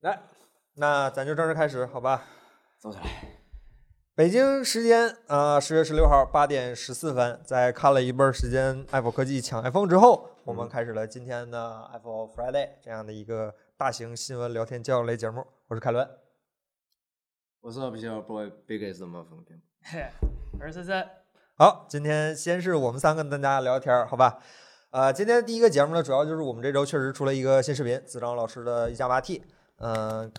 来，那咱就正式开始，好吧？走起来。北京时间啊，十、0月十六号八点十四分，在看了一波时间爱否科技抢 iPhone 之后，我嗯们开始了今天的 iPhone Friday 这样的一个大型新闻聊天交流类节目。我是凯伦， What's up, your boy? Biggest motherfucker. 二十三，好，今天先是我们三个跟大家聊天儿，好吧？呃，今天第一个节目呢，主要就是我们这周确实出了一个新视频，子章老师的一加八 T。嗯、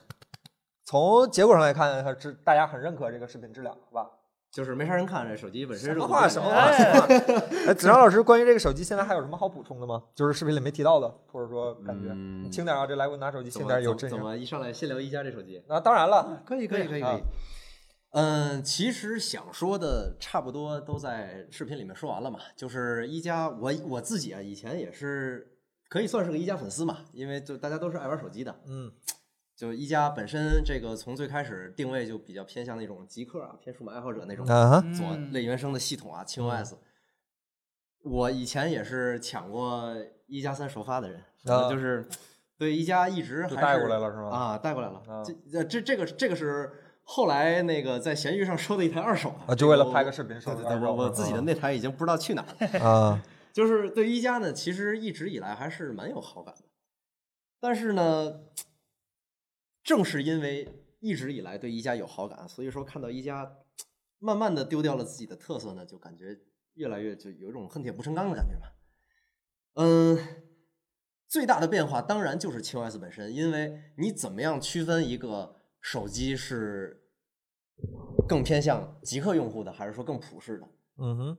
从结果上来看，还是大家很认可这个视频质量，好吧？就是没啥人看这手机本身什是么个话无什线么的话？什么话？ 哎，子章老师，关于这个手机，现在还有什么好补充的吗？就是视频里没提到的，或者说感觉、嗯你轻点儿啊，这来回拿手机怎轻么点儿有怎阵么怎营。么一上来先聊一加这手机？啊那、当然了，可以可以可以可以。嗯，其实想说的差不多都在视频里面说完了嘛。就是一加，我我自己啊，以前也是可以算是个一加粉丝嘛，因为就大家都是爱玩手机的。 嗯就一加本身这个从最开始定位就比较偏向那种极客啊，偏数码爱好者那种。啊哈，嗯做嗯类原生的系统啊，轻 OS。我以前也是抢过一加三首发的人，然后就是对一加一直还啊就是带过来了是吗？啊，带过来了啊。这这这个这个是后来那个在闲鱼上收的一台二手啊就为了这拍个我视频收对的对对，二手我我自己的那台已经不知道去哪儿了。啊，就是对一加呢，其实一直以来还是蛮有好感的，但是呢，正是因为一直以来对一加有好感，所以说看到一加慢慢的丢掉了自己的特色呢，就感觉越来越就有一种恨铁不成钢的感觉吧。嗯，最大的变化当然就是轻 OS 本身，因为你怎么样区分一个手机是更偏向极客用户的，还是说更普适的？嗯哼，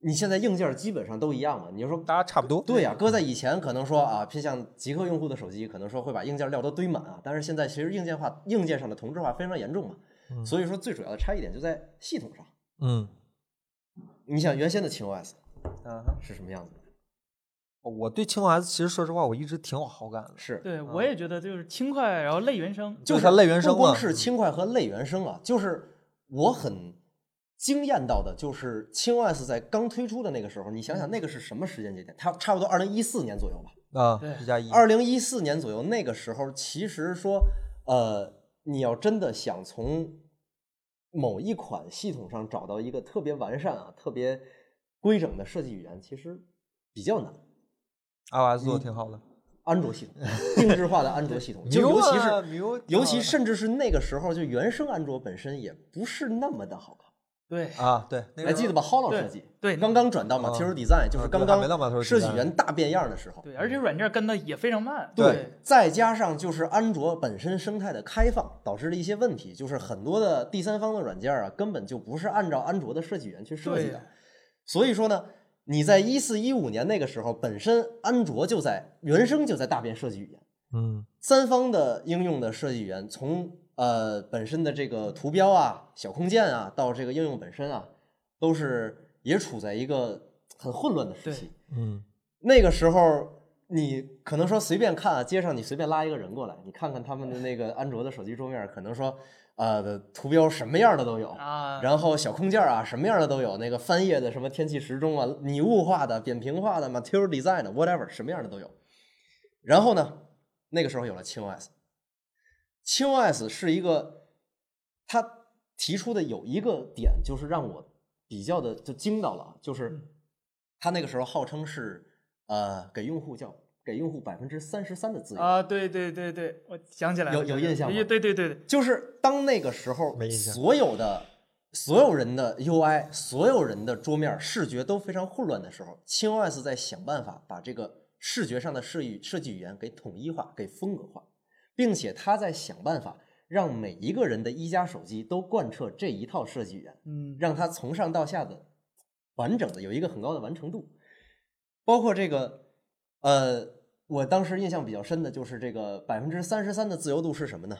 你现在硬件基本上都一样嘛，你就说大家差不多。对呀、搁在以前可能说啊，偏向极客用户的手机，可能说会把硬件料都堆满啊，但是现在其实硬件化、硬件上的同质化非常严重嘛，嗯所以说最主要的差异点就在系统上。嗯，你想原先的 QoS 啊哈，是什么样子的？我对青 OS 其实说实话，我一直挺有好感的，是对我也觉得就是轻快，然后类原声，就它类原啊声不光嘛是轻快和类原声啊，就是我很惊艳到的，就是轻 OS 在刚推出的那个时候，你想想那个是什么时间节点？它差不多二零一四年左右吧。啊，对一加一，二零一四年左右那个时候，其实说，呃，你要真的想从某一款系统上找到一个特别完善啊、特别规整的设计语言，其实比较难。 iOS 做的挺好的，安 卓系统，定制化的安卓系统，就牛尤其啊是牛挺尤好其的甚至是那个时候，就原生安卓本身也不是那么的好看。对啊，对，那个还记得吧？Hollow 对设计，对刚刚转到啊 Material Design，就啊对是刚还没到刚 Material 设计 Design 语言大变样的时候。对，而且软件跟的也非常慢，对再加上就是安卓本身生态的开放，导致了一些问题，就是很多的第三方的软件啊，根本就不是按照安卓的设计语言去设计对的。所以说呢，你在一四一五年那个时候，本身安卓就在原生就在大变设计语言，嗯三方的应用的设计语言，从呃本身的这个图标啊、小空间啊，到这个应用本身啊，都是也处在一个很混乱的时期对。嗯那个时候，你可能说随便看啊，街上你随便拉一个人过来，你看看他们的那个安卓的手机桌面，可能说，呃，图标什么样的都有，啊，然后小空间啊什么样的都有，那个翻页的什么天气时钟啊，拟物化的、扁平化的、material design 的，whatever 什么样的都有。然后呢，那个时候有了轻 OS，轻 OS 是一个，它提出的有一个点就是让我比较的就惊到了啊，就是它那个时候号称是呃给用户叫给用户百分之三十三的自由，啊，对对对对，我想起来了，哎有有印象吗对对对对，就是当那个时候没，印象所有的所有人的 UI，所有人的桌面视觉都非常混乱的时候，轻 OS 在想办法把这个视觉上的设计设计语言给统一化、给风格化，并且他在想办法让每一个人的一加手机都贯彻这一套设计语言，嗯，让它从上到下的完整的有一个很高的完成度，包括这个，呃，我当时印象比较深的就是这个百分之三十三的自由度是什么呢？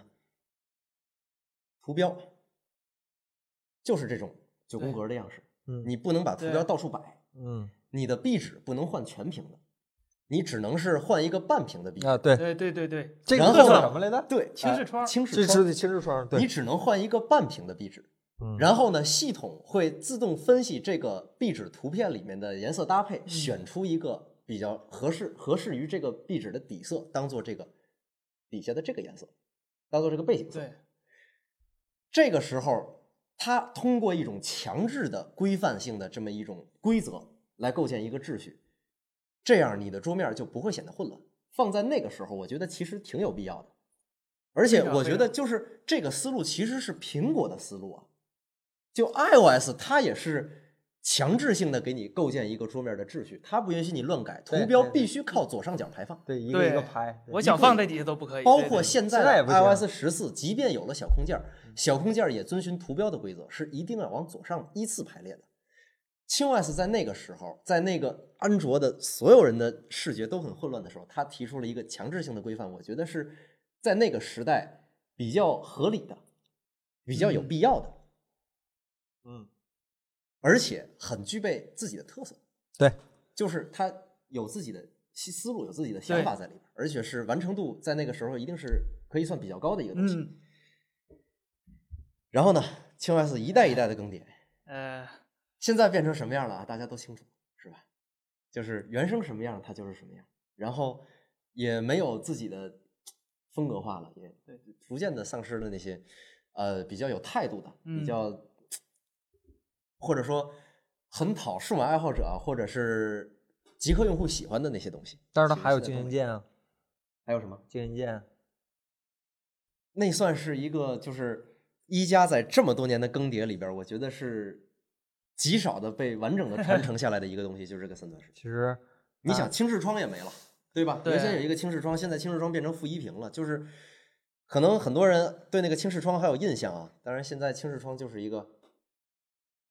图标，就是这种九宫格的样式，嗯你不能把图标对到处摆，嗯你的壁纸不能换全屏的，你只能是换一个半屏的笔。啊，对，对对对对，这个然课后叫呢什么来着？对，轻哎视窗轻视这窗，是青视窗，你对，只能换一个半屏的壁纸。嗯然后呢，系统会自动分析这个壁纸图片里面的颜色搭配，选出一个比较合适、合适于这个壁纸的底色，当做这个底下的这个颜色，当做这个背景色。对，这个时候，它通过一种强制的规范性的这么一种规则来构建一个秩序，这样你的桌面就不会显得混乱。放在那个时候，我觉得其实挺有必要的。而且非常我觉得，就是这个思路其实是苹果的思路啊，就 iOS 它也是强制性的给你构建一个桌面的秩序，它不允许你乱改，对图标对必嗯须靠左上角排放。对，一个对一个拍。对我想放在底下都不可以，包对括对现现在在也不的行 iOS 十四，即便有了小空间儿，小空间儿也遵循图标的规则，是一定要往左上依次排列的。iOS 在那个时候，在那个安卓的所有人的视觉都很混乱的时候，它提出了一个强制性的规范，我觉得是在那个时代比较合理的、比较有必要的，嗯，而且很具备自己的特色。对，就是它有自己的思思路，有自己的想法在里边，而且是完成度在那个时候一定是可以算比较高的一个东西。嗯然后呢，青 OS 一代一代的更迭，呃现在变成什么样了啊？大家都清楚，是吧？就是原生什么样，它就是什么样，然后也没有自己的风格化了，也逐渐的丧失了那些呃比较有态度的，比嗯较、或者说很讨数码爱好者啊或者是极客用户喜欢的那些东西。但是它其实还有现在静都音没键啊，还有什么？静音键。啊那算是一个就是一加在这么多年的更迭里边儿，我觉得是极少的被完整的传承下来的一个东西，就是这个三段式。其实你想，轻视窗也没了，啊对吧？对原先有一个轻视窗，现在轻视窗变成负一屏了，就是可能很多人对那个轻视窗还有印象啊。当然，现在轻视窗就是一个。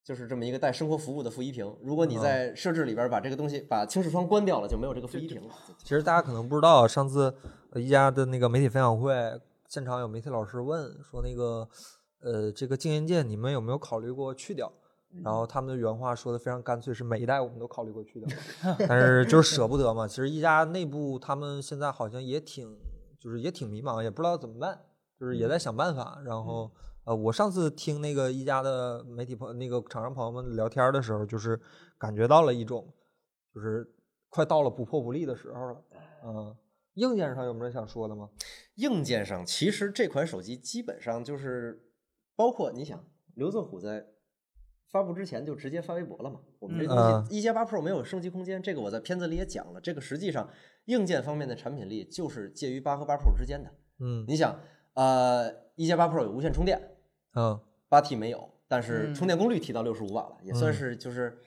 就是这么一个带生活服务的负一屏，如果你嗯在设置里边儿把这个东西把轻视窗关掉了，就没啊有这个负一屏了。其实大家可能不知道，上次呃一加的那个媒体分享会现场有媒体老师问说，那个呃，这个静音键你们有没有考虑过去掉？然后他们的原话说的非常干脆，是每一代我们都考虑过去掉，但是就是舍不得嘛。其实一加内部他们现在好像也挺，就是也挺迷茫，也不知道怎么办，就是也在想办法。然后呃，我上次听那个一加的媒体朋那个厂商朋友们聊天的时候，就是感觉到了一种就是快到了不破不立的时候了。嗯，硬件上有没有想说的吗？硬件上，其实这款手机基本上就是，包括你想，刘作虎在发布之前就直接发微博了嘛。我们这嗯啊东西一加八 Pro 没有升级空间，这个我在片子里也讲了。这个实际上硬件方面的产品力就是介于八和八 Pro 之间的。嗯你想，呃，一加八 Pro 有无线充电，嗯，八 T 没有，但是嗯充电功率提到六十五瓦了，也算是就是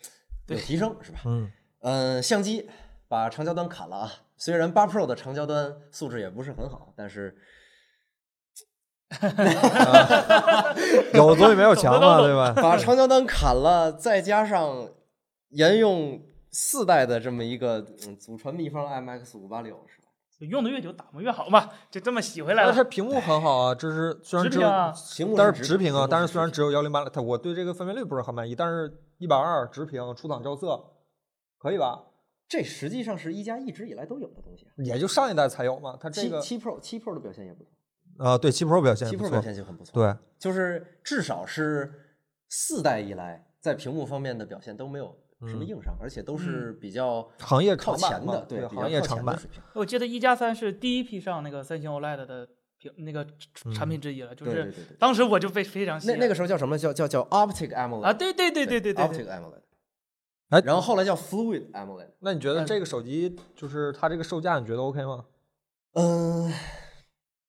有对提升，是吧？ 嗯，嗯，相机把长焦端砍了啊。虽然八 Pro 的长焦端素质也不是很好，但是有总比没有强嘛，对 吧？把长焦端砍了，再加上沿用四代的这么一个嗯祖传秘方 IMX 五八六是吧？就用的越久打磨越好嘛，就这么洗回来但了是。屏幕很好啊，这是虽然只直屏有，啊，屏幕但是直屏啊，屏幕但是虽然直只有幺零八零，它我对这个分辨率不是很满意，但是一百二直屏出厂校色，可以吧？这实际上是一加一直以来都有的东西啊。也就上一代才有嘛，它这七个七 Pro 七 Pro 的表现也不错，啊，对七 Pro 表现七也不 Pro 表错，现就很不错。，对，就是至少是四代以来在屏幕方面的表现都没有什么嗯硬伤，而且都是比较行业靠长板前嘛的，对比较行业靠长前的板水平。我记得一加三是第一批上那个三星 OLED 的屏那个产品之一了，就嗯对对是对对。当时我就非非常喜那爱那个时候叫什么？叫叫叫 Optic 啊， AMOLED 对对对对对对对，Optic 哎 AMOLED。然后后来叫 Fluid AMOLED。那你觉得嗯这个手机就是它这个售价，你觉得 OK 吗？嗯，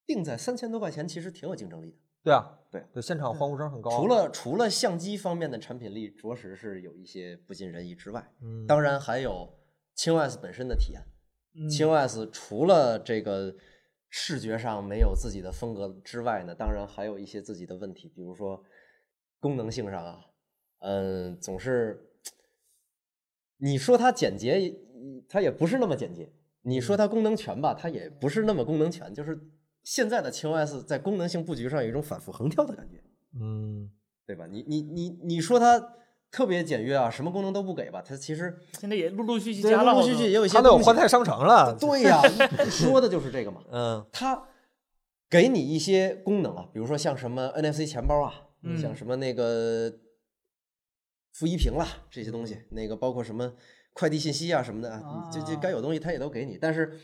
定在三千多块钱，其实挺有竞争力的。对啊，对对，现场欢呼声很高啊。除了除了相机方面的产品力着实是有一些不尽人意之外，嗯当然还有轻 OS 本身的体验。嗯轻 OS 除了这个视觉上没有自己的风格之外呢，当然还有一些自己的问题，比如说功能性上啊，嗯，总是你说它简洁，它也不是那么简洁；你说它功能全吧，它也不是那么功能全。就是现在的轻 OS 在功能性布局上有一种反复横跳的感觉，嗯。对吧？你你你你说它特别简约啊，什么功能都不给吧，它其实现在也陆陆续续对加了陆好陆多，续续也有一些它都有东西。换代商城了。对呀、说的就是这个嘛。嗯它给你一些功能啊，比如说像什么 NFC 钱包啊，嗯像什么那个负一屏啦这些东西，那个包括什么快递信息啊什么的，啊，你这这啊该有东西它也都给你。但是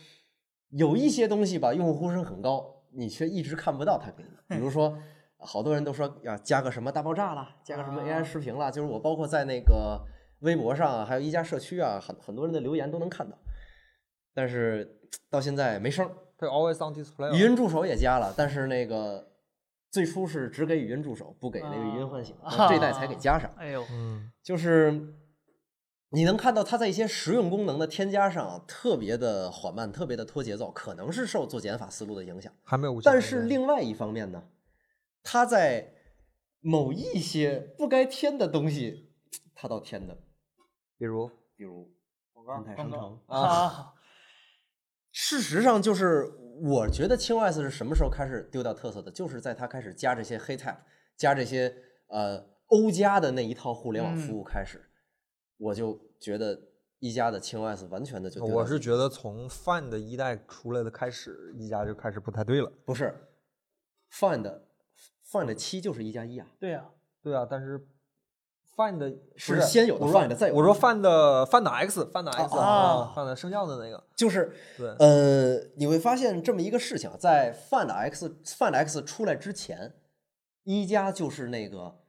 有一些东西吧，用户呼声很高，你却一直看不到它给你，比如说。好多人都说要加个什么大爆炸啦，加个什么 AI 啊视频啦，就是我包括在那个微博上啊，还有一加社区啊，很很多人的留言都能看到，但是到现在没声儿，它有 Always on Display 语了。音助手也加了，但是那个最初是只给语音助手，不给那个语音唤醒，啊这一代才给加上。哎呦，嗯就是你能看到它在一些实用功能的添加上啊特别的缓慢，特别的拖节奏，可能是受做减法思路的影响。还没有无线但充电。是另外一方面呢，它在某一些不该添的东西，它倒添的，比如嗯比如广告安泰商广告城啊。啊，事实上，就是我觉得青 OS 是什么时候开始丢掉特色的？就是在它开始加这些黑 tap，加这些呃欧加的那一套互联网服嗯务开始，我就觉得一加的青 OS 完全的就丢掉我是自己觉得从 Find 的一代出来的开始，一加就开始不太对了。不是 Find Find 七就是一加一啊，对呀，对啊，但是 Find 是先有的 Find 再有我说的 Find Find X Find X 啊，Find 升降的那个，就是对，嗯呃，你会发现这么一个事情啊，在 Find X Find X 出来之前，一加就是那个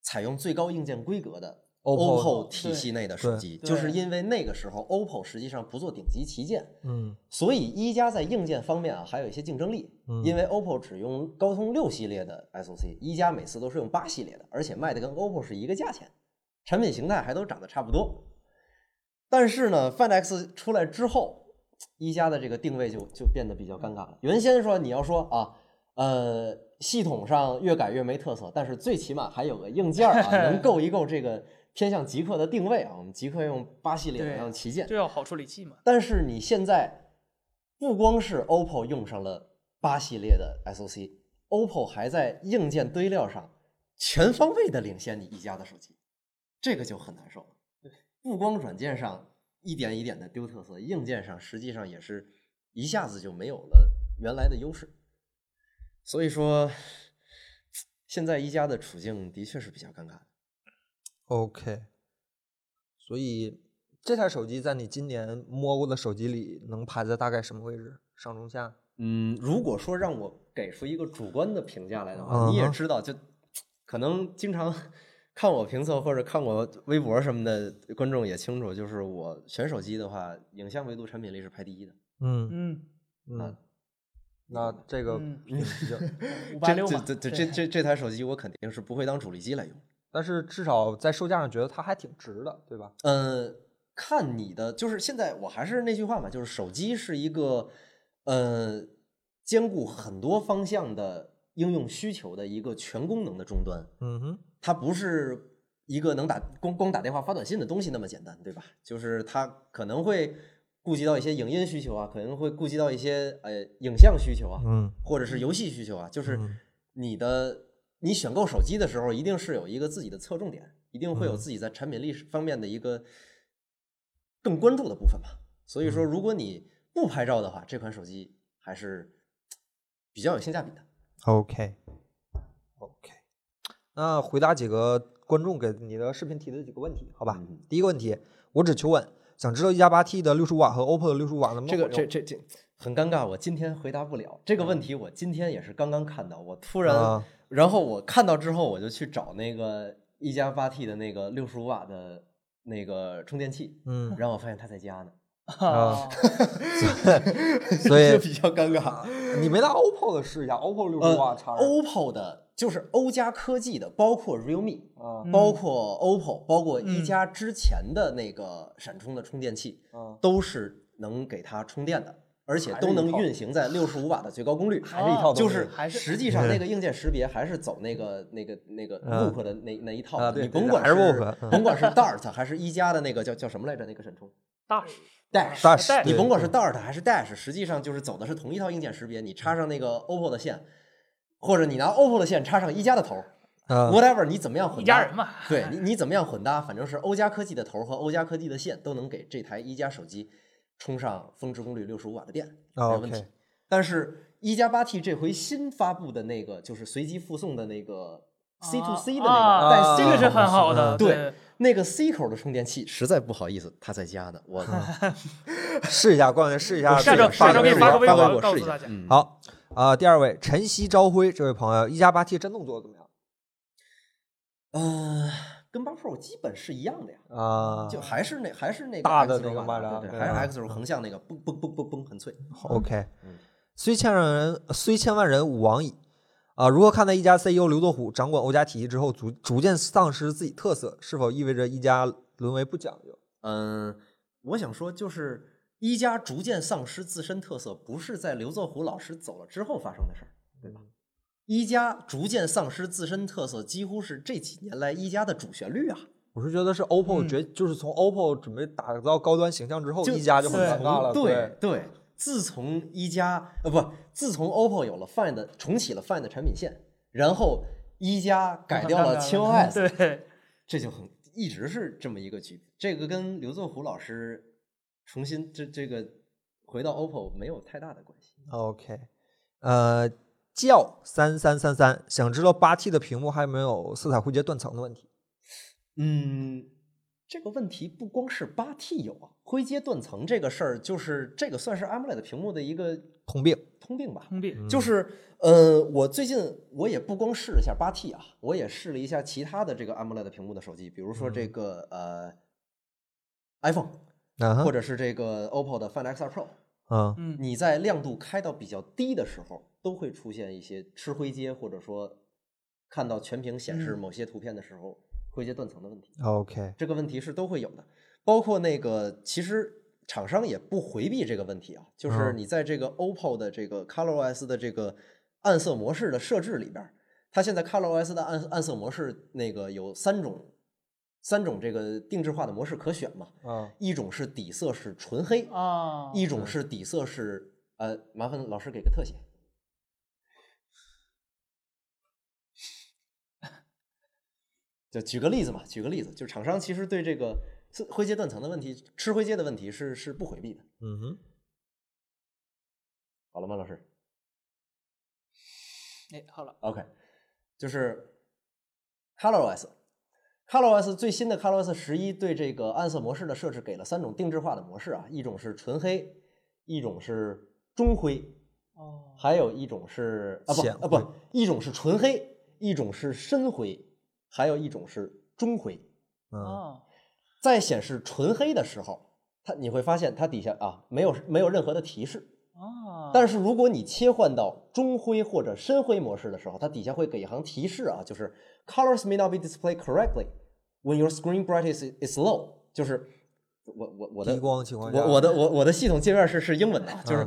采用最高硬件规格的 OPPO OPPO 体系内的手对机，对就是因为那个时候 OPPO 实际上不做顶级旗舰，嗯所以一加在硬件方面啊还有一些竞争力嗯，因为 OPPO 只用高通六系列的 SoC，一加每次都是用八系列的，而且卖的跟 OPPO 是一个价钱，产品形态还都长得差不多。但是呢，Find X 出来之后，一加的这个定位就就变得比较尴尬了。原先说你要说啊，呃，系统上越改越没特色，但是最起码还有个硬件儿啊，能够一够这个偏向极客的定位啊。我们极客用八系列的对让旗舰，就要好处理器嘛，但是你现在不光是 OPPO 用上了八系列的 SoC，OPPO 还在硬件堆料上全方位的领先你一加的手机，这个就很难受了。不光软件上一点一点的丢特色，硬件上实际上也是一下子就没有了原来的优势。所以说，现在一加的处境的确是比较尴尬的。 ，OK。所以这台手机在你今年摸过的手机里，能排在大概什么位置？上中下？嗯，如果说让我给出一个主观的评价来的话，嗯你也哼知道，就可能经常看我评测或者看我微博什么的观众也清楚，就是我选手机的话，影像维度产品力是排第一的。嗯嗯，嗯，那这个嗯已经，五八这六这嘛，这这这这这台手机我肯定是不会当主力机来用。但是至少在售价上觉得它还挺值的，对吧？呃，看你的，就是现在我还是那句话嘛，就是手机是一个呃兼顾很多方向的应用需求的一个全功能的终端。嗯哼，它不是一个能打光光打电话发短信的东西那么简单，对吧？就是它可能会顾及到一些影音需求啊，可能会顾及到一些呃影像需求啊，嗯或者是游戏需求啊。就是嗯你的你选购手机的时候，一定是有一个自己的侧重点，一定会嗯有自己在产品力方面的一个更关注的部分吧。所以嗯说，如果你不拍照的话，这款手机还是比较有性价比的。 ，OK，OK。那回答几个观众给你的视频提的几个问题，好吧？嗯第一个问题，我只求稳，想知道一加八 T 的六十五瓦和 OPPO 的六十五瓦能不能这个混这用这这很尴尬，我今天回答不了这个问题。我今天也是刚刚看到，我突然，嗯啊然后我看到之后，我就去找那个一加八 T 的那个六十五瓦的那个充电器，嗯，然后我发现它在家呢，啊啊， 所以啊就比较尴尬。你没拿 OPPO 的试一下，OPPO 六呃十五瓦插着。 ，OPPO 的就是欧加科技的，包括 Realme，啊嗯包括 OPPO，包括一嗯加之前的那个闪充的充电器，啊都是能给它充电的，而且还是都一能套运行在六十五瓦的最高功率，还是一套就东西是还是实际上那个硬件识别还是走那个那个那个嗯 Book 的那那一套啊的，对你对甭对管还是 Wok，嗯甭管是 Dart 还是一加的那个叫叫什么来着那个闪充 大 Dash。 Dash，带你对甭管是 Dart 还是 Dash，实际上就是走的是同一套硬件识别。你插上那个 OPPO 的线，或者你拿 OPPO 的线插上一加的头，嗯 whatever 你怎么样混搭一家人嘛，对你你怎么样混搭，反正是欧加科技的头儿和欧加科技的线都能给这台一加手机充上峰值功率六十五瓦的电，没问题 OK。但是一加八 T 这回新发布的那个就是随机附送的那个 C to C 的那啊个带 C 这个是口很好嗯的，对那个 C 口的充电器，实在不好意思，它在家呢，我试一下，关键试一下。下周这个下周发给给我你发个微发给博我告试一诉下大家，嗯好啊、第二位晨曦朝晖这位朋友，一加八 T 真动做的怎么样呃，跟八 Pro 基本是一样的呀。啊、就还是那还是那个大的 X 轴那个版马扎对对对，还是啊 X 轴横向那个，嘣嘣嘣嘣嘣，很脆。 o k 嗯虽千万人虽千万人吾往矣啊、如何看待一加 CEO 刘作虎掌管欧加体系之后，逐逐渐丧失自己特色，是否意味着一加沦为不讲究？嗯，我想说就是一加逐渐丧失自身特色，不是在刘作虎老师走了之后发生的事儿，对嗯吧？一加逐渐丧失自身特色，几乎是这几年来一加的主旋律啊。我是觉得是 OPPO 嗯决，就是从 OPPO 准备打造高端形象之后，就一加就很自尴从尬了。对对，自从一加呃不，自从 OPPO 有了 Find 重启了 Find 产品线，然后一加改掉 了 QoS，对，这就很一直是这么一个局。这个跟刘作虎老师重新这这个回到 OPPO 没有太大的关系。 OK，呃，叫三三三三，想知道八 T 的屏幕还有没有色彩互截断层的问题？嗯，这个问题不光是八 T 有啊，灰阶断层这个事儿，就是这个算是 AMOLED 屏幕的一个通病。通病吧。通病，就是，呃，我最近我也不光试了一下八 T 啊，我也试了一下其他的这个 AMOLED 屏幕的手机，比如说这个、呃 iPhone，啊哈或者是这个 OPPO 的 Find X2 Pro，嗯嗯，你在亮度开到比较低的时候，都会出现一些吃灰阶，或者说看到全屏显示嗯某些图片的时候、灰阶断层的问题。 ，OK，这个问题是都会有的，包括那个其实厂商也不回避这个问题啊，就是嗯你在这个 OPPO 的这个 ColorOS 的这个暗色模式的设置里边儿，它现在 ColorOS 的暗暗色模式那个有三种三种这个定制化的模式可选嘛，啊，一种是底色是纯黑，啊，一种是底色是呃，麻烦老师给个特写。 就举个例子嘛，举个例子，就厂商其实对这个是灰阶断层的问题、吃灰阶的问题是是不回避的。嗯哼，好了吗，老师哎，好了， ？OK，就是 ColorOS。ColorOS 最新的 ColorOS 十一对这个暗色模式的设置给了三种定制化的模式啊，一种是纯黑，一种是中灰，哦，还有一种是啊不浅啊灰不，一种是纯黑，一种是深灰，还有一种是中灰。嗯哦，在显示纯黑的时候，它你会发现它底下啊没有没有任何的提示，哦，但是是如果你切换到中灰或者深灰模式的时候，它底下会给一行提示啊，就是 colors may not be displayed correctly when your screen brightness is low，就是我我我的低光情况下，我我的我我的系统界面是是英文的，就是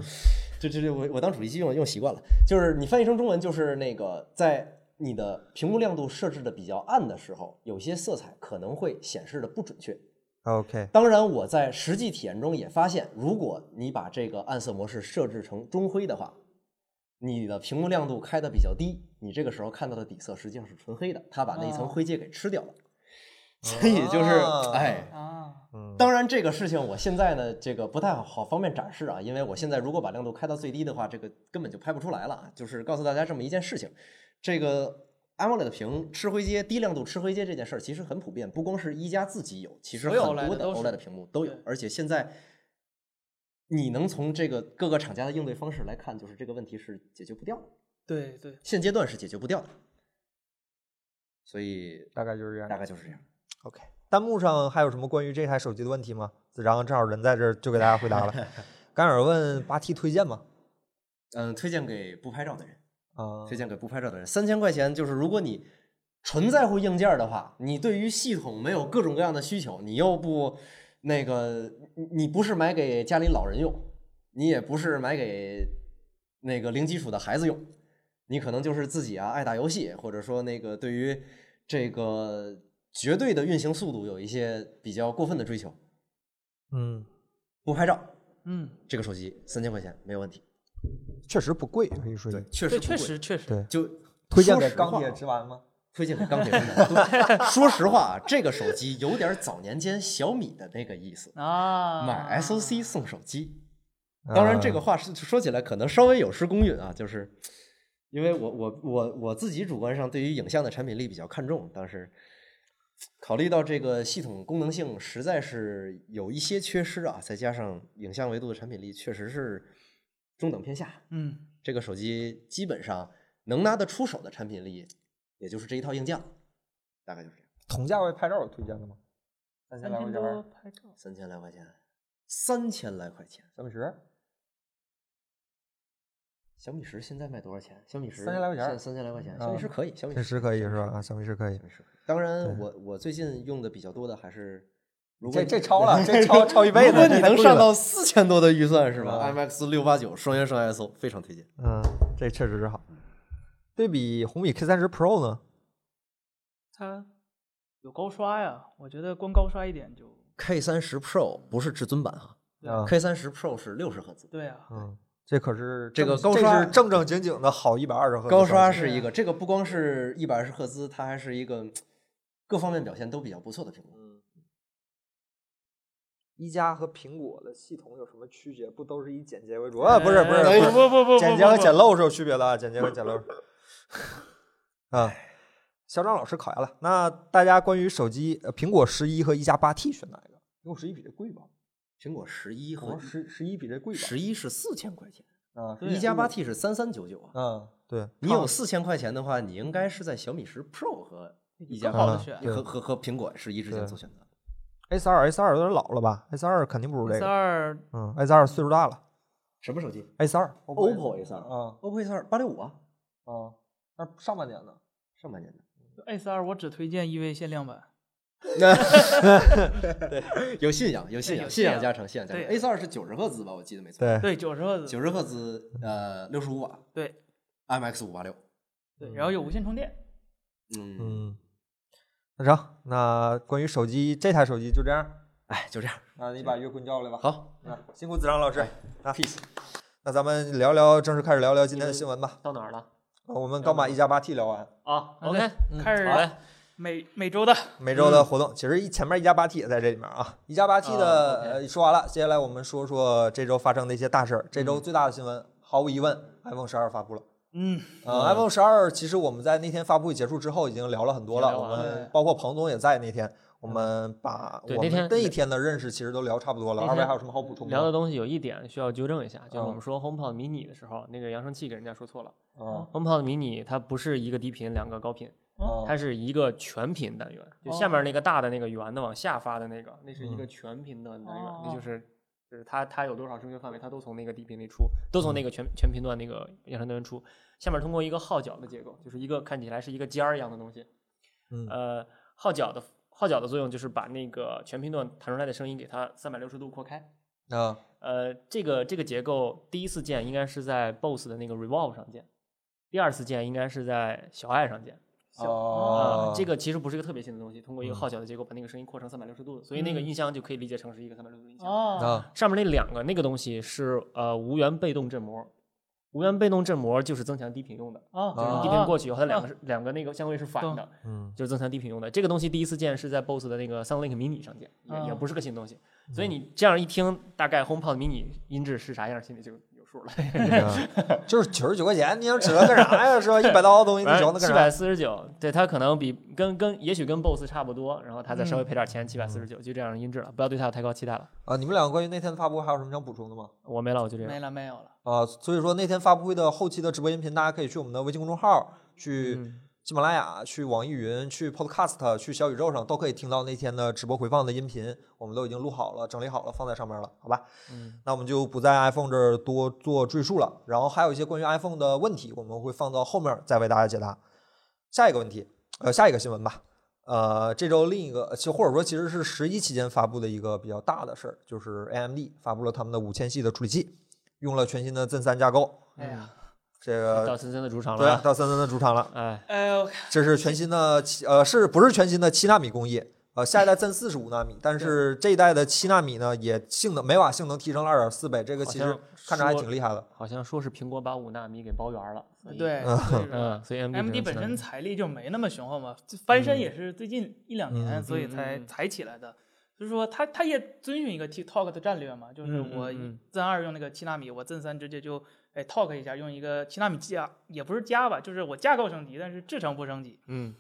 这这这我我当主力机用用习惯了，就是你翻译成中文就是那个在你的屏幕亮度设置的比较暗的时候，有些色彩可能会显示的不准确。 OK，当然，我在实际体验中也发现，如果你把这个暗色模式设置成中灰的话，你的屏幕亮度开的比较低，你这个时候看到的底色实际上是纯黑的，它把那一层哦灰阶给吃掉了。 所以就是啊，哎，啊，嗯当然，这个事情我现在呢，这个不太好方便展示啊，因为我现在如果把亮度开到最低的话，这个根本就拍不出来了啊。就是告诉大家这么一件事情，这个 AMOLED 屏吃灰阶、低亮度吃灰阶这件事儿其实很普遍，不光是一加自己有，其实所有很多的 OLED 都是 OLED 屏幕都有对，而且现在。你能从这个各个厂家的应对方式来看，就是这个问题是解决不掉的，对对，现阶段是解决不掉的，所以大概就是这样大。概就是这样。 OK，弹幕上还有什么关于这台手机的问题吗？子章正好人在这儿，就给大家回答了。 甘尔问八 T 推荐吗？嗯，推荐给不拍照的人。啊、推荐给不拍照的人。三千块钱就是如果你纯在乎硬件儿的话，你对于系统没有各种各样的需求，你又不那个，你你不是买给家里老人用，你也不是买给那个零基础的孩子用，你可能就是自己啊爱打游戏，或者说那个对于这个绝对的运行速度有一些比较过分的追求。嗯，不拍照，嗯，这个手机三千块钱没有问题。确实不贵，可以说一确对，实不确贵实确实，对就推荐给说实钢话铁啊直男吗？推荐给钢铁直男。对 说实话啊，这个手机有点早年间小米的那个意思，啊，买 SOC 送手机。嗯当然，这呃个话是说起来可能稍微有失公允啊，就是因为我我我我自己主观上对于影像的产品力比较看重，但是考虑到这个系统功能性实在是有一些缺失啊，再加上影像维度的产品力确实是中等偏下，嗯这个手机基本上能拿得出手的产品力，也就是这一套硬件，大概就是这样，同价位拍照有推荐的吗？三三千来块千钱，多拍照，三千来块钱，三千来块钱，小米十，小米十现在卖多少钱？小米十3000来块钱三三千来块钱，小米嗯十可以，小米确实可以是吧？小啊，小米十可以。米十可以当然对我，我最近用的比较多的还是，如果这你这超了，这 超超一倍如了。果这你太能贵上了到四千多的预算是吧啊？IMX 六八九双原生 ISO 非常推荐。嗯，这确实是好。对比红米 K 三十 Pro 呢？它有高刷呀，我觉得光高刷一点就 K 三十 Pro 不是至尊版啊啊， ，K 三十 Pro 是六十赫兹，对啊，嗯，这可是这个正高刷这是正正经经的好一百二十赫兹高刷手机是一个，这个不光是一百二十赫兹，它还是一个各方面表现都比较不错的屏幕。一加和苹果的系统有什么区别？不都是以简洁为主？啊，不是不是哎不是，不不不，简洁和不简，陋是有区别的，啊，简洁和简陋是。啊，肖张老师考下了。那大家关于手机，呃，苹果十一和一加八 T 选哪一个？苹果十一比这贵吧？苹果哦十一我和十十一比这贵吧？十一是四千块钱，啊，对一加八 T 是三三九九啊。嗯，对，你有四千块钱的话，你应该是在小米十 Pro 和一加更好八的啊选对和和和苹果十一之间做选择。 S 二 S 二有点老了吧？S 二肯定不如这 S 个。二嗯，S 二岁数大了什么手机，S 二 OPPO A 三啊？OPPO A 三八六五啊，啊，那上半年呢？上半年的， S 二我只推荐 EV 限量版， 有信仰，哎有信仰，有信信仰仰加成，信仰加成。对 A 三是九十赫兹吧？我记得没错，对，对九十赫兹，九十赫兹，呃，六十五瓦对，IMX 五八六。对，然后有无线充电，嗯，嗯，那成，那关于手机这台手机就这样。哎，就这样。那你把月坤叫来吧。好，啊，辛苦子章老师啊，peace。那咱们聊聊，正式开始聊聊今天的新闻吧。到哪儿了？啊我们刚把一加八 T 聊完，啊好，OK，的嗯开始好嘞每每周的每周嗯的活动，其实一前面一加八 T 也在这里面啊。一加八 T 的、啊，OK 呃说完了，接下来我们说说这周发生的一些大事儿。这嗯周最大的新闻，毫无疑问，iPhone 十二发布了。嗯呃，iPhone 十二其实我们在那天发布会结束之后已经聊了很多了，聊我完了嗯们包括彭总也在那天，我们把对我那们天那一天的认识其实都聊差不多了。那二天位还有什么好补充聊的的？东西有一点需要纠正一下，就是嗯我们说 HomePod mini 的时候，那个扬声器给人家说错了。嗯 HomePod mini 它不是一个低频两个高频，嗯它是一个全频单元，就下面那个大的那个圆的往下发的那个，那是一个全频的单元哦，那就是就是它它有多少声学范围，它都从那个低频里出，都从那个全全频段那个扬声单元出。下面通过一个号角的结构，就是一个看起来是一个尖儿一样的东西，嗯呃，号角的号角的作用就是把那个全频段弹出来的声音给它三百六十度扩开。啊呃，这个这个结构第一次见应该是在 BOSS 的那个 Revolve 上见，第二次见应该是在小爱上见。啊、哦，这个其实不是一个特别新的东西，通过一个嗯号角的结构把那个声音扩成三百六十度，所以那个音箱就可以理解成是一个三百六十度音箱。哦啊上面那两个那个东西是呃无源被动振膜，无源被动振膜就是增强低频用的，哦，就是你低频过去以后，它两个是两个那个相位是反的懂，嗯 就是增强低频用的。这个东西第一次见是在 BOSS 的那个 SoundLink Mini 上见，也也哦不是个新东西。所以你这样一听，大概 HomePod Mini 音质是啥样，心里就有数了。啊就是九十九块钱，你要指着干啥呀？是吧？一哎百刀的东西，你指着它干七啥？百四十九，对它可能比跟跟也许跟 BOSS 差不多，然后它再稍微嗯赔点钱，七百四十九就这样的音质了，不要对它有太高期待了。啊，你们两个关于那天的发布会还有什么想补充的吗？我没了，我就这样。没了没有了，啊，所以说那天发布会的后期的直播音频，大家可以去我们的微信公众号、去嗯喜马拉雅、去网易云、去 Podcast、去小宇宙上都可以听到那天的直播回放的音频，我们都已经录好了、整理好了，放在上面了，好吧？嗯，那我们就不在 iPhone 这儿多做赘述了。然后还有一些关于 iPhone 的问题，我们会放到后面再为大家解答。下一个问题，呃，下一个新闻吧。呃，这周另一个，其或者说其实是十一期间发布的一个比较大的事儿，就是 AMD 发布了他们的五千系的处理器，用了全新的 Zen 三架构。哎呀，这到个森森的主场对了啊，啊。到森森的主场了，哎，哎呦，这是全新的七呃，是不是全新的七纳米工艺？呃，下一代 Zen 四是五纳米，但是这一代的七纳米呢，也性能每瓦性能提升了二点四倍，这个好其像实看着还说挺厉害的。好像说是苹果把五纳米给包圆了，所以，对，啊所以说 嗯，所以 M D 只能本去那身里财力就没那么雄厚嘛，就翻身嗯也是最近一两年，嗯所以嗯才嗯嗯才起来的。就是说它，他他也遵循一个 TikTok 的战略嘛，就是嗯嗯我嗯 Zen 二用那个七纳米，我 Zen 三直接就哎 Talk 一下，用一个七纳米加，也不是加吧，就是我架构升级，但是制程不升级。嗯，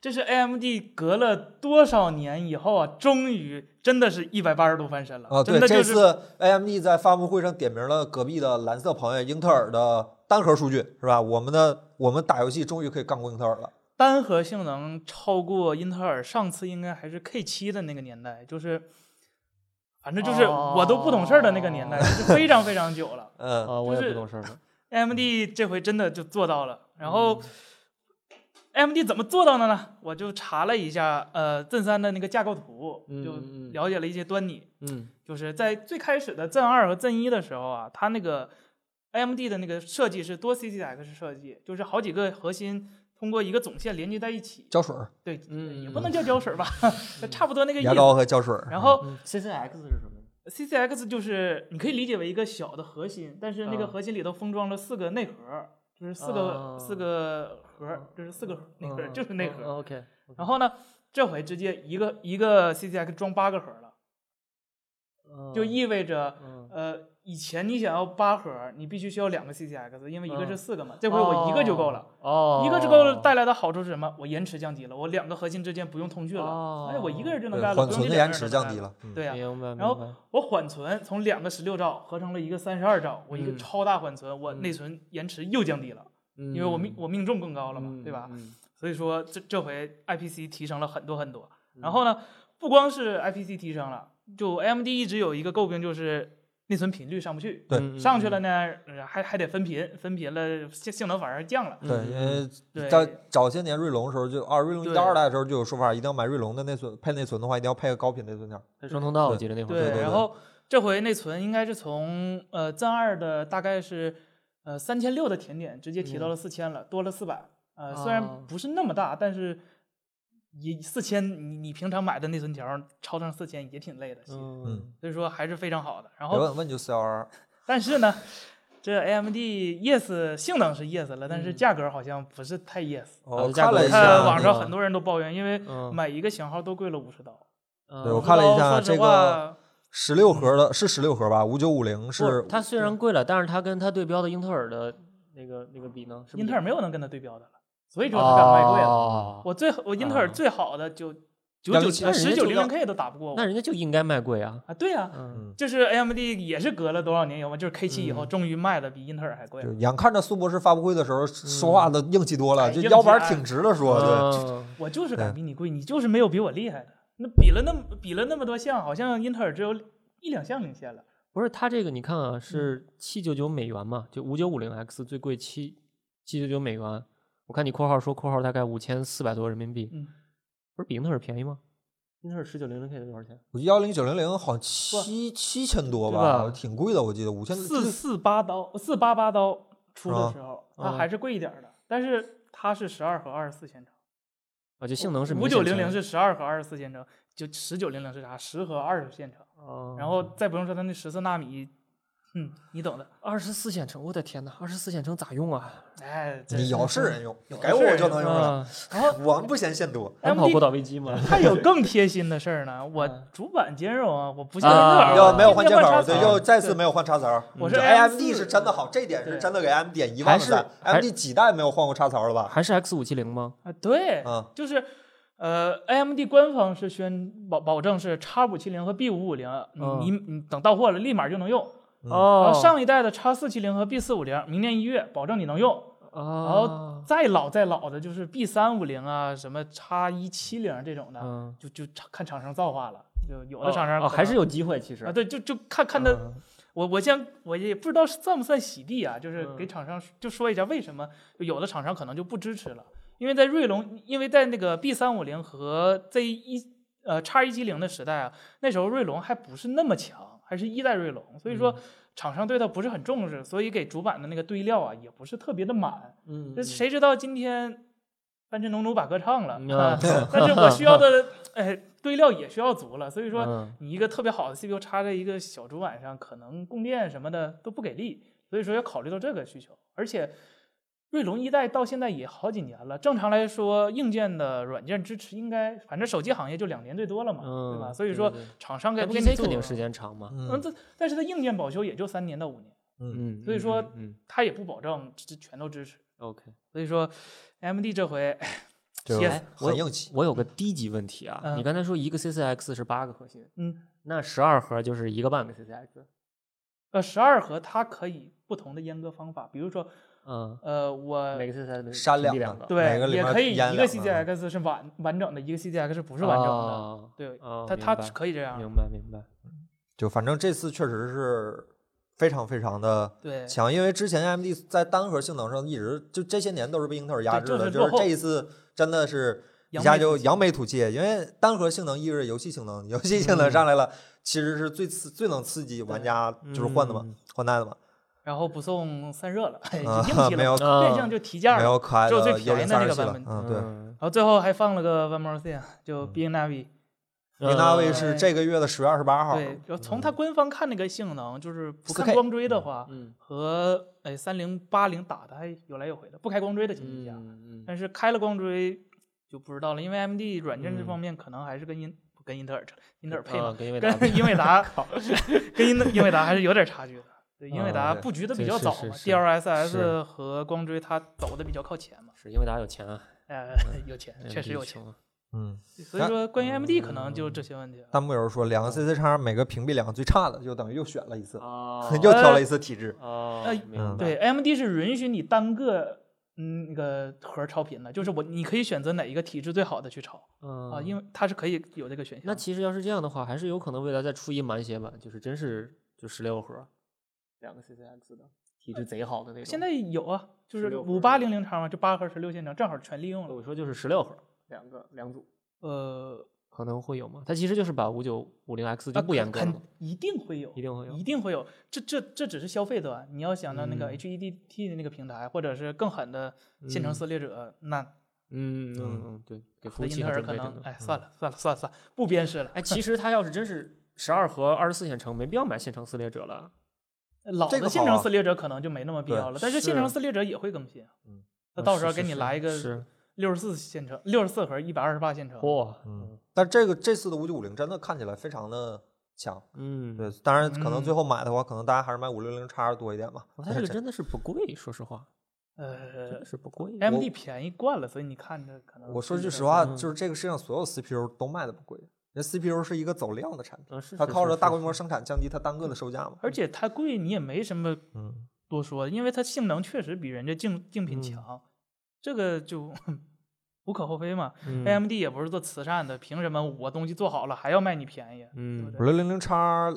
这是 AMD 隔了多少年以后啊，终于真的是一百八十度翻身了啊，真对，的这就是次 AMD 在发布会上点名了隔壁的蓝色朋友英特尔的单核数据，是吧？我们的我们打游戏终于可以干过英特尔了。单核性能超过英特尔上次应该还是 K 7的那个年代，就是反正就是我都不懂事儿的那个年代，就是非常非常久了。嗯，啊，我就也是不懂事儿了， AMD 这回真的就做到了，然后 AMD 怎么做到的呢？我就查了一下，呃，Zen 三的那个架构图，嗯就嗯嗯了解了一些端倪。嗯就是在最开始的 Zen 二和 Zen 一的时候啊，它那个 AMD 的那个设计是多 CCX 设计，就是好几个核心通过一个总线连接在一起。胶水儿、对，嗯也不能叫胶水 吧，差不多那个意牙思。膏和胶水儿。然后嗯，CCX 是什么？ CCX 就是你可以理解为一个小的核心，但是那个嗯核心里头封装了四个内核，就是四个、哦四个核，就是四个内核，嗯就是内嗯核。嗯 OK，然后呢，这回直接一个一个 CCX 装八个核了，就嗯意味着嗯呃，以前你想要八核，你必须需要两个 CCX，因为一个嗯是四个嘛，这回我一个就够了。哦，一个就够了，带来的好处是什么？我延迟降低了，我两个核心之间不用通讯了哦，哎，我一个人就能对，干了，缓不用存这的两延个人迟就能降低干了。了。嗯对呀、明白，然后明白我缓存从两个十六兆合成了一个三十二兆，我一个嗯超大缓存，我嗯内存延迟又降低了，因为我命我命中更高了嘛，对吧？？嗯所以说这这回 IPC 提升了很多很多。嗯然后呢，不光是 IPC 提升了，就 AMD 一直有一个诟病就是内存频率上不去，对嗯上去了呢呃还还得分频，分频了性性能反而降了。对，嗯因为对，在早些年锐龙的时候就，二锐龙一对到二代的时候就有说法，一定要买锐龙的内存，配内存的话一定要配个高频内存条。分双通道，我记得那会儿对对然后这回内存应该是从呃 Zen 二的大概是呃三千六的甜点直接提嗯到了四千了，多了四百。呃，虽哦然不是那么大，但是也四千，你你平常买的内存条超上四千也挺累的，其实嗯所以说还是非常好的。然别后，问问就四幺二，但是呢，这 AMD yes 性能是 yes 了，但是嗯价格好像不是太 yes。我价看格了一是下这样看的网那上个很多人都抱怨，因为嗯买一个型号都贵了五十刀。对我嗯，看了一50刀下说这实个话，十六核的是十六核吧，五九五零是嗯不它虽然贵了，但是它跟它对标的英特尔的那个那个比呢，是不是英特尔没有能跟它对标的了，所以也说它敢卖贵了。哦我最我英特尔最好的就九那九人七十家九就零要零 K 都打不过那我人家就应该卖贵啊。啊！对呀、啊，嗯，就是 AMD 也是隔了多少年以后嘛，就是 K 7以后终于卖的比英特尔还贵就。眼看着苏博士发布会的时候说话的硬气多了，嗯哎就硬腰气板哎挺直的说，对，嗯我就是敢比你贵，你就是没有比我厉害的。那比了那么比了那么多项，好像英特尔只有一两项领先了。不是它这个，你看嗯啊，是七九九美元嘛，就五九五零 X 最贵七七九九美元。我看你括号说括号大概五千四百多人民币，嗯，不是比英特尔便宜吗？英特尔十九零零 K 多少钱？我幺零九零零好像七七千多对吧，吧挺贵的，我记得五千四四八刀四八八刀出的时候，啊它还是贵一点儿的，但是它是十二核二十四线程，啊，就性能是五九零零是十二核二十四线程，就十九零零是啥？十核二十线程。哦然后再不用说它那十四纳米，嗯，你懂的。二十四线程，我的天呐，二十四线程咋用啊？哎，这你有是人用，给是我我人嗯就能用了，啊，我们不嫌线多。还跑 AMD 过岛危 机吗？还 有更贴心的事儿呢，我嗯主板兼容啊，我不像英啊特尔，又我没有换天接天口，插对，槽啊又再次对没有换插槽。我嗯是这 AMD AMD 是真的好，这一点是对真的给 AMD 点一万个赞。还是 AMD 几代没有换过插槽了吧？还是 X 五七零吗？啊，对，嗯就是呃，AMD 官方是宣保保证是 X 五七零和 B 五五零，嗯你你等到货了立马就能用。嗯哦然后上一代的 X 四七零和 B 四五零，明年一月保证你能用。然后哦，再老再老的就是 B 三五零啊，什么 X 一七零这种的，嗯，就就看厂商造化了。就有的厂商可哦还能是有机会，其实嗯啊，对，就就看看他，我我先我也不知道算不算洗地啊，就是给嗯厂商就说一下为什么有的厂商可能就不支持了，因为在锐龙，因为在那个 B 三五零和 Z 一呃叉一七零的时代啊，那时候锐龙还不是那么强，还是一代锐龙，所以嗯说厂商对它不是很重视，所以给主板的那个堆料啊也不是特别的满。嗯，那谁知道今天半只农奴把歌唱了，嗯啊 但是我需要的哎堆料也需要足了，所以说嗯你一个特别好的 CPU 插在一个小主板上，可能供电什么的都不给力，所以说要考虑到这个需求。而且锐龙一代到现在也好几年了，正常来说硬件的软件支持应该，反正手机行业就两年最多了嘛，嗯，对吧？所以说对对厂商该那不给 PC 你肯定做，时间长嘛，嗯，但但是它硬件保修也就三年到五年，嗯，所以说嗯嗯嗯它也不保证这全都支持。 ，OK。所以说，AMD 这回就歇是死我很硬气。我有个低级问题啊，嗯你刚才说一个 C4X 是八个核心，嗯，那十二核就是一个半个 C4X，呃，十二核它可以不同的阉割方法，比如说，嗯，呃，每我个 C4X 删两两个个，每个对里也面可以一阉个两个 CDX 是完完整的，一个 CDX 不是完整的，哦对，哦它明它白是可以这样的，明白明白，就反正这次确实是非常非常的对，强，因为之前 AMD 在单核性能上一直就这些年都是被英特尔压对制的，就就是是落后这一次真的是一扬下眉吐就气扬眉吐气，因为单核性能意味着游戏性能，游戏性嗯能上来了，其实是最刺最能刺激玩家就是换的嗯嘛，换代的嘛，然后不送散热了， 哎啊就硬气没有了嘛，变相就提价没了。有可爱只有最的便宜幽灵的三那十个七版了本，嗯，对。对，然后最后还放了个 One More Thing，就嗯 Big Navi，云大卫嗯是这个月的十月二十八号，呃嗯对，然后从它官方看那个性能，就是不 4K 看光追的话，嗯和哎三零八零打的还有来有回的，不开光追的情况下，嗯 嗯但是开了光追就不知道了，因为 AMD 软件这嗯方面可能还是跟英、不跟英特尔扯英特尔配 啊嘛，跟英伟达比跟英伟 达跟英英伟达还是有点差距的。对，英伟啊达对布局的比对较是早是嘛是是，DLSS 和光追它走的比较靠前嘛，是英伟达有钱啊，呃，有钱， 确实有钱。啊，嗯，所以说，关于 AMD 可能就这些问题了。弹幕有人说两个 CC 叉每个屏蔽两个最差的，就等于又选了一次，哦 又挑哎了一次体制，哦呃，嗯明白对，AMD 是允许你单个嗯那个盒儿超频的，就是我你可以选择哪一个体质最好的去超啊，嗯因为它是可以有这个选项的。那其实要是这样的话，还是有可能未来再出一满血版，就是真是就十六核，两个 CCX 的体质贼好的那种。现在有啊，就是16核五八零零叉嘛，就八核十六线程，正好全利用了。我说就是十六核，两个两组呃，可能会有吗？它其实就是把五九五零 X 那就不严格了肯嘛，一定会有，一定会有一定会有。这这这只是消费端，你要想到那个嗯 HEDT 的那个平台，或者是更狠的线程嗯撕裂者，那嗯嗯嗯嗯，对，给服那务英器特还尔准可备着能呢。哎，算了算了算了算了，不鞭尸了。嗯哎，其实它要是真是十二核二十四线程，没必要买线程撕裂者了。老这的个线好程啊撕裂者可能就没那么必对要了，但是线是程撕裂者也会更新啊。嗯，那啊到是时候是给你是来一个是六十四线程，六十四核一百二十八线程。嚯，嗯，但这个这次的五九五零真的看起来非常的强，嗯，对，当然可能嗯最后买的话，可能大家还是买五六零叉多一点吧哦，它这个真的是不贵，说实话，真呃的是不贵。 ，AMD 便宜惯了，所以你看着可能。我说句实话，嗯就是这个世界上所有 CPU 都卖的不贵，那 CPU 是一个走量的产品，嗯，是它是靠是着大是规模生产降低它单个的售价嘛。而且它贵，你也没什么嗯，多说，因为它性能确实比人家竞竞品嗯强，这个就无可厚非嘛。嗯 AMD 也不是做慈善的，凭什么我东西做好了还要卖你便宜？嗯五六零零叉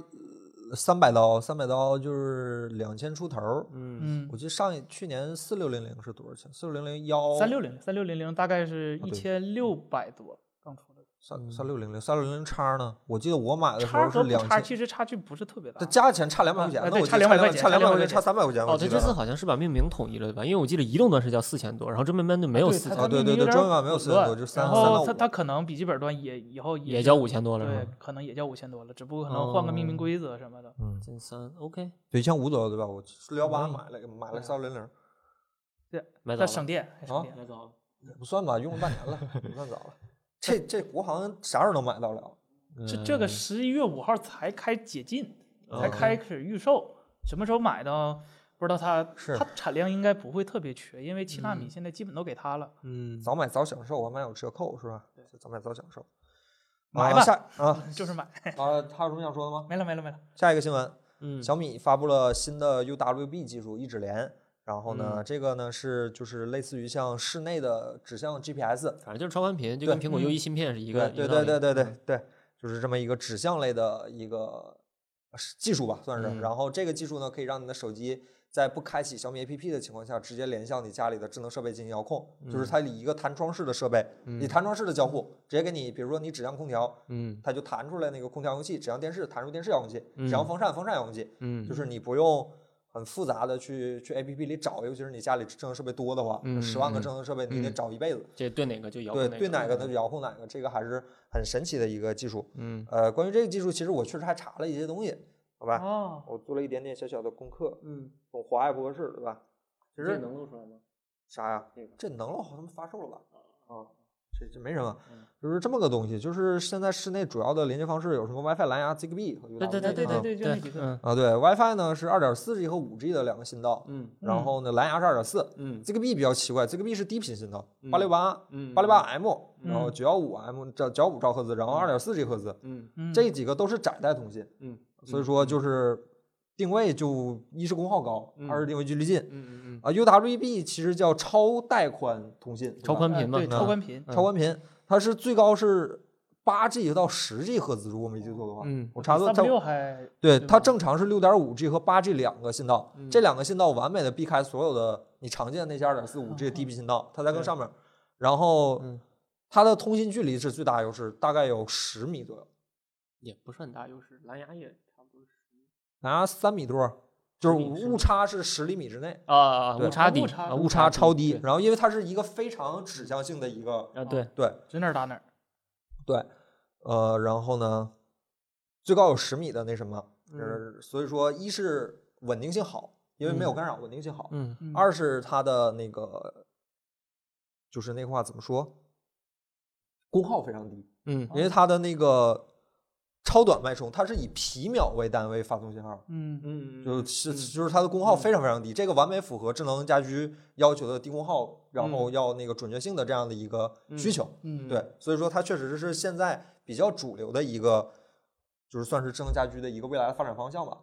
三百刀，三百刀就是两千出头儿。嗯嗯我，记得上一去年四六零零是多少钱？四六零零幺三六零三六零零大概是啊一对千六百多，刚出的。三三六零零三六零零叉呢？我记得我买的时叉候和是不两叉千，其实差距不是特别大这。加钱差两百块钱啊，那对我记差得200块差钱两差百200块块钱差三百块钱。哦，我它记这得次了好像是把命名统一了，对吧？因为我记得移动端是叫四千多，然后中文版就没有对四它千，啊，对命对名对，有点中文版没有四千乱多，就三然三到后五它。它可能笔记本端也以后也是叫五千多了，是对吧？，可能也叫五千多了，只不过可能换个命名哦规则什么的。嗯，真三 OK，对，一千五左右对吧？我六幺八可以买了买了对三六零零，买它早了，省电，还省啊电。买早了。也不算吧，用了半 年了，不算早了。这这国行啥时候能买到了？这这个嗯十一月五号才开解禁，才哦开始预售，什么时候买到不知道它。是它产量应该不会特别缺，因为七纳米现在基本都给它了。 嗯，早买早享受，我还有折扣是吧？早买早享受。买啊 吧下啊就是买，啊，他有什么想说的吗？没了没了没了。下一个新闻，嗯小米发布了新的 UWB 技术一指连，然后呢，嗯这个呢是就是类似于像室内的指向 GPS，反正就是超宽频，就跟对苹果嗯 U1 芯片是一对个对一个对对道理嗯对对对，就是这么一个指向类的一个呃是技术吧，算是。嗯然后这个技术呢，可以让你的手机在不开启小米 APP 的情况下，直接连向你家里的智能设备进行遥控，就是嗯它以一个弹窗式的设备，以弹窗式的交互，直接给你，比如说你指向空调，嗯它就弹出来那个空调遥控器；指向电视，弹出电视遥控器；指嗯向风扇，风扇遥控器。嗯，就是你不用很复杂的去去 A P P 里找，尤其是你家里智能设备多的话，嗯十万个嗯智能设备你得嗯找一辈子。这对哪个嗯就遥对控对哪个的它，遥控哪个，这个还是很神奇的一个技术。嗯呃，关于这个技术，其实我确实还查了一些东西，好吧，哦，我做了一点点小小的功课，嗯，总华爱不合适，对吧？其这实能露出来吗？啥呀这个？这能了，好像发售了吧？哦啊，这这没什么嗯，就是这么个东西。就是现在室内主要的连接方式有什么 WiFi、蓝牙、Zigbee 和 U 对对啊对对对对，就那几个嗯啊，对 WiFi 呢是二点四 G 和五 G 的两个信道，嗯然后呢蓝牙是二点四嗯，Zigbee 比较奇怪，Zigbee 是低频信道，嗯八六八嗯八六八 M，然后嗯九幺五 M 兆九五兆赫兹，然后二点四 G 赫兹，嗯嗯这几个都是窄带通信，嗯，所以说就是定位就一是功耗高，嗯二是定位距离近嗯嗯啊。UWB 其实叫超带宽通信，对超吧宽呃频嘛对，嗯超宽频，超宽频，它是最高是八 G 到十 G 赫兹，如果没记错的话，嗯我查错，三它六还对对它吧正常是六点五 G 和八 G 两个信道，嗯这两个信道完美的避开所有的你常见的那些二点四五 G 的低频信道，它在更对上面，然后嗯它的通信距离是最大优势，大概有十米左右。也不是很大优势，蓝牙也差不多是拿三米多，就是10米是误差是十厘米之内，啊啊，对误差低，误差啊误差超低低。然后因为它是一个非常指向性的一个，啊，对，对指哪儿打哪儿。对，呃，然后呢，最高有十米的那什么，嗯呃，所以说一是稳定性好，因为没有干扰，稳定性好。嗯嗯二是它的那个，就是那话怎么说，功耗非常低，嗯因为它的那个超短脉冲，它是以皮秒为单位发送信号。嗯嗯就是就是它的功耗非常非常低，这个完美符合智能家居要求的低功耗，然后要那个准确性的这样的一个需求。嗯，对，所以说它确实是现在比较主流的一个，就是算是智能家居的一个未来的发展方向吧。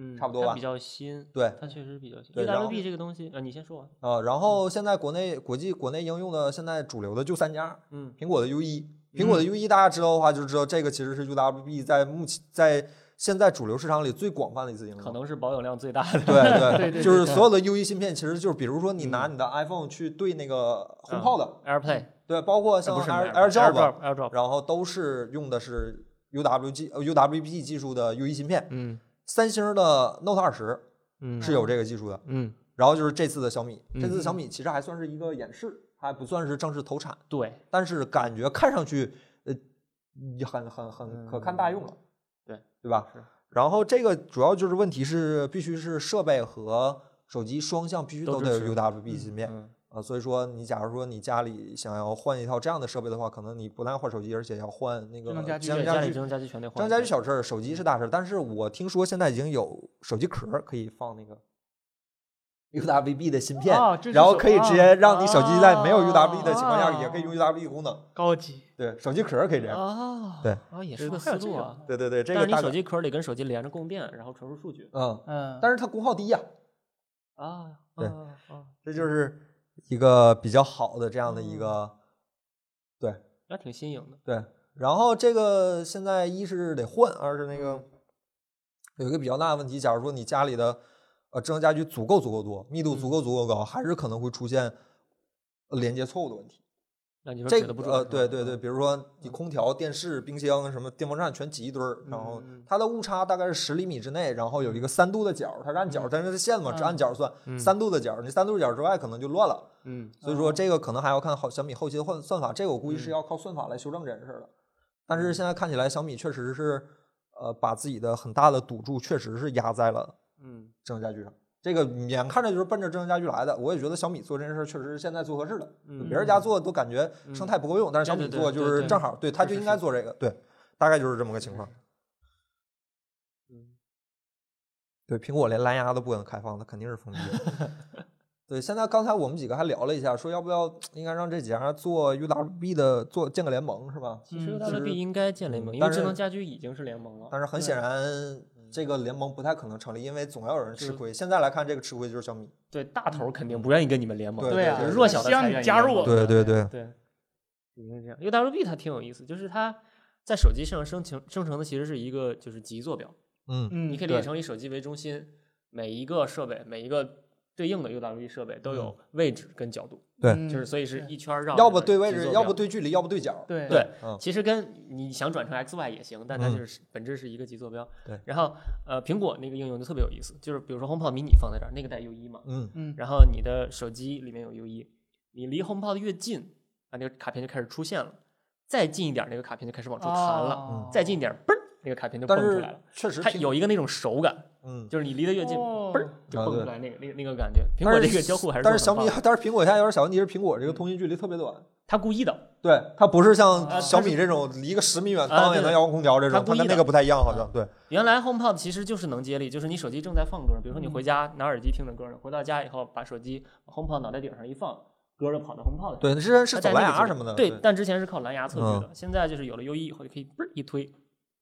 嗯差不多它吧比较新，对，它确实比较新。对然后 UWB 这个东西啊，你先说完。呃，然嗯后现在国内国际国内应用的现在主流的就三家，嗯苹果的 U 一，苹果的 U 一大家知道的话就知道，这个其实是 UWB 在目前在现在主流市场里最广泛的一次应用。可能是保有量最大的。嗯 对对对就是对所有的 U 1芯片，其实就是比如说你拿你的 iPhone 去对那个嗯 HomePod，、 AirPlay 对，包括像不是 Air AirDrop， AirDrop AirDrop，然后都是用的是 UWG 呃 UWB 技术的 U 1芯片。嗯三星的 Note 二十嗯是有这个技术的，嗯然后就是这次的小米，嗯这次小米其实还算是一个演示，还不算是正式投产，对，但是感觉看上去呃也很很很可看大用了，嗯对对吧是？然后这个主要就是问题是必须是设备和手机双向必须都都得支有持 UWB 芯片嗯啊，所以说你假如说你家里想要换一套这样的设备的话，可能你不但换手机，而且要换那个智能家居智能对对家家里居。智智能家居全得换。哦能家居小事儿，手机是大事儿，但是我听说现在已经有手机壳儿可以放那 个 UWB 的芯片，哦支持然后手可以直接让你手机在没有哦 UWB 的情况下也可以用 UWB 功能。高级对，手机壳儿可以这样。啊，对啊，也是个还思有这路种啊。对对对，这个但是你大手概机壳里跟手机连着供电，然后传输数据嗯，嗯，但是它功耗低呀、啊，对啊啊，这就是一个比较好的这样的一个那挺新颖的。对。然后这个现在一是得换，二是那个有一个比较大的问题，假如说你家里的呃智能家居足够足够多，密度嗯足够足够高，还是可能会出现呃连接错误的问题。那你说这觉得个不准呃，是吧嗯对对对，，比如说你空调、电视、冰箱、什么电风扇全挤一堆儿，然后嗯嗯它的误差大概是十厘米之内，然后有一个三度的角儿，它是按嗯角儿，但是它线嘛，只按角儿算，三度的角儿，你三度的角儿之外可能就乱了。嗯所以说这个可能还要看好小米后期的换算法，这个我估计是要靠算法来修正这件事儿的。但是现在看起来，小米确实是呃把自己的很大的赌注确实是压在了嗯智能家居上。这个眼看着就是奔着智能家居来的，我也觉得小米做这件事儿确实是现在最合适的。嗯别人家做都感觉生态不够用，但是小对米对对做就对是对正好，对，它是就是应该是做这个，对，大概就是这么个情况。嗯对，苹果连蓝牙都不敢开放，它肯定是封闭 的。对，现在刚才我们几个还聊了一下，说要不要应该让这几家做 UWB 的做建个联盟是吧？其实嗯 UWB 应该建联盟，嗯因为但智是能家居已经是联盟了。但是很显然，这个联盟不太可能成立，因为总要有人吃是亏。现在来看，这个吃亏就是小米。对大头儿肯定不愿意跟你们联嗯盟，对对啊就是弱小的希望才你愿意加联入盟我对对啊对对，肯定是这样。UWB 它挺有意思，就是它在手机上生成生成的其实是一个就是极坐标，嗯嗯，你可以理解成以手机为中心，每一个设备每一个对应的 UWB 设备都有嗯位置跟角度，对嗯就是所以是对一圈儿绕着要节奏标，不对位置，要不对距离，要不对角。对对嗯其实跟你想转成 X Y 也行，但它嗯就是本质是一个极坐标。对然后呃，苹果那个应用就特别有意思，就是比如说 HomePod mini 放在这儿，那个带 U 一嘛，嗯嗯，然后你的手机里面有 U 一，你离 HomePod 越近啊，那个卡片就开始出现了，再近一点，那个卡片就开始往出弹了，哦再近一点，嘣儿，那个卡片就蹦但出是来了。确实它苹，有一个那种手感，嗯，就是你离得越近，哦嘣儿就啊蹦对出来那个那个那个感觉。苹但果是这个交互还是但是做得小很棒米的，，但是苹果现在有点小问题是苹果这个通信距离特别短，它故意的，对，它不是像啊小它是米这种离个十米远啊当也对能遥控空调这种，它故它意跟那的个不太一样，好啊像对，原来 HomePod 其实就是能接力，就是你手机正在放歌，比如说你嗯回家拿耳机听着歌呢，回到家以后把手机往 HomePod 脑袋顶上一放，歌就跑到 HomePod 去了。对，之前是它走带蓝那个牙节什奏么的，对对，，嗯但之前是靠蓝牙测距的，现在就是有了 U E 1以后，就可以嘣儿一推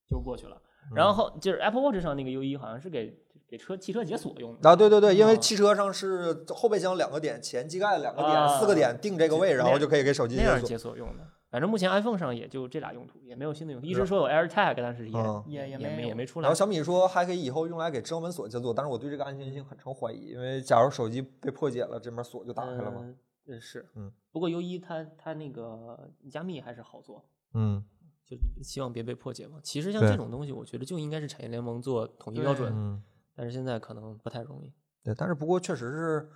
就过去了。嗯然后就是 Apple Watch 上那个 U E 1好像是给给车汽车解锁用的，啊，对对对，因为嗯汽车上是后备箱两个点，前机盖两个点，啊四个点定这个位，那然后样就可以给手机那解样锁。解锁用的。反正目前 iPhone 上也就这俩用途，也没有新的用途。一直说有 AirTag，但是也、嗯也也也没没也没出然来后。小米说还可以以后用来给智能门锁解锁，但是我对这个安全性很成怀疑，因为假如手机被破解了，这门锁就打开了嘛。嗯？嗯，是。嗯。不过 U 1它它那个加密还是好做，嗯就希望别被破解嘛。其实像对这种东西，我觉得就应该是产业联盟做统一标对准，嗯，但是现在可能不太容易。对，但是不过确实是。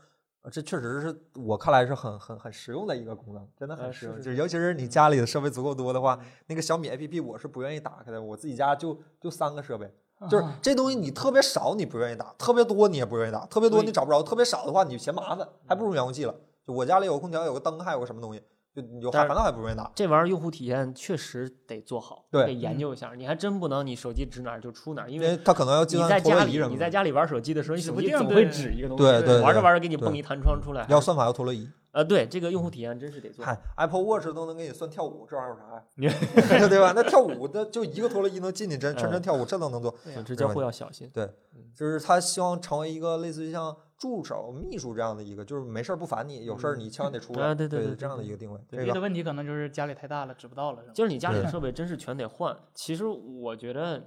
呃这确实是我看来是很很很实用的一个功能，真的很呃实是用。是嗯就是尤其是你家里的设备足够多的话，那个小米 APP 我是不愿意打开的。我自己家就就三个设备，就是啊这东西你特别少你不愿意打，特别多你也不愿意打，特别多对你找不着，特别少的话你嫌麻烦，还嗯不如遥控器了。就我家里有个空调，有个灯，还有个什么东西，就你就但还是反倒还不愿意打。这玩意儿用户体验确实得做好，对得研究一下。你还真不能你手机指哪儿就出哪儿，因因为为它可能要计你算在陀家螺仪里什你么在的，家里玩手机的时候，你指手不机定总对会指一个东西，对对对玩着玩着给你对蹦一弹窗出来。要算法要陀螺仪。呃，对这个用户体验真是得做好。嗨，Apple Watch 都能给你算跳舞，这玩意儿有啥 呀？对吧？那跳舞那就一个陀螺仪能进去真全身跳舞，这都能做。对呀啊总之交互要小心。就是他希望成为一个类似于像助手、秘书这样的一个，就是没事儿不烦你，有事儿你千万得出来。啊对对对对这样的一个定位。这唯一的个问题可能就是家里太大了，指不到了，是吧？就是你家里对的设备真是全得换。其实我觉得，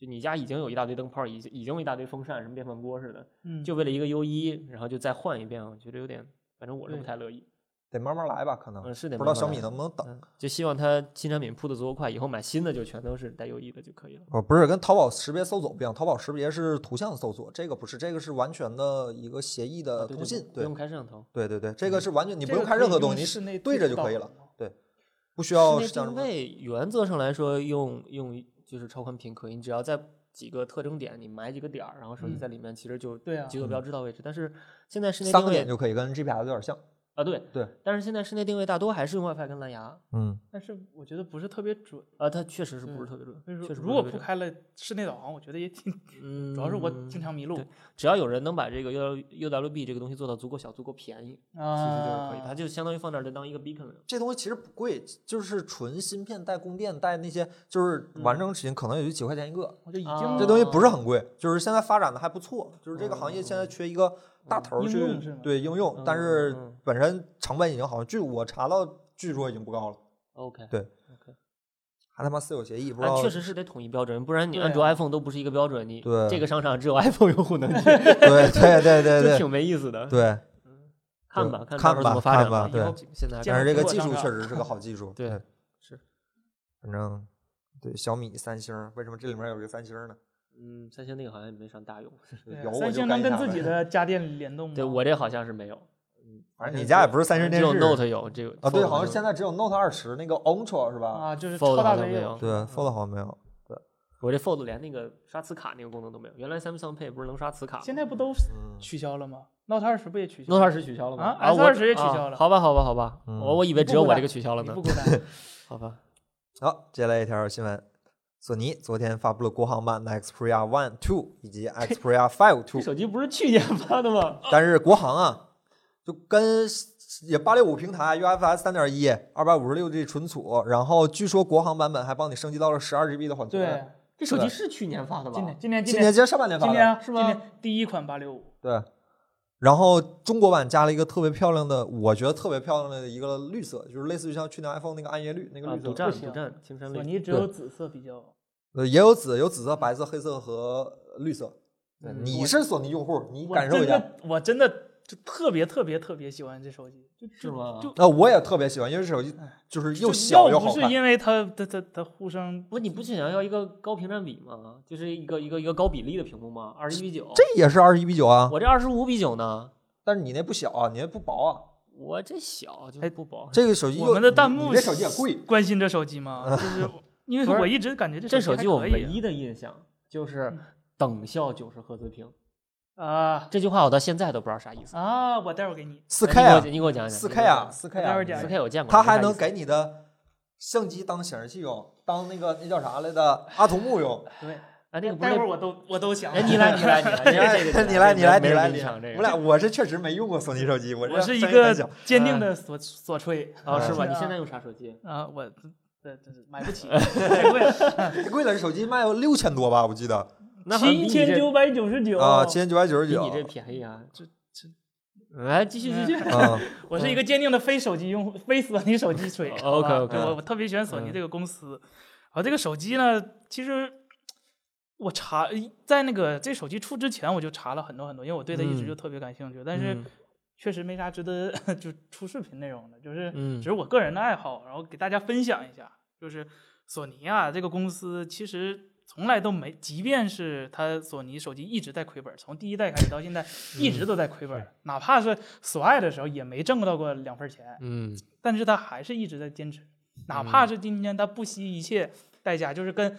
就你家已经有一大堆灯泡，已经已经有一大堆风扇，什么电饭锅似的，嗯，就为了一个 U 一，然后就再换一遍，我觉得有点，反正我是不对太乐意。得慢慢来吧，可能嗯，是得不知道慢慢小米来能不能等。嗯，就希望它新产品铺的足够快，以后买新的就全都是带 U 一的就可以了。哦，不是，跟淘宝识别搜索不一样，淘宝识别是图像搜索，这个不是，这个是完全的一个协议啊的对呃通对信，不用开摄嗯像头，对对对，这个是完全你你不用看任何东西，室内对着地就图可以导了航不需要室内像什定么位原则上来说用用就是超宽屏可以，你只要在几个特征点你埋几个点儿，然后手机嗯在里面其实就对啊极坐标知道位置。但是现在室内嗯三定个点位就可以，跟 GPS 有点像。啊对对，但是现在室内定位大多还是用 WiFi 跟蓝牙，嗯，但是我觉得不是特别准。啊它确实是不对是特别准所以，确说，实如果不是铺特别准开了室内导航，我觉得也挺，嗯，主要是我经常迷路对只要有人能把这个 U U W B 这个东西做到足够小、足够便宜，其实就是可以，它啊。就相当于放那儿就当一个 beacon 了。这东西其实不贵，就是纯芯片带供电带那些，就是完整品可能也就几块钱一个，我就已啊经这东西不是很贵，就是现在发展的还不错，就是这个行业现在缺一个大头儿应去用是吗对应用，但嗯是嗯嗯本身成本已经好像据我查到，据说已经不高了， OK，对 OK，还他妈私有协议，不知但道啊确实是得统一标准，不然你对安卓、啊 iPhone 都不是一个标准。你对这个商场只有 iPhone 用户能进，对对对对 就对挺没意思的。对，看吧，看看到时候吧怎么发展看吧以对后现在还见但是是这了个苹果技当术个确实是个好技术。 对是，反正对小米、三星儿，为什么这里面有一个三星儿呢？嗯，三星那个好像也没啥大用。对有我三就星干能一跟下自呗己的家电联动吗？对我这好像是没有，反哎正你家也不是三星只电有视 Note 有这个啊，对， Fold 好像有现在只有 Note 二十那个 Ultra 是吧？啊，就是超 Fold 大的好像也没有有，对，Fold 好像没有。我这 Fold 连那个刷磁卡那个功能都没有。原来 Samsung Pay 不是能刷磁卡吗现在不都嗯取消了吗？Note 二十不也取消？Note 了？二十取消了吗？啊我 S20 也取啊消了好吧，好吧，好吧，嗯我我以为只有我这个取消了你呢不。孤单，好吧，好，接下来一条新闻，索尼昨天发布了国行版的 Xperia One Two 以及 Xperia Five 这 Two，手机不是去年发的吗？但是国行啊，就跟也八六五平台 UFS 三点一，二百五十六 G 存储，然后据说国行版本还帮你升级到了十二 GB 的缓存。啊对，，这手机是去年发的吧？今年今年今年年今年上半年发今的。年是吗今年第一款八六五，对，然后中国版加了一个特别漂亮的，我觉得特别漂亮的一个绿色，就是类似于像去年 iPhone 那个暗夜绿那个啊，绿色，独占行独占青山索绿。尼只有紫色比较呃，也有紫，有紫色、白色、黑色和绿色。对嗯你是索尼用户，你我感受一真下。的，我真的就特别特别特别喜欢这手机，就是吗就那我也特别喜欢，因为这手机就是又就小又要好不是看。因为它它它它呼声不，你不是想要一个高屏占比吗？就是一个一个一个高比例的屏幕吗？二十一比九，这也是二十一比九啊，我这二十五比九呢？但是你那不小啊，你那不薄啊。我这小就哎不薄。这个手机又我们的你弹幕你这手机也贵。关心这手机吗？就是因不为是我一直感觉这这手机机还我可唯以啊一的印象就是等效九十赫兹屏，啊这句话我到现在都不知道啥意思。啊！我待会儿给你四哎 K 啊你，给我讲，你给我讲讲。四 K 啊，四 K 待会啊儿，讲四 K 我见过。它没啥还能意思给你的相机当显示器用，当那个那叫啥来着？阿童木用。对，啊？那个不待会儿是我都我都想 哎，你来，你来，你来，这个这个哎你来，你来，你没人来，跟你上来。这我个俩我是确实没用过索尼手机，我我是一声音个很小坚定的所所吹哦，是吧？嗯你现在用啥手机？啊！我这这是买不起，太贵了，太贵了，这手机卖六千多吧，我记得那好像比七你千这九百九十 九啊，七千九百九十比九你这嗯便宜啊！哦这这来继续继续。啊。我是一个坚定的非手机用户， 非索尼手机吹。哦，OK，嗯好吧 OK 对我我特别喜欢索尼这个公司。啊，这个手机呢，其实我查在那个这手机出之前，我就查了很多很多，因为我对它一直嗯就特别感兴趣，但是嗯确实没啥值得 就出视频内容的，就是嗯只是我个人的爱好，然后给大家分享一下。就是索尼啊，这个公司其实从来都没，即便是它索尼手机一直在亏本，从第一代开始到 现在一嗯直都在亏本，哪怕是索爱的时候也没挣到过两份钱，嗯但是它还是一直在坚持，哪怕是今天它不惜一切代价，就是跟。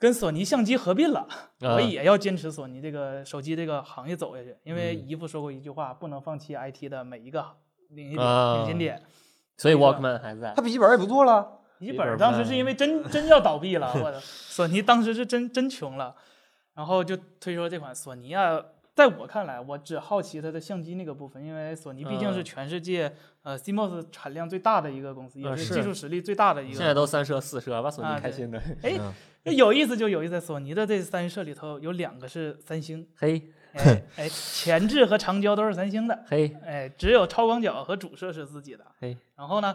跟索尼相机合并了，啊我也要坚持索尼这个手机这个行业走下去，因为嗯姨夫说过一句话，不能放弃 IT 的每一个领域啊领先点。所以 Walkman 还在他。笔记本也不做了，笔笔记本本儿儿当卖时是因 为真真要倒闭了，我的索尼当时是真真穷了，然后就推出了这款索尼啊。在我看来，我只好奇它的相机那个部分，因为索尼毕竟嗯是全世界、呃 CMOS 产量最大的一个公司，呃也是是技术实力最大的一现个。在都嗯三摄四摄，把索尼啊开对心的。哎，那有意思就有意思，索尼的这三摄里头有两个是三星，嘿 哎哎，前置和长焦都是三星的，嘿哎，只有超广角和主摄是自己的。嘿，然后呢，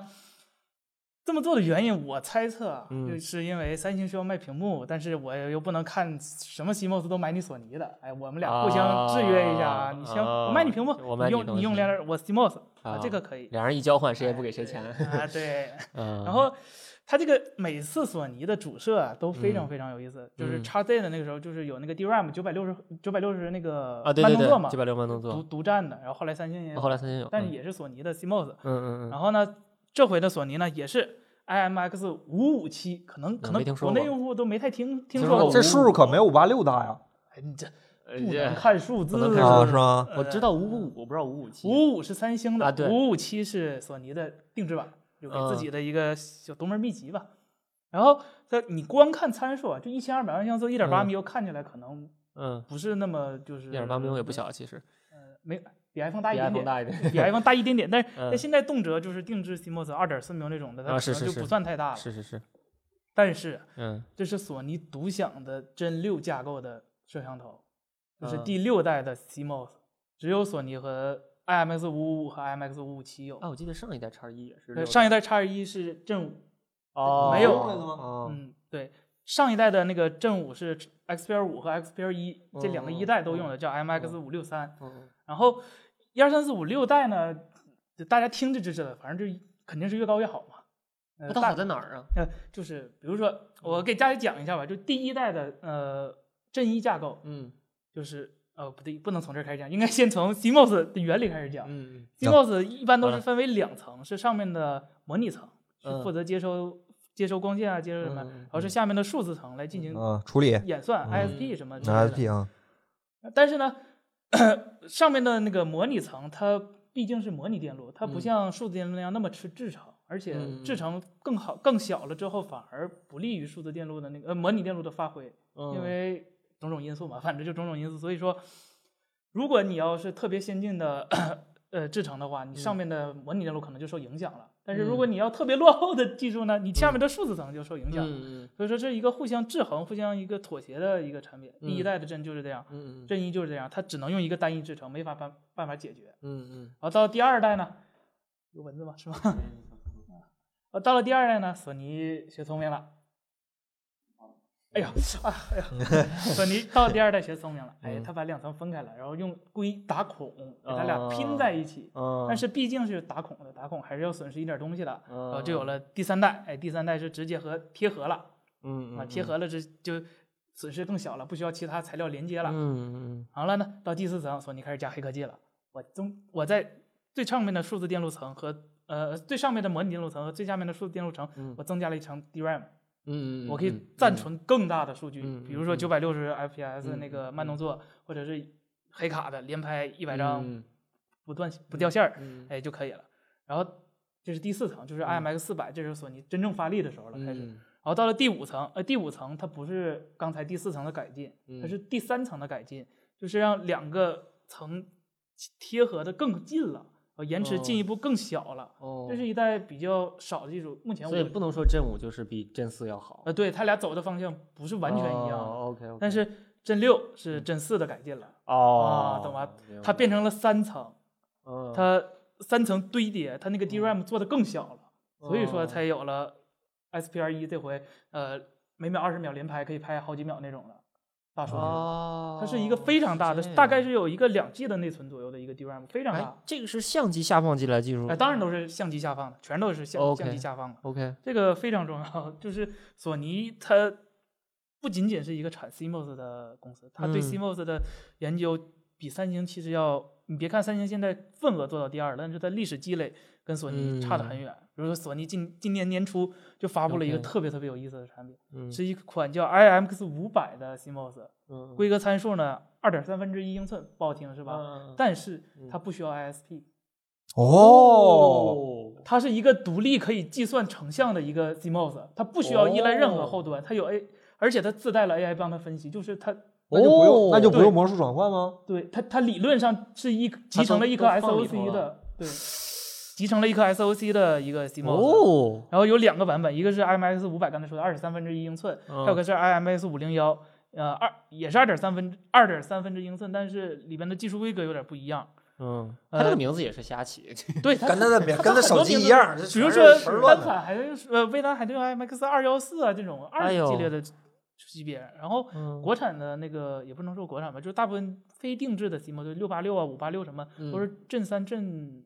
这么做的原因，我猜测啊，嗯就是因为三星需要卖屏幕，但是我又不能看什么 CMOS 都买你索尼的，哎，我们俩互相制约一下啊你先啊我卖你屏幕，我卖你用东你用西两点我 CMOS 啊啊，这个可以，俩人一交换，谁也不给谁钱。啊， 对，嗯，然后。它这个每次索尼的主摄啊都非常嗯非常有意思，就是嗯 x Z 的那个时候，就是有那个 DRAM 九百六十九百六十那个啊，对慢对动作嘛，对，九百六慢动独作。哦独占的。然后后来三星也有，后来三星有，嗯但是也是索尼的 CMOS，嗯嗯嗯然后呢，这回的索尼呢也是 IMX 五五七，可能可嗯没能听说国内过用户都没太听听听说说过过。这数可没有五八六大呀。哎你这呃不能这，看数字不能看啊，数是吗？我知道五五五，我不知道五五七。五五是三星啊的对，五五七是索尼的定制版，就给嗯自己的一个小独门秘籍吧。然后它你光看参数啊，就一千二百万像素，一点八嗯米，看起来可能嗯，不是那么就是一点八米也不，小，其实呃，没比 iPhone 大一比点 iPhone 点，大一点。比 iPhone 大一点点，但是 嗯但现在动辄就是定制 CMOS 二点四秒那种的，它啊可是能是就是不算太大了。是是是，但是嗯这是索尼独享的真六架构的摄像头，就是嗯第六代的 CMOS，、只有索尼和 IMX 五五和 IMX 五五七有。啊，我记得上一代叉一也是呃六上一代叉一是正五， 哦没有哦嗯，对，上一代的那个正五是 XPR 五和 XPR 一这两个一代都用的，叫 MX 五六三。嗯然后一二三四五六代呢，就大家听着就知道，反正就肯定是越高越好嘛。呃那它大好在哪儿啊？呃，就是比如说我给大家讲一下吧，就第一代的呃正一架构，嗯就是呃不对，不能从这儿开始讲，应该先从 CMOS 的原理开始讲。嗯 CMOS 一般都好是嘞分为两层，是上面的模拟层，是嗯负责接收接收光线啊，接收什么，嗯嗯嗯然后是下面的数字层来进行啊，处理演算嗯 ISP 什么之类的。 ISP 啊，但是呢， 上面的那个模拟层它毕竟是模拟电路，它不嗯像数字电路那样那么吃制程，而且嗯嗯制程更好、更小了之后，反而不利于数字电路的那个呃模拟电路的发挥，嗯，因为种种因素嘛，反正就种种因素。所以说，如果你要是特别先进的。呃，制程的话，你上面的模拟电路可能就受影响了。但是如果嗯你要特别落后的技术呢，你下面的数字层就受影响。嗯嗯所以说，这是一个互相制衡、互相一个妥协的一个产品。第一嗯代的针就是这样，嗯嗯正一就是这样，它只能用一个单一制程，没法办办法解决。嗯然后到了第二代呢，有蚊子吗？是吗？呃，到了第二代呢，索尼学聪明了，哎呀，啊，哎呀，索尼到第二代学聪明了，嗯哎，他把两层分开了，然后用硅打孔给它俩拼在一起。嗯但是毕竟是打孔的，打孔还是要损失一点东西的，然后嗯就有了第三代。哎，第三代是直接和贴合了嗯啊，嗯贴合了这就损失更小了，不需要其他材料连接了。嗯嗯好了呢，到第四层，索尼开始加黑科技了。我中我在最上面的数字电路层和呃最上面的模拟电路层和最下面的数字电路层，嗯我增加了一层 DRAM，嗯，我可以暂存更大的数据，嗯嗯比如说嗯九百六十 FPS 嗯那嗯个嗯慢动作，或者是黑卡的连拍一一百张不断不掉线儿，嗯哎就可以了。然后这是第四层，就是 IMX 四百，这是索尼真正发力的时候了，开始。嗯然后到了第五层，呃，第五层它不是刚才第四层的改进，它嗯是第三层的改进，就是让两个层贴合的更近了，呃，延迟进一步更小了。哦这，是一代比较少的技术，目前所以我不能说真五就是比真四要好，呃，对，它俩走的方向不是完全一样的。哦 OK，但是真六是真四的改进了，哦啊，懂吧嗯明白？它变成了三层，嗯它三层堆叠，它那个 DRAM 做的更小了，所以哦说才有了 SPR 一这回，呃，每秒二十秒连拍可以拍好几秒那种了，大数据。嗯哦，它是一个非常大的这，大概样是有一个两 G 的内存左右的一个 DRAM，非常哎大。，这个是相机下放进来技术哎，当然都是嗯相机下放的，全都是相哦 OK 相机下放的， OK，这个非常重要。 就是索尼它不仅仅是一个产 CMOS 的公司，它对嗯 CMOS 的研究比三星其实要，你别看三星现在份额做到第二，但是它历史积累跟索尼差得很远。比如说索尼今今年年初就发布了一个嗯 OK 特别特别有意思的产品，嗯是一款叫 IMX 五百的 CMOS。嗯规格参数呢，二点三分之一英寸，不好听是是吧？吧但是嗯它不需要 ISP，哦，它是一个独立可以计算成像的一个 CMOS，它不需要依赖任何后端，它有 A，而且它自带哦了 AI 帮它分析，就是它那就不用，那就不对用魔术转换吗？对它它理论上是一集成了一颗它都都放里头 SOC 了的，对，集成了一颗 SOC 的一个 CMOS。哦，然后有两个版本，一个是 IMX 五百，刚才说的二十三分之一英寸，嗯还有个是 IMX 五零幺，呃，二也是二点三分二点三分之英寸，但是里边的技术规格有点不一样。嗯，呃它这个名字也是瞎起，对，它跟他的跟他它手机一样，这比全如说是词儿单乱的。款还用呃微单还用 IMX 二幺四啊这种二哎呦级列的级别，然后嗯国产的那个也不能说国产吧，就是大部分非定制的 CMOS 六八六啊五八六什么嗯都是正三正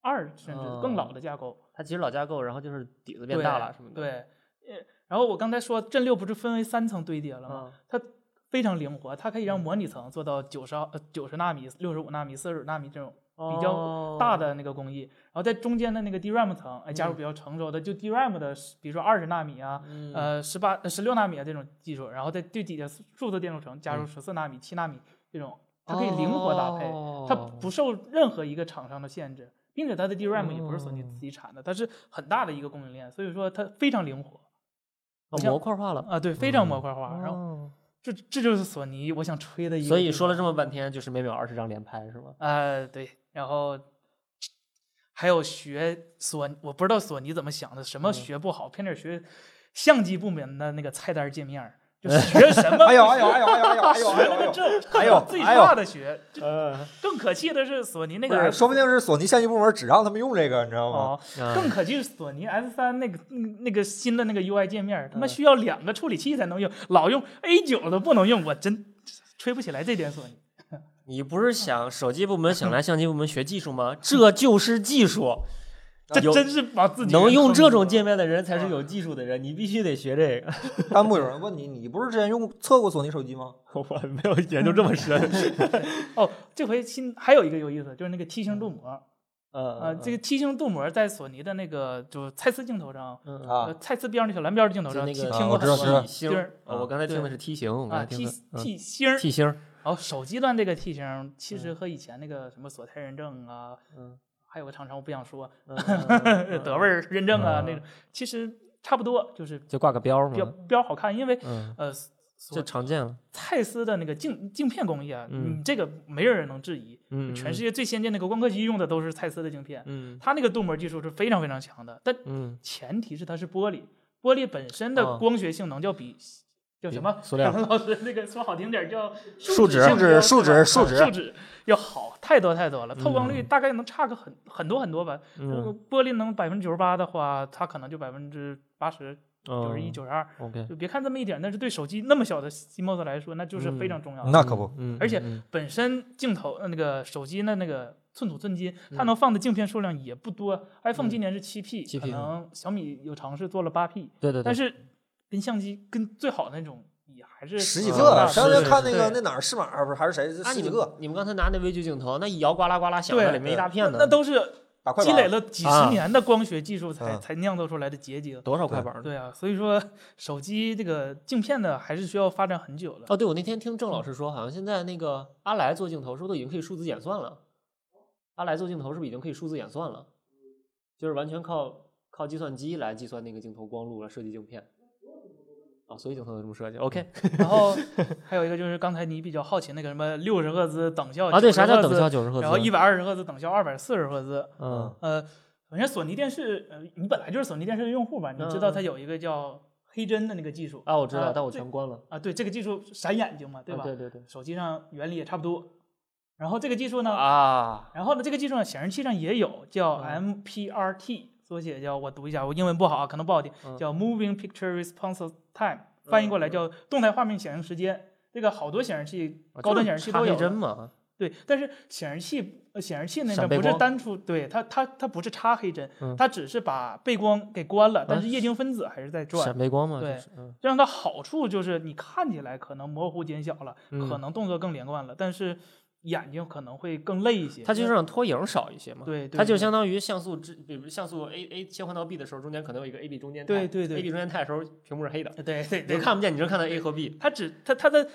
二甚至更老的架构。它其实老架构，然后就是底子变大了什么的，对，呃，然后我刚才说震六不是分为三层堆叠了吗？嗯，它非常灵活，它可以让模拟层做到九十呃九十纳米、六十五纳米、四十纳米这种嗯比较大哦的那个工艺，然后在中间的那个 DRAM 层，哎，加入比较成熟的，就 DRAM 的，比如说二十纳米啊，嗯呃，十八、十六纳米啊这种技术，然后在最底下数字电路层加嗯入十四纳米、七纳米这种，它可以灵活搭配，哦它不受任何一个厂商的限制，并且它的 DRAM 也不是索尼哦自己产的，它是很大的一个供应链，所以说它非常灵活哦不像模块化了，啊，对，非常模块化。然后哦这这就是索尼我想吹的一个地方，所以说了这么半天，就是每秒二十张连拍是吗？呃，对，然后还有学索，我不知道索尼怎么想的，嗯什么学不好，偏点学相机部门的那个菜单界面儿， 就学什么哎呦哎呦哎呦哎呦哎呦哎呦学哎呦了哎个 呦！这，哎呦最哎呦嗯差的学。就呃，更可气的是索尼那不个是， S 说不定是索尼相机部门只让他们用这个，你知道吗？哦，啊更可气是索尼 S 三那个嗯那个新的那个 UI 界面儿，嗯他妈需要两个处理器才能用，老用 A 九都不能用，我真吹不起来这点索尼。你不是想手机部门想 来相机部门学技术吗？这就是技 术，啊这有真是往自己能人用坑这死种了界面的啊人才是有技术的人，你必须得学这个。 弹幕有人问你，你不是之前用测过索尼手机吗？我没有研究这么深， 哦，这回新还有一个有意思，就是那个梯形镀膜。呃呃，这个梯形镀膜在索尼的那个就是蔡司镜头上，嗯啊呃，蔡司边儿那小蓝边儿的镜头就上那听个啊听我过知道很知道多星就是，啊我刚才听的是梯形，我刚啊才，T 听的嗯 T 星儿。梯形，然后手机端这个梯形，其实和以前那个什么索泰认证啊，嗯还有个厂商我不想说，嗯 嗯德味儿认证啊嗯那种，其实差不多，就是就挂个标儿标嘛，标好看，因为嗯，呃，这索常见了，蔡司的那个镜镜片工艺啊，嗯你这个没有人能质疑，嗯，全世界最先进的那个光刻机用的都是蔡司的镜片，嗯，它那个镀膜技术是非常非常强的，但嗯前提是它是玻璃，玻璃本身的啊光学性能叫比、叫什么？塑 料老师那个说好听点儿叫啊树脂脂性能树脂对吧树脂啊树脂要好太多太多了，透光率嗯大概能差个很很多很多吧。嗯如果玻璃能百分之九十八的话，它可能就百分之八十九嗯十一、九十二， ，OK，就别看这么一点，但是对手机那么小的 CMOS 来说，那就是非常重要的。啊那可不，嗯，而且嗯本身镜头呃那个手机的那个寸土寸金，嗯它能放的镜片数量也不多。iPhone 今年是七 P，、 7P 可能小米有尝试做了八 P，嗯对对对，但是跟相机跟最好的那种也还是呃啊十几嗯个。是上次看那是个对那哪儿是马儿不是还是谁啊，十几你们个你们刚才拿那微距镜头，那一摇呱啦呱啦响的，对里面一大片那呢，那都是打快积板累儿，了几啊十年的光学技术才、嗯才酿造出来的结晶。多少快板儿呢？对啊，所以说手机这个镜片呢，还是需要发展很久的。哦，对，我那天听郑老师说，好像现在那个阿莱做镜头是不是都已经可以数字演算了？阿莱做镜头是不是已经可以数字演算了？就是完全靠靠计算机来计算那个镜头光路来设计镜片。啊、所以镜头有这么设计？OK 然后还有一个就是刚才你比较好奇那个什么六十赫兹等效啊，对，啥叫90等哦赫效兹九十赫兹？然后一百二十赫兹等效二百四十赫兹，嗯呃，反正索尼电视，呃，你本来就是索尼电视的用户吧，你知嗯道它有一个叫黑帧的那个技术啊，我知道，但我这全关了，啊，对，这个技术闪眼睛嘛，对啊吧？对对对手机上原理也差不多。然后这个技术呢，啊，然后呢，这个技术呢，显示器上也有，嗯叫 MPRT，、缩写叫我读一下，我英文不好啊，可能不好听，嗯叫 Moving Picture Response Time，翻译过来叫动态画面显示时间。这个好多显示器，啊高就端是显示器插都黑有针了。嘛，对，但是显示器，呃显示器那闪边背不是光单出，对它它它不是插黑针，嗯它只是把背光给关了，但啊是液晶分子还是在转闪。背光嘛，就对是嗯这样的好处就是你看起来可能模糊减小了，嗯可能动作更连贯了，但是眼睛可能会更累一些。它就是让拖影少一些嘛。对，对它就对相当于像素之，比如像素 A A 切换到 B 的时候，中间可能有一个 A B 中间态对对对，A B 中间态的时候屏幕是黑的，呃对对你对就，看不见，你就看到 A 和 B。它只它它的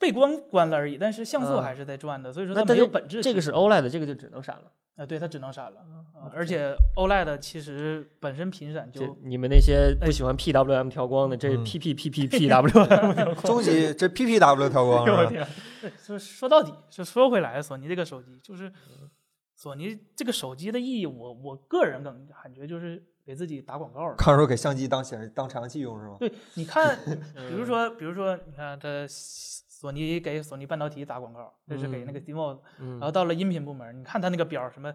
背光关了而已，但是像素嗯还是在转的，所以说那它但没有是本质区这别。个是 OLED，这个就只能闪了。啊，对，它只能闪了，啊而且 OLED 其实本身频闪这就你们那些哎不喜欢 PWM 调光的，这嗯 PP PP PWM 调光。 终极这 PPW 调光是我吧？天，对，就是说到底，就说回来，索尼这个手机就是索尼这个手机的意义，我我个人感感觉就是给自己打广告了。康说给相机当显示当采样器用是 吗？对，你 看，比如说，比如说，你看这索尼给索尼半导体打广告，这是给嗯那个 CMOS，、然嗯后到了音频部门，你看它那个表儿什么。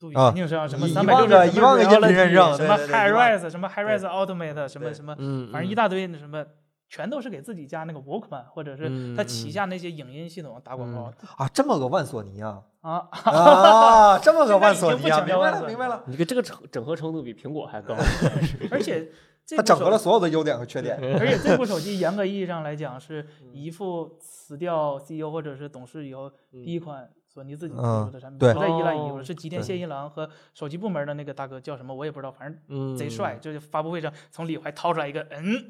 杜宇啊肯定是要什么一三一百万六个十，一万个音频认证什对么对对 Hi 一万 Res，什么 Hi Res Ultimate，什么对什么，嗯，反正一大大堆那什么，全都是给自己家那个 Walkman 或者是他嗯旗嗯下那些影音系统打广告啊，这么个万索尼啊啊。啊，这么个现在万已索经尼不啊，强明调白万了索明尼白了了，你个这个整整合程度比苹果 还高。而且这它部整手合了所有的优点和缺点。而且这部手 机严格意义上来讲，是嗯一副辞掉 CEO 或者是董事以后第一款索尼自己推出的产嗯品，对不再依赖以后嗯哦是吉田对宪一郎和手机部门的那个大哥叫什么我也不知道，反正嗯，贼帅，就是发布会上从里怀掏出来一个，嗯，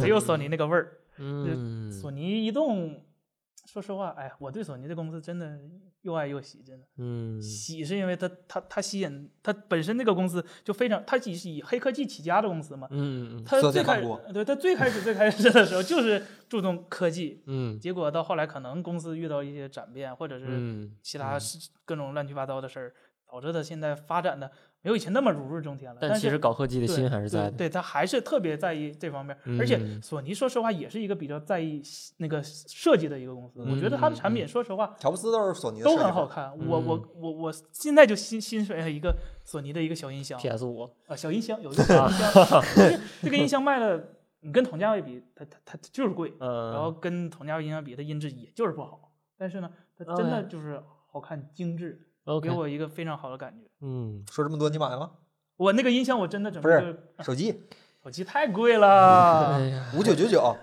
贼有索尼那个味儿。嗯，索尼移动，说实话，哎，我对索尼这公司真的又爱又喜，真的嗯，喜是因为它它它吸引它本身那个公司就非常，它以以黑科技起家的公司嘛，嗯嗯他坐最在开韩国对他最开始最开始的时候就是注重科技，嗯结果到后来可能公司遇到一些转变，或者是嗯，其他事各种乱七八糟的事儿，导致他现在发展的没有以前那么如日中天了。但但其实是搞科技的对心还是在对的。对他还是特别在意这方面，而且嗯索尼说实话也是一个比较在意那个设计的一个公司。嗯我觉得它的产品说实话乔布斯都是索尼的，都很好。看，我嗯我我我现在就新新水了一个索尼的一个小音箱。 PS 五，啊，小音箱有一个小音 箱，就是这个音箱卖了，你跟同价位比，它它它就是贵，嗯，然后跟同价位音箱比，它音质也就是不好。但是呢，它真的嗯 OK 就是好看精致，嗯 OK，给我一个非常好的感觉。嗯，说这么多，你买吗？我那个音箱我真的准备不是就是手机手机太贵 了，呀，五九九九，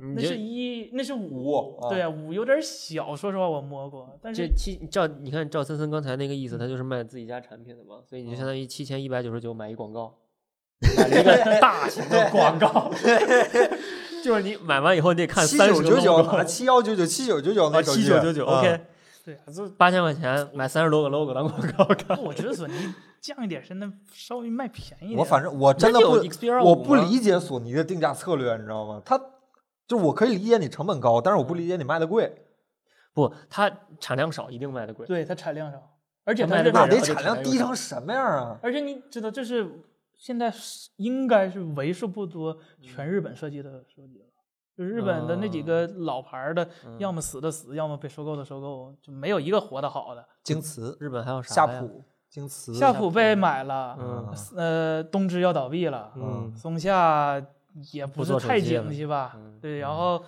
嗯你那这是一那是五啊对啊，五有点小，说实话我摸过，但这是七照你看赵森森刚才那个意嗯思，他就是卖自己家产品的嘛，所以你哦就相当于七千一百九十九买一 广告，买了一个大型的广告， 就是你买完以后你得看七三九十九啊九拿七幺九九七九九九那手七机，九九九啊，OK，对啊，就八千块钱买三十多个 logo 当广告看， 我觉得索尼降一点真的稍微卖便宜一点。我反正我真的那就不有 Xperia 我5不吗理解索尼的定价策略，你知道吗？它就我可以理解你成本高，但是我不理解你卖的贵。不，它产量少一定卖的贵，对它产量少，而且它它是卖得那得贵然后就产量低成什么样啊？而且你知道，这是现在是应该是为数不多全日本设计的手机了。就日本的那几个老牌儿的，要么死的死，要么被收购的收购，就没有一个活得好的。京瓷、日本还有啥夏呀普、啊京瓷，嗯夏普被买了，嗯呃，东芝要倒闭了，嗯松下也不不是做太手机景了气吧嗯？对，然后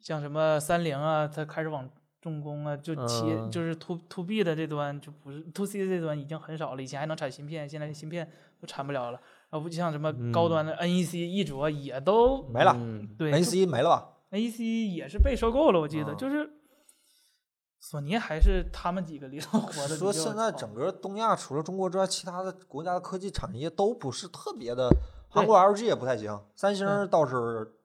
像什么三菱啊，它开始往重工啊，就企业嗯就是 to to B 的这端就不是 to C 的这端已经很少了，以前还能产芯片，现在芯片都产不了了。然后不像什么高端的 E NEC、一卓啊也都嗯没了嗯对，N C 没了吧？ NEC 也是被收购了，我记得、嗯就是索尼还是他们几个里头活的。说现在整个东亚除了中国之外，其他的国家的科技产业都不是特别的，韩国 LG 也不太行，三星儿倒是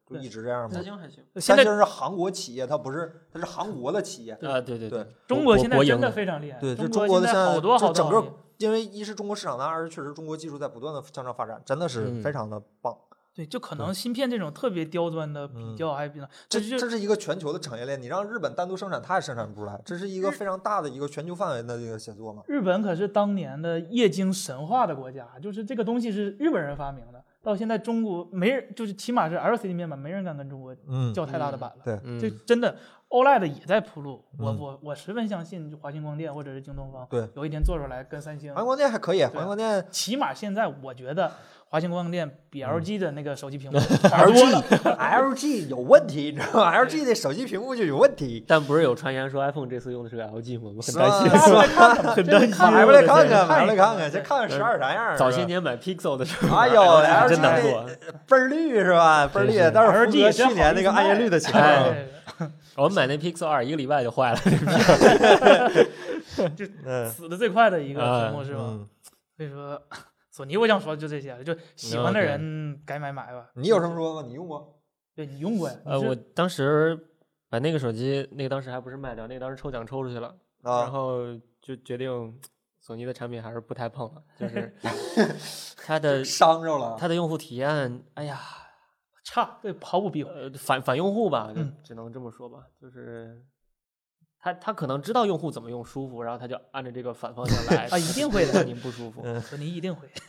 就对一直这样嘛。星还行，现三在星儿是韩国企业，它不是，它是韩国的企业。啊，对对对，中国现在赢真的了非常厉害，对，就中国的现现在在好多就好多整行个业，因为一是中国市场大，二是确实中国技术在不断的向上发展，真的是嗯非常的棒。对，就可能芯片这种特别刁钻的比嗯较还比较，这就这是一个全球的产业链，你让日本单独生产，它也生产不出来，这是一个非常大的一个全球范围的一个协作嘛。日本可是当年的液晶神话的国家，就是这个东西是日本人发明的，到现在中国没人，就是起码是 LCD 面板没人敢跟中国嗯，叫太大的板了。对嗯这真的 OLED 也在铺路，我嗯我我十分相信就华星光电或者是京东方，对，有一天做出来跟三星环，光电还可啊以，对环光电起码现在我觉得华星光嗯电比 LG 的那个手机 屏幕好多了。 LG LG 有问题，你知道吗？LG 的手机屏幕就有问题，但不是有传言说 iPhone 这次用的是个 LG 吗？我很是啊担心。 吧大家来看看，很担心买回来看 看，买看回来看看，先一对看看十二啥样儿。早是些吧年买 Pixel 的时候， 哎呦 LG 真难那过。倍儿绿是吧？倍儿绿真，是但是 LG 符合也真去年那个好意思暗夜卖绿的情啊况。哎对我们买那 Pixel 二一个礼拜就坏了。嗯死的最快的一个哎屏幕是吧？嗯，所以说，索尼我想说的就这些了，就喜嗯欢的人该买买吧。你有什么说吗？你用过？对你用过呀？呃，你是我当时把那个手机，那个当时还不是卖掉，那个当时抽奖抽出去了，然啊，后就决定索尼的产品还是不太碰了，就是它的伤着了。它的用户体验，哎呀，差，对，毫不避讳。呃，反反用户吧，就嗯只能这么说吧，就是。他他可能知道用户怎么用舒服，然后他就按照这个反方向来啊一定会的 让您不舒服。索尼一 定会。是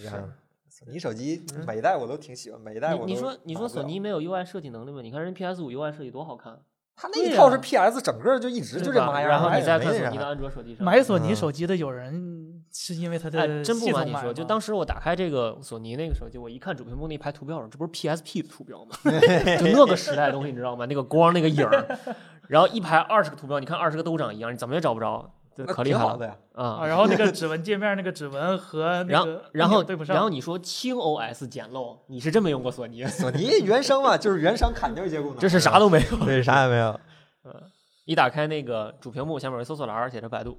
这样的索尼手机每一代我都挺喜欢，每一代我嗯你你都啊买不说你说索了尼没有 UI 设计能力吗？你看人 PS 五 UI 设计多好看，它那一对套呀是 PS，整个就一直对就这吧妈样儿。然后哎你再没看那索啥尼的安卓手机上，买索尼嗯手机的有人是因为它哎，的真不系瞒统你买说，就吗当时我打开这个索尼那个手机，我一看主屏幕那排图标上，这不是 PSP 的图 标吗？就那个时代的东西，你知道吗？那个光，那个影儿，然后一排二十个图标，你看二十个都长一样，你怎么也找不着，这那可厉挺害好了的呀。啊，啊！然后那个指纹界面，那个指纹和然那后个，然后按钮对不，上，然后你说轻 OS 简陋，你是真没用过索尼，索尼原生嘛，就是原生砍掉一些功能，这是啥都没有。对，啊啥也没有。一打开那个主屏幕，下面有搜索栏儿，写着百度，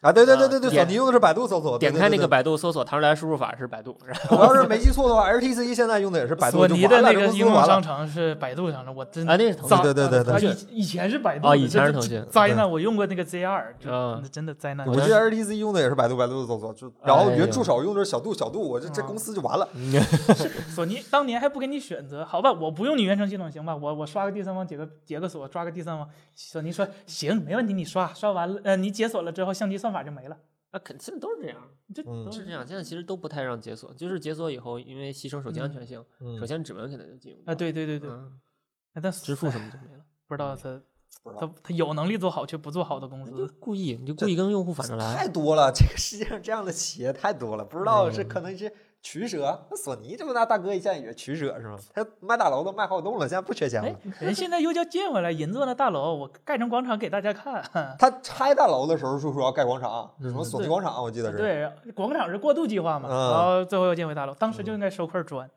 啊，对对对对对，索啊点尼用的是百度搜索，哦对点开那个。对对百度搜索，弹出来输入法是百度，然后对我要是没记错的话，HTC 现在用的也是百度，索就尼完的了那这个公司应用完了哎商城是百度上的，我真嗯啊，那是腾早讯对对对对哦啊腾讯以以前是百度啊，的以这前是这腾讯，灾难，我用过那个 ZR，就啊那真的灾难。嗯我记得 HTC 用的也是百度，百度搜索，就然后哎原呦助手用的是小度，小度，我这这啊公司就完了。索尼当年还不给你选择，好吧，我不用你原生系统行吧？我我刷个第三方解个解个锁，抓个第三方。索尼说行，没问题，你刷刷完了，呃，你解锁了之后，相机算法就没了。啊，肯现在都是这样，这嗯都是这样。现在其实都不太让解锁，就是解锁以后，因为牺牲手机安全性，嗯嗯首先指纹肯定就禁用嗯啊，对对对对，嗯，但哎支付什么就没了。不知道他不知道他他有能力做好却不做好的公你就司，故意，你就故意跟用户反着来。哎太多了，这个世界上这样的企业太多了，不知道是可能是取舍。那索尼这么大大哥，现在也取舍是吗？他卖大楼都卖好栋了，现在不缺钱哎了。人现在又叫建回来银座那大楼，我盖成广场给大家看。他拆大楼的时候说说要盖广场，啊嗯什么索尼对广场，我记得是。对，广场是过渡计划嘛，嗯然后最后又建回大楼，当时就应该收块砖。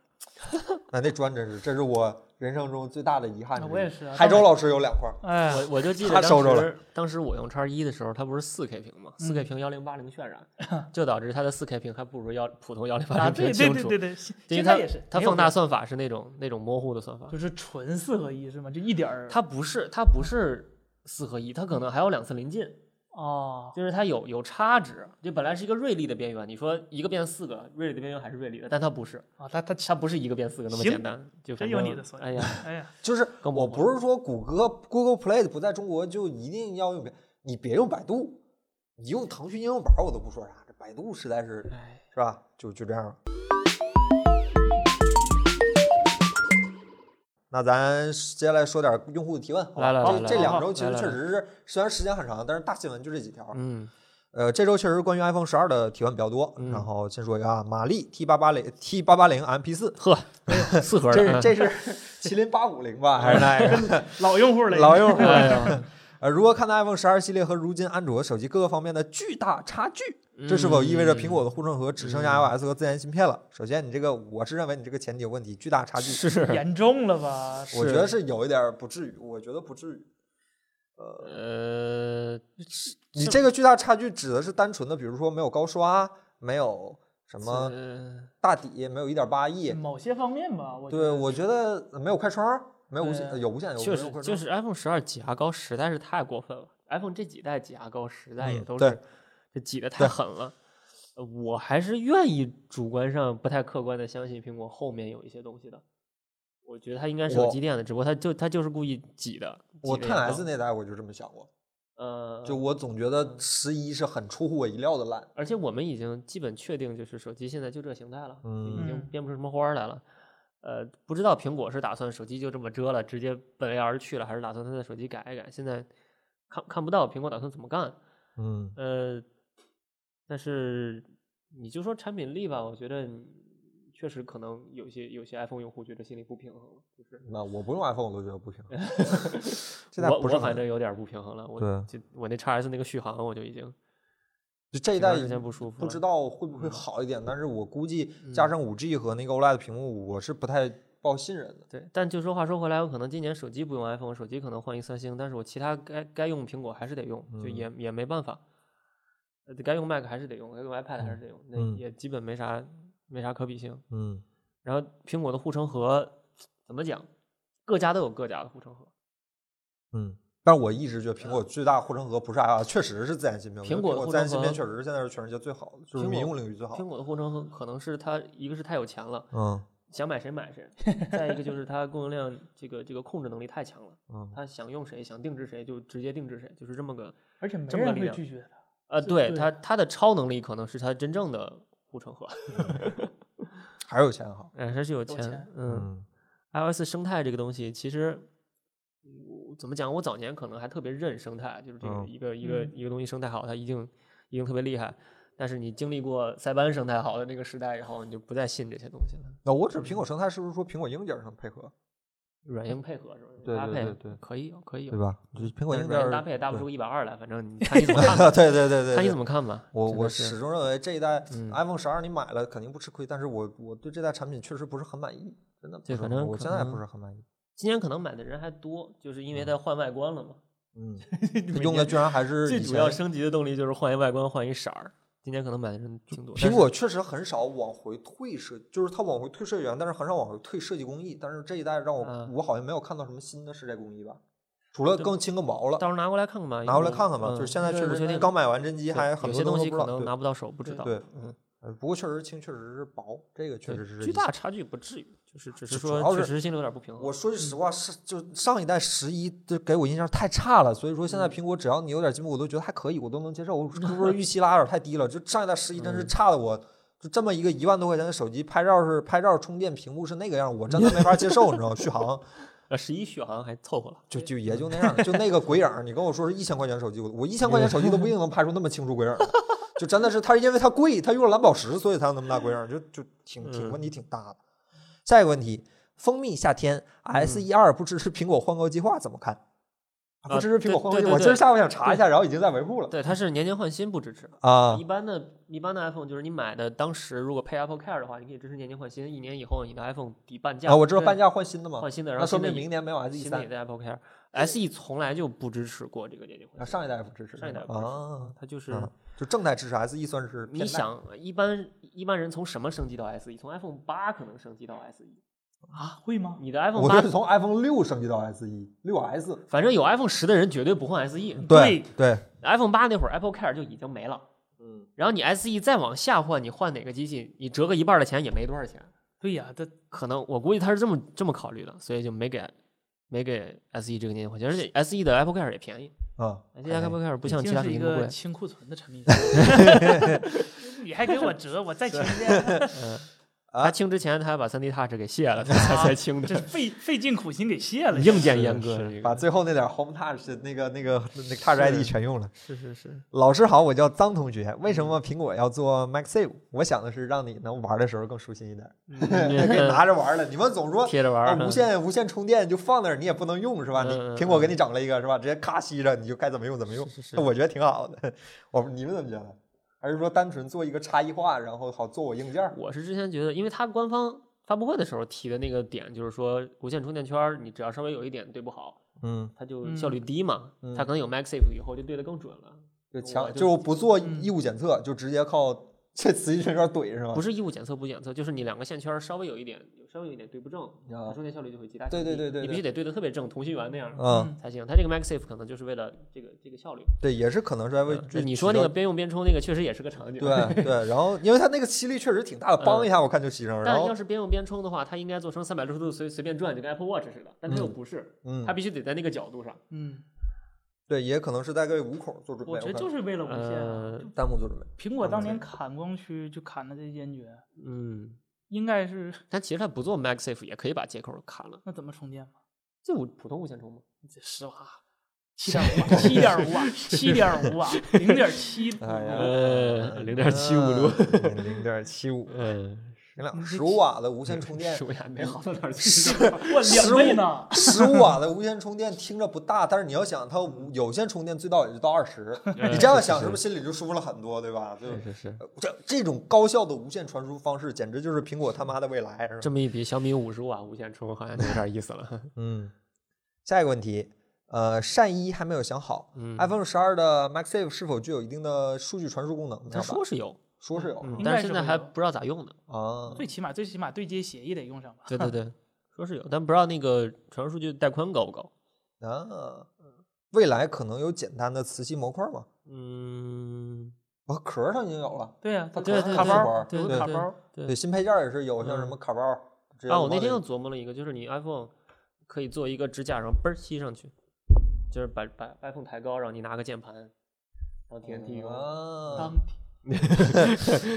那那砖真是，这是我人生中最大的遗憾之一。我也是啊海当州然老师有两块儿，哎，我我就记得他当收着时当时我用叉一的时候，它不是四 K 屏嘛，嗯四 K 屏幺零八零渲染，就导致它的四 K 屏还不如幺普通幺零八啊，对零对屏清对楚对。对，现因为现它在也是它没有放大变算法是那种那种模糊的算法，就是纯四合一是吗？就一点儿它不是它不是四合一，它可能还有两次临近。哦，就是它有有差值，就本来是一个锐利的边缘，你说一个变四个，锐利的边缘还是锐利的，但它不是，啊，它它它不是一个变四个那么行简单，就真反有正你的算 哎呀，哎呀，就是更我模糊不是说谷歌 Google Play 不在中国就一定要用别，你别用百度，你用腾讯应用宝我都不说啥，这百度实在是哎，是吧？就就这样了。那咱接下来说点用户的提问，好吧来来来这这来两来周其实来来确实是虽然时间很长，但是大新闻就这几条。嗯，呃，这周确实关于 iPhone 十二的提问比较多，嗯然后先说一下马力 T 八八零 T 八八零 MP 四，呵，哎四核这是的，啊这是 麒麟八五零吧，还是 那个老用户了，哎老用户？哎呀， 呃，如何看待 iPhone 十二系列和如今安卓手机各个方面的巨大差距？这是否意味着苹果的护城河只剩下 iOS 和自研芯片了？首先，你这个我是认为你这个前提有问题，巨大差距，是严重了吧？我觉得是有一点儿不至于，我觉得不至于。呃，你这个巨大差距指的是单纯的，比如说没有高刷，没有什么呃大底，没有一点八亿。某些方面吧，我觉对，得我觉得没有快充，没有无线，对有无线，有嗯确没有实快就充。是 iPhone 十二挤牙膏实在是太过分了，iPhone 这几代挤牙膏实在也嗯都对是这挤得太狠了。呃我还是愿意主观上不太客观的相信苹果后面有一些东西的，我觉得它应该是有我积淀的，只不过它就它就是故意挤的。我挤得牙 Ten 膏 S 那代我就这么想过，呃，就我总觉得十一是很出乎我意料的烂。而且我们已经基本确定，就是手机现在就这形态了，已经嗯变不出什么花儿来了。呃，不知道苹果是打算手机就这么遮了，直接奔 AR 去了，还是打算它的手机改一改？现在看看不到苹果打算怎么干。嗯呃，但是你就说产品力吧，我觉得确实可能有些有些 iPhone 用户觉得心里不平衡了，就是那我不用 iPhone 我都觉得不 平衡，这代我不是我反很正有点不平衡了，我对就我那 x S 那个续航我就已经就这一挺长代时间不舒服不了嗯知道会不会好一点，但是我估计加上五 G 和那个 OLED 屏幕，我是不太抱信任的。对，但就说话说回来，我可能今年手机不用 iPhone，手机可能换一三星，但是我其他该该用苹果还是得用，就也嗯也没办法。呃该用 Mac 还是得用，该用 iPad 还是得用，那嗯也基本没啥没啥可比性。嗯然后苹果的护城河怎么讲？各家都有各家的护城河，嗯，但我一直觉得苹果最大护城河不是 iOS，确实是自研芯片。我觉得苹果苹的果护自研城芯片河确实是现在是全世界最好的，就苹是果民用领域最好。苹果的护城河可能是它一个是太有钱了，嗯想买谁买 谁；再一个就是它供应量这个这个控制能力太强了，嗯，它想用谁想定制谁就直接定制谁，就是这么个而且没这么个人力会量拒绝的。呃，对对它它的超能力可能是它真正的护 城河，还是有钱好。哎，它是有有钱钱，嗯，iOS 生态这个东西其实。我怎么讲？我早年可能还特别认生态，就是这个嗯一个一个嗯一个东西生态好，它一定一定特别厉害。但是你经历过塞班生态好的那个时代以后，你就不再信这些东西了。那我指苹嗯果生态是不是说苹果硬件上配合，软硬配合是吧？对搭对配对对可以有可以有对？吧？就是苹果但硬是件软硬儿搭配也搭不对出一百二来，反 正你看你怎么看对吧，对对对对，看你怎么看吧。我真的我是始终认为这一代嗯 iPhone 十二你买了肯定不吃亏，但是我我对这代产品确实不是很满意，真的不对是反很正我可现在不能是很 满意。今年可能买的人还多，就是因为它换外观了嘛。嗯，每用的年居然还是最以主要前升级的动力就是换一外观，换一色儿。今年可能买的人挺多。苹但是果确实很少往回退设，就是它往回退设计元，但是很少往回退设计工艺。但是这一代让我、嗯哦我好像没有看到什么新的设计工艺吧，除了更轻更薄了到。时候拿过来看看吧，拿回来有看看吧，嗯就是现在对确不确实定刚买完真机，对还很多有些东西不可知能道。拿不到手，不知对道。对嗯，呃不过确实轻，确实是薄，这个确对实是巨一大差距不至于，就是只是主说要确是实心里有点不平衡。我说句实话，是就嗯上一代十一，就给我印象太差了，所以说现在苹果只要你有点进步，我都觉得还可以，我都能接受。我是不 是预期拉有点太低了？就上一代十一嗯真是差的我，就这么一个一万多块钱的手机，拍照是拍照充电屏幕是那个样，我真的 没法接受，你知道吗？续航呃，十一续航还凑合了。就就也就那样，就那个鬼影儿，你跟我说是一千块钱手机，我我一千块钱手机都不一定能拍出那么清楚鬼影儿来，就真的是它是因为它贵，它用了蓝宝石，所以才有那么大鬼影儿，就就挺挺嗯问题挺大的。下一个问题，蜂蜜夏天 S E 二不支持苹果换购计划怎么看？嗯啊不支持苹果换购计对对划，我对今儿下午想查一下，然后已经在维护了对，它是年年换新不支持。啊一。般的、一般的 iPhone 就是你买的，当时如果配 Apple Care 的话，你可以支持年年换新，一年以后你的 iPhone 抵半价。啊，我知道对半价换新的嘛换，新的，然那后说新的明也明年没有 S E 新的三，也在 Apple Care。SE 从来就不支持过这个年年换啊，新，上一代也不支持，上一代不支持啊，它就是嗯就正代支持 S E 算是你偏代想，一般一般人从什么升级到 SE？从 iPhone 八可能升级到 SE。啊，会吗？你的 iPhone 我八这，是从 iPhone 六升级到 S E 六 S，反正有 iPhone 十的人绝对不换 SE。对对， iPhone 八那会儿 Apple Care 就已经没了，嗯，然后你 SE 再往下换，你换哪个机器，你折个一半的钱也没多少钱。对呀，这可能我估计他是这么这么考虑的，所以就没给没给 SE 这个年换新，而且 SE 的 Apple Care 也便宜啊， ，SE 的 Apple Care 不像毕其竟他是品一牌贵个。清 库存的产品线。你还给我折，我再清一遍。嗯啊他清之前他还把三 D Touch 给卸了，他才才清这的。费费尽苦心给卸了，硬件是阉割是这个把最后那点 Home Touch 那个那个那个 Touch 是 ID 全用了。是是是，老师好，我叫张同学。为什么嗯苹果要做 MagSafe？我想的是让你能玩的时候更舒心一点，嗯可以哎拿着玩了。你们总说贴着呃玩啊儿，无线无线充电就放那儿，你也不能用是吧？你嗯嗯苹果给你整了一个是吧？直接咔吸着，你就该怎么用怎么用。是 是我觉得挺好的。我你们怎么觉得？还是说单纯做一个差异化，然后好做我硬件儿？我是之前觉得，因为它官方发布会的时候提的那个点，就是说无线充电圈儿，你只要稍微有一点对不好，嗯，它就效率低嘛。嗯它可能有 MagSafe 以后就对的更准了。就我强就就不做嗯义务检测，就直接靠 这磁性圈圈怼是吧？不是，是异物检测不检测，就是你两个线圈儿稍微有一点，稍微有一点对不正，它啊充电效率就会极大对降对低对对你必对须得对的特别正，同心圆那样儿嗯，才行。它这个 MagSafe 可能就是为了这个这个效率。对，也是可能是在为嗯这你提说那高个边用边充那个确实也是个场景。 对对，然后因为它那个吸力确实挺大的，梆一下我看就吸上了。然嗯但后要是边用边充的话，它应该做成三百六十度随随便转，就跟 Apple Watch 似的。但它又嗯不是，嗯它，必须得在那个角度上。 嗯，对，也可能是在为五孔做准备。我觉得就是为了无线啊呃。就弹幕做准备。苹果当年砍光驱就砍的这坚决，嗯，应该是但其实它不做 MagSafe 也可以把接口砍了，那怎么充电嘛？就无普通无线充嘛。这十瓦，七点五瓦，七点五瓦，七点五瓦，零点七，哎呀呃0.75度度，零点七五， 嗯，你俩十五瓦的无线充电，数也没好到哪 儿去。哇，两倍呢！十五瓦的无线充电听着不大，但是你要想它无有线充电最到也就到二十，你这样想哎是不是心里就舒服了很多，对吧？就是是，呃这这种高效的无线传输方式，简直就是苹果他妈的未来，是吧？这么一比，小米五十瓦无线充好像有点意 思了。嗯，下一个问题，呃，善一还没有想好、嗯 i p h o n e 十二的 MagSafe 是否具有一定的数据传输功能？他哎说是有，说是有嗯应，但该是现是在会还有不知道咋用呢。啊，最起码最起码对接协议得用上吧？ 对对对，说是有，但不知道那个传输数据带宽高不高。啊，未来可能有简单的磁吸模块吗？嗯，我壳上已经有了，对呀，它它有可个能卡是玩包儿，对有个卡包，对嗯对，新配件也是有，像什么卡包。直接啊，我那往天又里琢磨了一个，就是你 iPhone 可以做一个支架，然后嘣儿吸上去，就是把把 iPhone 抬高，然后你拿个键盘，然后 TNT 用。啊当，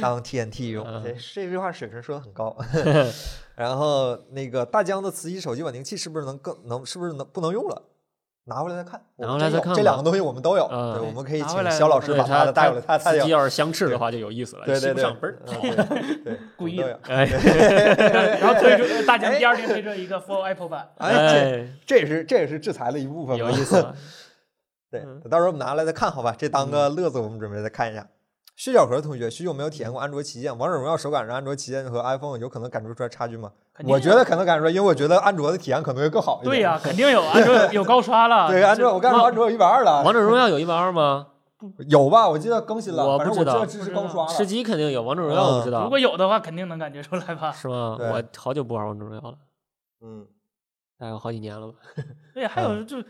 当 TNT 用，嗯这这句话水平说的很高。 然后那个大疆的磁吸手机稳定器是不是能更能是不是能不能用了？拿回来再看，我拿们回来真再有看这吧两个东西我们都有，嗯对，我们可以拿回请来肖老拿师对把他的带回来，他他司有机，要是相斥的话就有意思了，对吸对不对，上嘣儿。嗯 对对，故意我们都有。的 哎然后推出大疆第二天推出一个 For Apple 版， 哎，哎，这这也是这也是制裁的一部分嘛，有意思 了。对嗯，到时候我们拿来再看，好吧？这当个乐子，我们准备再看一下。薛小河同学，许久没有体验过安卓旗舰，王者荣耀手感让安卓旗舰和 iPhone 有可能感觉出来差距吗？肯定我有觉得可能感觉出来，因为我觉得安卓的体验可能会更好一点。对呀，肯定有安卓有有高刷了，对安卓，我刚才忘安卓有一百二了王，者荣耀有一百二吗？有吧？我记得更新了，我反不正知道我记得支持高刷吃了。鸡肯定有，王者荣耀我不知如道果，有的话，肯定能感觉出来吧？是吗？嗯对我好久不玩王者荣耀了，嗯，大概有好几年了吧。对，还有就是。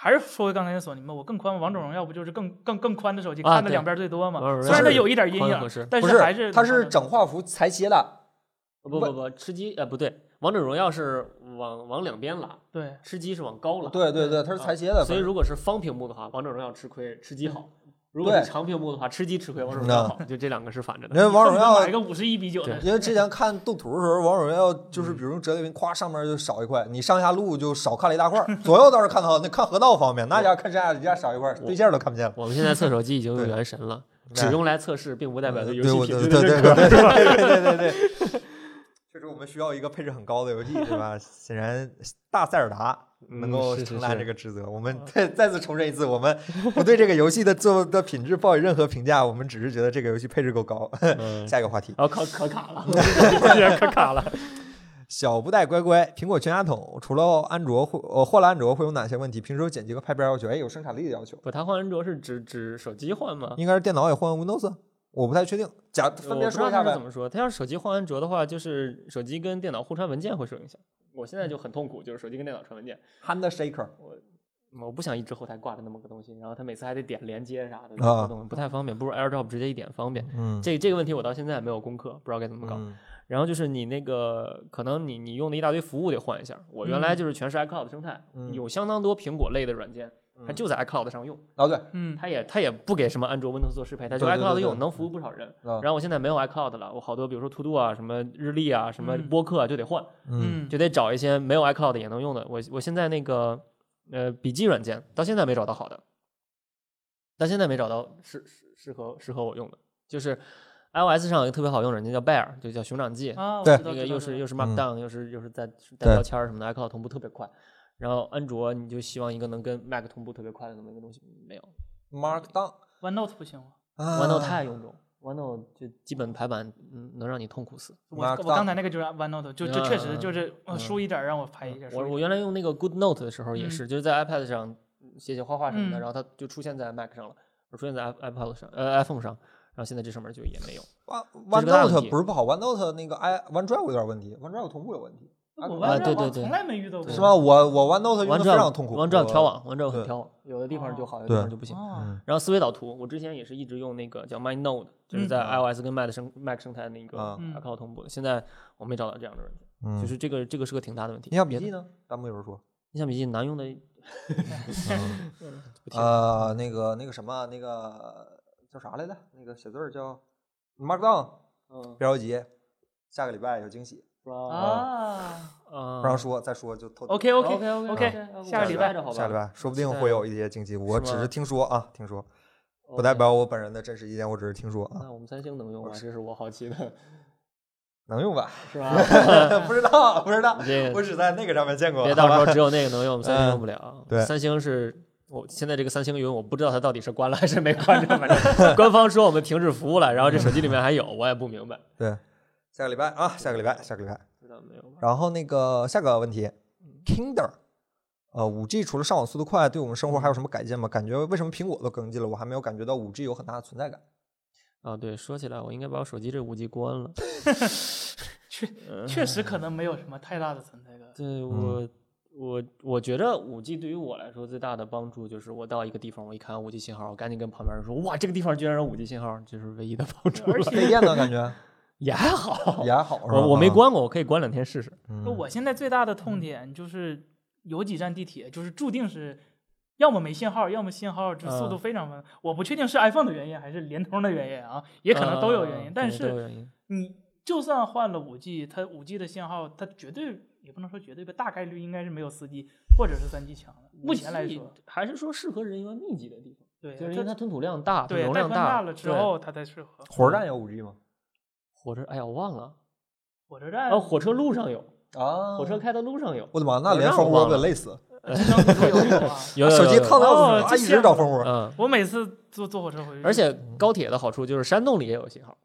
还是说回刚才那索尼嘛，我更宽，王者荣耀不就是更更更宽的手机，啊看的对两边最多嘛王者。荣虽然它耀有一点阴宽合影适，但不还是它是整画幅裁切啊的，不不不，吃鸡呃不对，王者荣耀是往往两边拉，对吃鸡是往高拉。对对对，它是裁切的。所以反正如果是方屏幕的话，王者荣耀吃亏，吃鸡好；如果是对长屏幕的话，吃鸡吃亏，王者荣嗯耀好。就这两个是反着因为的。王者荣恨不耀得买个五十一比九的对，因为之前看斗图的时候，王者荣耀嗯就是比如用折叠屏，咵上面就少一块，你上下路就少看了一大块儿，左右倒是看到，那看河道方便，那家看上下一家少一块儿，对线都看不见了。我们现在测手机已经对用原神了，对只用来测试，并不代表对对游我戏对品对质对的对对认对可。对对对，确实我们需要一个配置很高的游戏，对吧？显然大塞尔达。能嗯够是是承担是这个职责，我嗯们再再次重申一次，我们不对这个游戏的做的品质抱有任何评价，我们只是觉得这个游戏配置够高。嗯下一个话题，然后可可 卡了， 竟然可卡了。小不带乖乖，苹果全家桶除了安卓会呃换了安卓会有哪些问题？平时有剪辑和拍片要求，哎，有生产力的要求，不，他换安卓是指指手机换吗？应该是电脑也换 Windows，我啊不太确定。假分别我不知说道一下他是呗怎。么说？他要是手机换安卓的话，就是手机跟电脑互传文件会受影响。我现在就很痛苦，就是手机跟电脑传文件， Hand shaker，我不想一直后台挂着那么个东西，然后他每次还得点连接啥的，啊活动不太方便，不如 AirDrop 直接一点方便。嗯，这这个问题我到现在还没有攻克，不知道该怎么搞。嗯然后就是你那个可能你你用的一大堆服务得换一下。我原来就是全是 iCloud 生态，嗯有相当多苹果类的软件，它就在 iCloud 上用，哦对，嗯，它也它也不给什么安卓、Windows 做适配，它就对对对 iCloud 对用，能服务不少人。啊然后我现在没有 iCloud 了，我好多比如说 To Do 啊、什么日历啊、什么嗯播客啊就得换，嗯就得找一些没有 iCloud 也能用的。我我现在那个呃笔记软件到现在没找到好的，到现在没找到适适适合适合我用的，就是 iOS 上有一个特别好用的软件叫 Bear，就叫熊掌记，啊，我对知道那个知道又知是道又是嗯 Markdown，、又是又是在对带标签儿什么的，iCloud 同步特别快。然后安卓你就希望一个能跟 Mac 同步特别快的那么一个东西，没有。 ，Markdown。 OneNote 不行吗？啊 OneNote 太臃肿，OneNote 就基本排版嗯能让你痛苦死。我 Markdown 我刚才那个就是 OneNote，就这确实嗯就是呃嗯输一点儿让我排一下，我输我一点原来用那个 Good Note 的时候也是，就是在 iPad 上写写画画什么的，嗯然后它就出现在 Mac 上了，不是出现在 i- iPad 上，呃 iPhone 上，然后现在这上面就也没有。 ，One 这是个大 OneNote 问题不是不好，OneNote 那个 i OneDrive 有点问题，OneDrive 同步有问题，儿。我啊 OneDrive 对对我对从来没遇到过，是吗？我我 OneNote 用的非常痛苦 OneDrive 调网对，OneDrive 很调网，有的地方就好，有的地方就不行。哦？嗯然后思维导图，我之前也是一直用那个叫 MindNode，就是嗯在 iOS 跟 Mac 生 Mac 生态那个啊嗯 iCloud 同步的，现在我没找到这样的软件，嗯，就是这个这个是个挺大的问题。印象笔记别的？呢？弹幕有人说，印象笔记难用的呃，那个那个什么，那个叫啥来着？那个写字儿叫 Markdown，嗯别着急，下个礼拜有惊喜，啊啊不让说，再说就透。哦，OK OK OK OK，下个礼拜着好吧，下礼拜说不定期待会有一些惊喜，我只是是吗听说啊，听说，不 OK 嗯代表我本人的真实意见，我只是听说啊，那我们三星能用吗？这是我好奇的， 能用吧？是吧？ 不知道，不知道你，这我只在那个上面见过。别好到时 吧嗯候只有那个能用，我们三星用不了。啊对三星是我现在这个三星云，我不知道它到底是关了还是没关着，反正官方说我们停止服务了，然后这手机里面还有，我也不明白。对，下个礼拜啊，下个礼拜，下个礼拜。 知道没有吧？然后那个下个问题，Kindle，呃，五 G 除了上网速度快，对我们生活还有什么改进吗？感觉为什么苹果都更进了，我还没有感觉到五 G 有很大的存在感。啊，对，说起来，我应该把我手机这五 G 关了。确确实可能没有什么太大的存在感。对我，我我觉得五 G 对于我来说最大的帮助就是，我到一个地方，我一看五 G 信号，我赶紧跟旁边人说，哇，这个地方居然有五 G 信号，这是唯一的帮 助而了。费电呢，感觉也还好啊也，还好，是吧我我没，关过，啊我可以关两天试试。嗯就我现在最大的嗯痛点就是有几站地铁就是注定是。要么没信号，要么信号就速度嗯非常慢。我不确定是 iPhone 的原因还是联通的原因啊，也可能都有原因。啊但对都有是原因你就算换了五 G，它五 G 的信号，它绝对也不能说绝对吧，大概率应该是没有四 G 或者是三 G 强的。目前来说，，还是说适合人员密集的地方，对，就是因它为它吞吐量大，它对带容量宽大了之对，后，它才适合。火车站有五 G 吗？火车哎呀，我忘了，火车站啊，火车路上有，啊火车，开到路上有，我的妈，那我连让蜂我窝忘不得了累死，智能辅助有没有 啊？有手机烫到，到死哦啊，这一直羡找慕蜂窝。嗯，我每次坐坐火车回去，而且高铁的好处就是山洞里也有信号。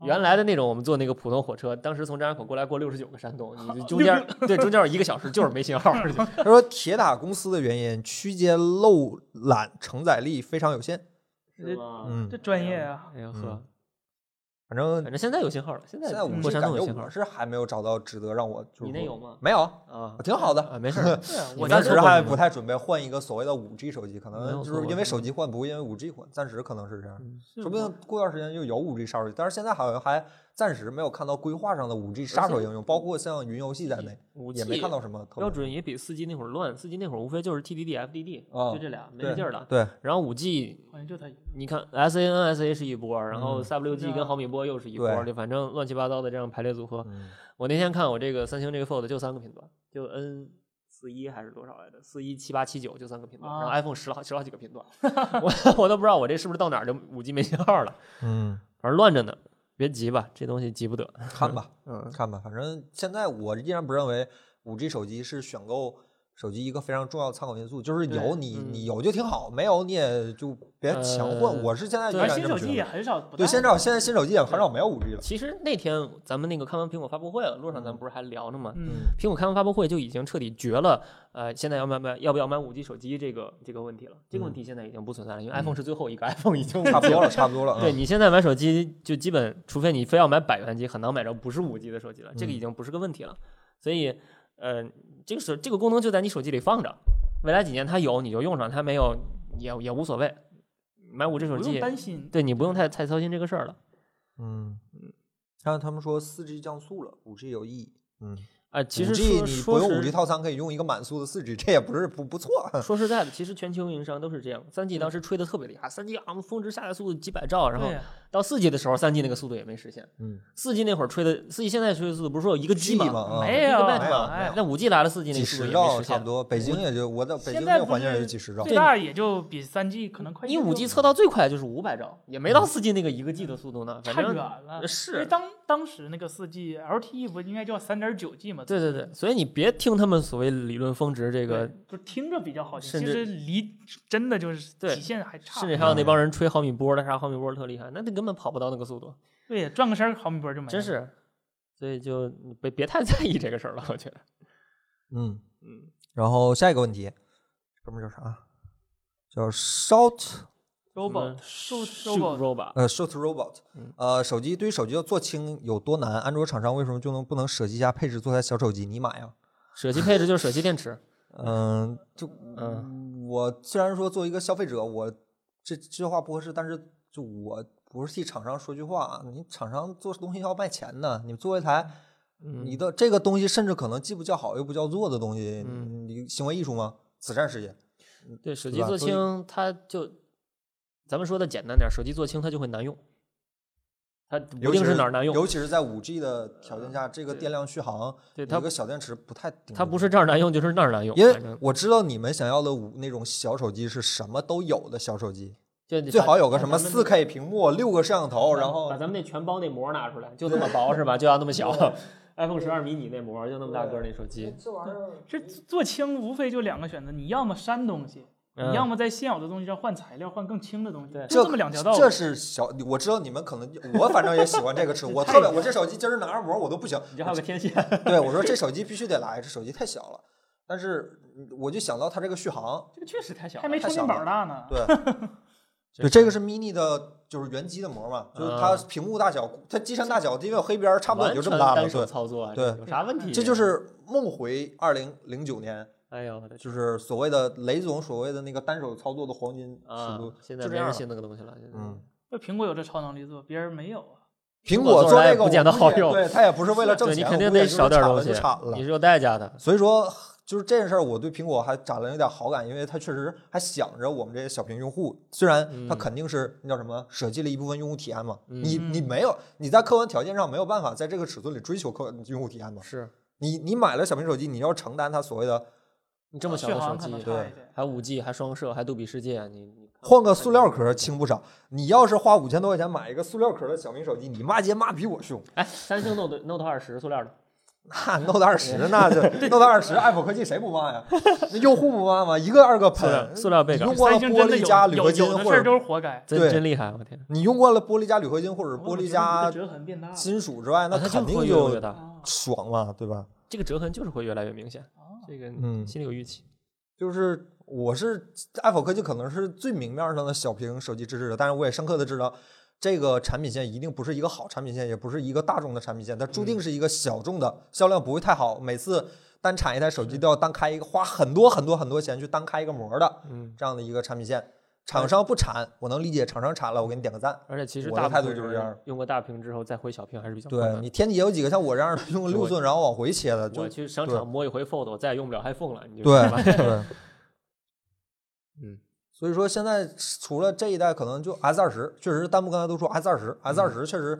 原来的的那种，我们坐那个普通火车，当时从张家口过来过六十九个山洞，你中间对中间有一个小时就是没信 号，他说铁塔公司的原因，区间漏缆承载力非常有限。是吗嗯 这，专业啊，哎呀呵，反正反正现在有信号了，现在现在五嗯过 G 山感洞有觉信号我是还没有找到值得让我就是你那说 有吗没有，啊，挺好的啊，没 事儿，我暂那时错过还什么不太准备换一个所谓的五 G 手机，可没能有就错是过因为什手么机换，不会因为五 G 换，暂时可能是这样。是说不定过段时间就有五 G 杀手机，但是现在好像还暂时没有看到规划上的五 G 杀手应用，包括像云游戏在内，武也没看到什么特标别。准也比四 G 那会儿乱，四 G 那会儿无非就是 TDD、FDD，、啊就这俩没对劲儿了。对，然后五 G，好像就他一个。你看 SAN、SA 是一波儿，然后嗯 WG 跟毫米波又是一波对儿，就反正乱七八糟的这样排列组合。嗯我那天看我这个三星这个 Fold 就三个频段，就 N 四一还是多少来着？四一七八七九就三个频段，然后啊 iPhone 十好十好几个频段， 我我都不知道我这是不是到哪儿就五 G 没信号了，嗯，反正乱着呢。别急吧，这东西急不得。看吧，嗯，看吧，反正现在我依然不认为五 G 手机是选购手机一个非常重要的参考因素，就是有对你你嗯有就挺好，没有你也就别强换。呃我是现在依对而然新这么手觉机也得。很少不对，带现在现在新手机也很少没有五 G 了。其实那天咱们那个看完苹果发布会了，路上咱们不是还聊呢吗？嗯，嗯苹果开完发布会就已经彻底绝了，呃，现在要买买要不要买五 G 手机这个这个问题了。这个问题现在已经不存在了，因为 iPhone 是最后一个 iPhone 已经嗯差不多了。了，差不多了。对嗯，你现在买手机就基本，除非你非要买百元机，很难买着不是五 G 的手机了，嗯这个已经不是个问题了。所以，呃，这个手这个功能就在你手机里放着，未来几年它有你就用上，它没有也也无所谓。买五 G 手不用机，担心。对你不用太太操心这个事儿了。嗯，但是他们说四 G 降速了，五 G 有意义。嗯，哎，其五实 G 说你不说用五 G 是套餐，可以用一个满速的四 G，这也不是不不错。啊 说实在的，其实全球运营商都是这样。三 G 当时吹的特别厉害，三 G 啊，我们峰值下载速度几百兆，然后对呀到四 G 的时候，三 G 那个速度也没实现。嗯，四 G 那会儿吹的，四 G 现在吹的速度不是说有一个 G 嘛吗？啊，没一个有 byte 嘛哎，那五 G 来了，四 G 那几个速度十也没兆实差不现。多，北京也就我在北京现那在个不环境也是就几十兆。最大也就比三 G 可能快一因为点五就 G 测到最快就是五百兆，也没到四 G 那个一个 G 的速度呢。反差远正呃了，是因为当当时那个四 G LTE 不应该叫三点九 G 吗？对对对，所以你别听他们所谓理论峰值这对，个，就听着比较好听，甚其至实离真的就是对体现还差甚。至还有那帮人吹毫米波的，啥毫米波特厉害，那他根本跑不到那个速度，对，转个身儿毫米波就没了。真是。所以就你别别太在意这个事儿了，我觉得。嗯嗯。然后下一个问题，这哥们儿叫啥？叫 Short robot 什 shoot 么 robot 嗯 robot，呃，Short Robot，呃，嗯手机对于手机要做轻有多难？安卓厂商为什么就能不能舍弃一下配置做台小手机？尼玛呀！舍弃配置就是舍弃电池。嗯，就嗯，我虽然说作为一个消费者，我这这话不合适，但是就我不是替厂商说句话啊，你厂商做东西要卖钱的，你做一台，嗯你的这个东西甚至可能既不叫好又不叫做的东西，嗯你行为艺术吗？慈善事业，对，手对机吧做所以轻，它就咱们说的简单点儿，手机做轻它就会难用，它尤不其定是哪儿难用，尤其是在五 G 的条件下，这个对电量续航，对有它一个小电池不太顶得住，它不是这儿难用就是那儿难用，因为反正我知道你们想要的五那种小手机是什么都有的小手机，就得最把好有个把什么咱们四 K 屏幕、六个摄像头，把然后把咱们那全包那膜拿出来，就那么薄是吧？就要那么小，iPhone 十二迷你那膜就那么大个儿那手机，这玩意儿这做轻无非就两个选择，你要么删东西，嗯你要么在现有的东西上换材料，换更轻的东西，对就这么两条道路。这是小，我知道你们可能，我反正也喜欢这 个吃，我特别，我这手机今儿拿着膜我都不行，你这还有个天线，对我说这手机必须得来，这手机太小了，但是嗯我就想到它这个续航，这个确实太小还没太充小电宝大呢。对，对，这个是 mini 的，就是原机的膜嘛，就是它屏幕大小，它机身大小，因为有黑边儿差不多也嗯完就全这么大了，单手对，操作啊，对这有啥问题？这就是梦回二零零九年。哎呦我的就天是所谓的雷总所谓的那个单手操作的黄金尺啊度，，现在就这没样人了。信那个东西了，现在嗯，那苹果有这超能力做，别人没有啊。苹果果做做出来这也个不见得我估计好用对，它也不是为了挣对钱，你我肯定估计得就是少点铲东了西就铲，了你。是有代价的，所以说，就是这件事儿，我对苹果还长了有点好感，因为它确实还想着我们这些小屏用户。虽然它嗯肯定是那叫什么，舍弃了一部分用户体验嘛，你嗯你没有你在客观条件上没有办法在这个尺寸里追求客用户体验嘛。是你你买了小屏手机，你要承担它所谓的你这么小续的航手可能机差，一点。还五 G，还双摄，还杜比世界，你你看换个塑料壳儿轻不少。你要是花五千多块钱买一个塑料壳儿的小屏手机，你骂街骂比我凶。哎，三星 Note Note 二十塑料的，那 Note 二 十那就 Note 二十，爱普科技谁不骂呀？那用户不骂吗？一个二个塑料喷，塑料背你杆用，过了三星玻真的璃加有铝有合金有的事或儿者都是活该。真对真厉害，我天，你用过了玻璃加铝合金或者玻璃我加怎么觉得折痕变大了。金属之外，那啊它肯就定会越来越就大，啊爽了，对吧？这个折痕就是会越来越明显，啊这个嗯心里有预期。就是我是爱否科技可能是最明面上的小屏手机支持者，但是我也深刻的知道。这个产品线一定不是一个好产品线，也不是一个大众的产品线，它注定嗯是一个小众的，销量不会太好。每次单产一台手机都要单开一个，花很多很多很多钱去单开一个膜的嗯，这样的一个产品线。厂商不产，我能理解，厂商产了，我给你点个赞。而且其实我的大部态度分就是人这样用过大屏之后再回小屏还是比较困对难。你天底下有几个像我这样的用六寸然后往回切的？就我去商场摸一回 Fold，我再也用不了 iPhone 了，你就对是吧 对， 嗯，所以说现在除了这一代，可能就 S 二十，确实弹幕刚才都说 S 二十，S 嗯二十确实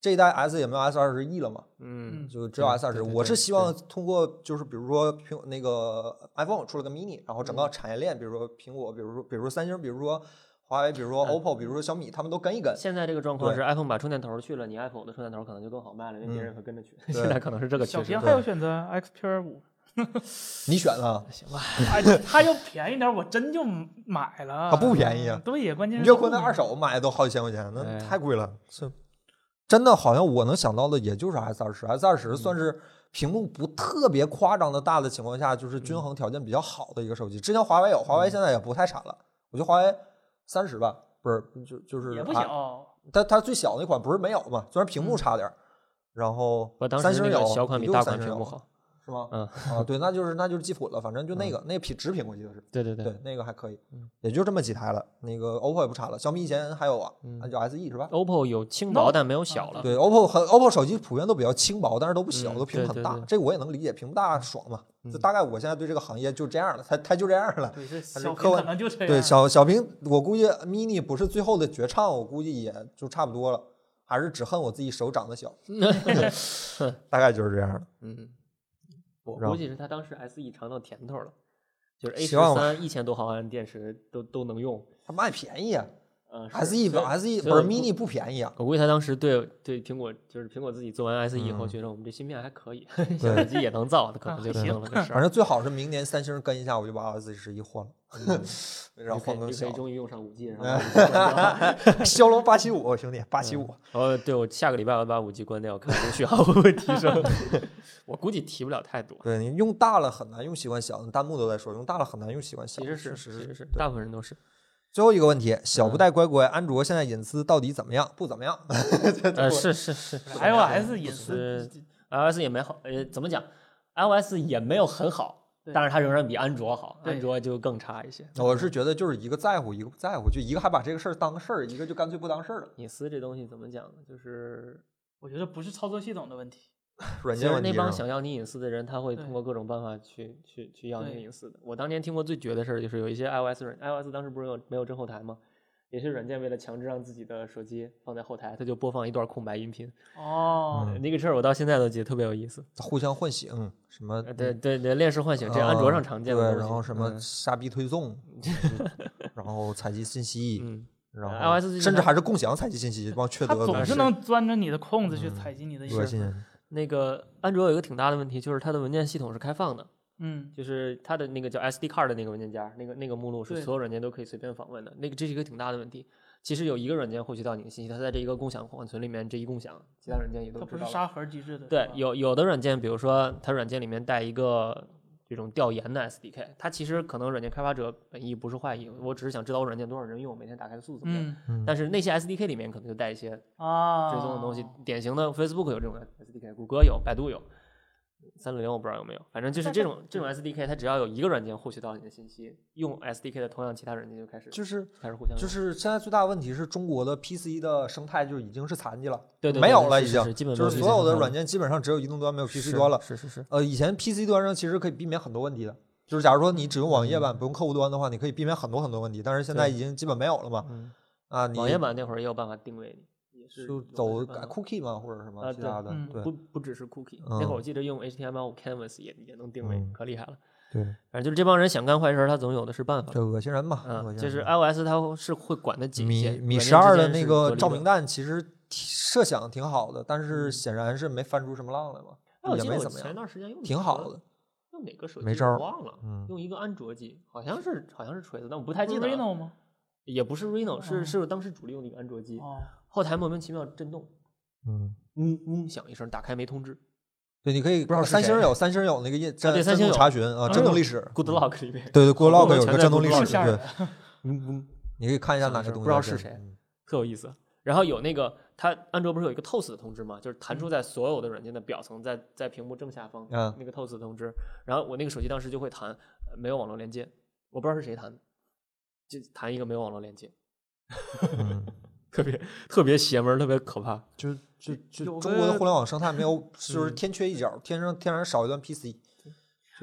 这一代 S 也没有 S 二十 E 了嘛，嗯，就只有 S 二十。对对我是对希望通过就是比如说苹那个 iPhone 出了个 mini，然后整嗯个产业链，比如说苹果，比如说比如说三星，比如说华为，比如说嗯 OPPO，比如说小米，他们都跟一跟。现在这个状况对嗯是 iPhone 把充电头去了，你 iPhone 的充电头可能就更好卖了，因为别人会跟着去。对 现在可能是这个小趋势屏。还有选择 XPR 五，你选了，行吧，哎，它要便宜点，我真就买了。它不便宜啊对呀，关键你是这回那二手买的都好几千块钱，那哎太贵了。是，真的好像我能想到的也就是 S 二十，S 二十嗯算是屏幕不特别夸张的大的情况下，就是嗯均衡条件比较好的一个手机。之前华为有，华为现在也不太产了。我觉得华为三十吧，不是就就是也不啊小。它它最小那款不是没有嘛，虽然屏幕差点儿，然后嗯我当三时星那有个小款比也就大三款星屏幕有好，是吗？嗯啊，对，那就是那就是记混了，反正就那个、那个品直品，我记得是。对对对，那个还可以嗯，也就这么几台了。那个 OPPO 也不差了，小米以前还有啊，嗯啊叫 SE 是吧？ OPPO 有轻 Note 啊薄，但没有小了。对，OPPO 很 OPPO 手机普遍都比较轻薄，但是都不小，嗯都屏幕很对对大对，嗯这个我也能理解，屏幕大爽嘛。就大概我现在对这个行业就这样了，它它就这样了。对，这是小科屏可幻能就这样。啊对，小小屏，我估计 mini 不是最后的绝唱，我估计也就差不多了，还是只恨我自己手长得 小，大概就是这样的。嗯，我然后估计是他当时 SE 尝到甜头了，就是 A 希十望三一千多毫安电池都都能用。它卖便宜啊嗯、，SE 是所以吧 SE 所以不是我估 mini 不便宜啊，我估计他当时对对苹果，就是苹果自己做完 SE 以后，嗯觉得我们这芯片还可以，小手机也能造，可能还就行弄了个事反儿。正最好是明年三星跟一下，我就把 S 十一换了， 然后就可换更以就可小以的。终于用上五 G，然嗯后把 5G 关 掉。骁龙八七五，兄弟，八七五。哦，对，我下个礼拜我把五 G 关掉，看这个续航会不会提升。我估计提不了太多。对你用大了很难用习惯小，弹幕都在说用大了很难用习惯小。其实是，确其实实是，对大部分人都是。最后一个问题，小不嗯带乖乖，安卓现在隐私到底怎么样？不怎么样。呃，是是是，iOS 隐是私 iOS 也没好，呃，怎么讲？iOS 也没有很好，对但是它仍然比安卓好，对安卓就更差一些。我是觉得就是一个在乎，一个不在乎，就一个还把这个事儿当个事儿，一个就干脆不当事儿了。隐私这东西怎么讲呢？就是我觉得不是操作系统的问题，软其件实问题那是帮吧想要你隐私的人，他会对通过各种办法去去去要你的对隐私的。我当年听过最绝的事儿，就是有一些 iOS 软，iOS 当时不是有没有真后台吗？有些软件为了强制让自己的手机放在后台，它就播放一段空白音频。哦，嗯那个事儿我到现在都记得特别有意思。互相唤醒嗯什么呃，对对对，链式唤醒，这啊安卓上常见的对东西。然后什 么嗯瞎逼推 送，然后采集信息，嗯，然呃后 iOS 最近甚至还还是共享采集信息，帮缺它德的总东西是能钻着你的空子去采集你的隐嗯恶私。心。啊那个安卓有一个挺大的问题，就是它的文件系统是开放的，嗯，就是它的那个叫 SD card 的那个文件夹，那个那个目录是对所有软件都可以随便访问的，那个这是一个挺大的问题。其实有一个软件获取到你的信息，它在这一个共享缓存里面这一共享，其他软件也都它不知是道了。沙盒机制的。是对吧，有有的软件，比如说它软件里面带一个这种调研的 SDK，它其实可能软件开发者本意不是坏意，我只是想知道我软件多少人用，每天打开的速度怎么样。嗯嗯但是那些 SDK 里面可能就带一些啊，追踪的东哦西，典型的 Facebook 有这种 SDK，谷歌有，百度有，三六零我不知道有没有，反正就是但这是种嗯这种 SDK，它只要有一个软件获取到你的信息，用 SDK 的同样其他软件就开始就是开始互相就是现在最大的问题是中国的 PC 的生态就已经是残疾了，对对没对有对了已是是经，是基本没就有是 PC 所有的端软了件基本上只有移动端没有 PC 是端了。是是是，呃，以前 PC 端上其实可以避免很多问题的，就是假如说你只用网页版不用客户端的话，你可以避免很多很多问题，但是现在嗯对已经基本没有了嘛。嗯，啊，你网页版那会儿也有办法定位你，也是就有走办改法 cookie 嘛，或者什么啊其对他的嗯，对不不只是 cookie，那会儿我记得用 HTML Canvas 也也能定位嗯，可厉害了。对，反正就是这帮人想干坏事儿，他总有的是办法。这恶心人嘛，恶嗯，心就是人 iOS 它是会管得紧一些。米米软件十之二的间那是个隔离照的明弹其实挺设想挺好的，但是显然是没翻出什么浪来嘛，嗯哎，我也记得没我怎么前一样，段时间用挺哪好个的。用哪个手机没招儿我忘了，嗯用一个安卓机，好像是好像是锤子，但我不太不记是得了。 Reno 吗？也不是 Reno，哦是是当时主力用的一个安卓机，哦，后台莫名其妙震动，嗯。嗯嗯响一声，打开没通知。对，你可以不知道是三星谁啊有三星有那个页震对三震星动有查询啊，嗯震动历史。嗯 Good luck 里 面，对对，Good 好 Luck 多有一全个在震动 Good 历 Luck 史，上对， 嗯嗯，你可以看一下哪是个东西不知道在是震谁嗯特有意思。然后有那个它安卓不是有一个 Toast 的通知吗？就是弹出在所有的软件的表层，在在屏幕正下方嗯那个 Toast 的通知。然后我那个手机当时就会弹呃没有网络连接，我不知道是谁弹的，就弹一个没有网络连接，嗯， 特别特别邪门儿，特别可怕。就就就有中国的个互联网生态没 有，就是嗯天缺一角，天上天然少一段 PC。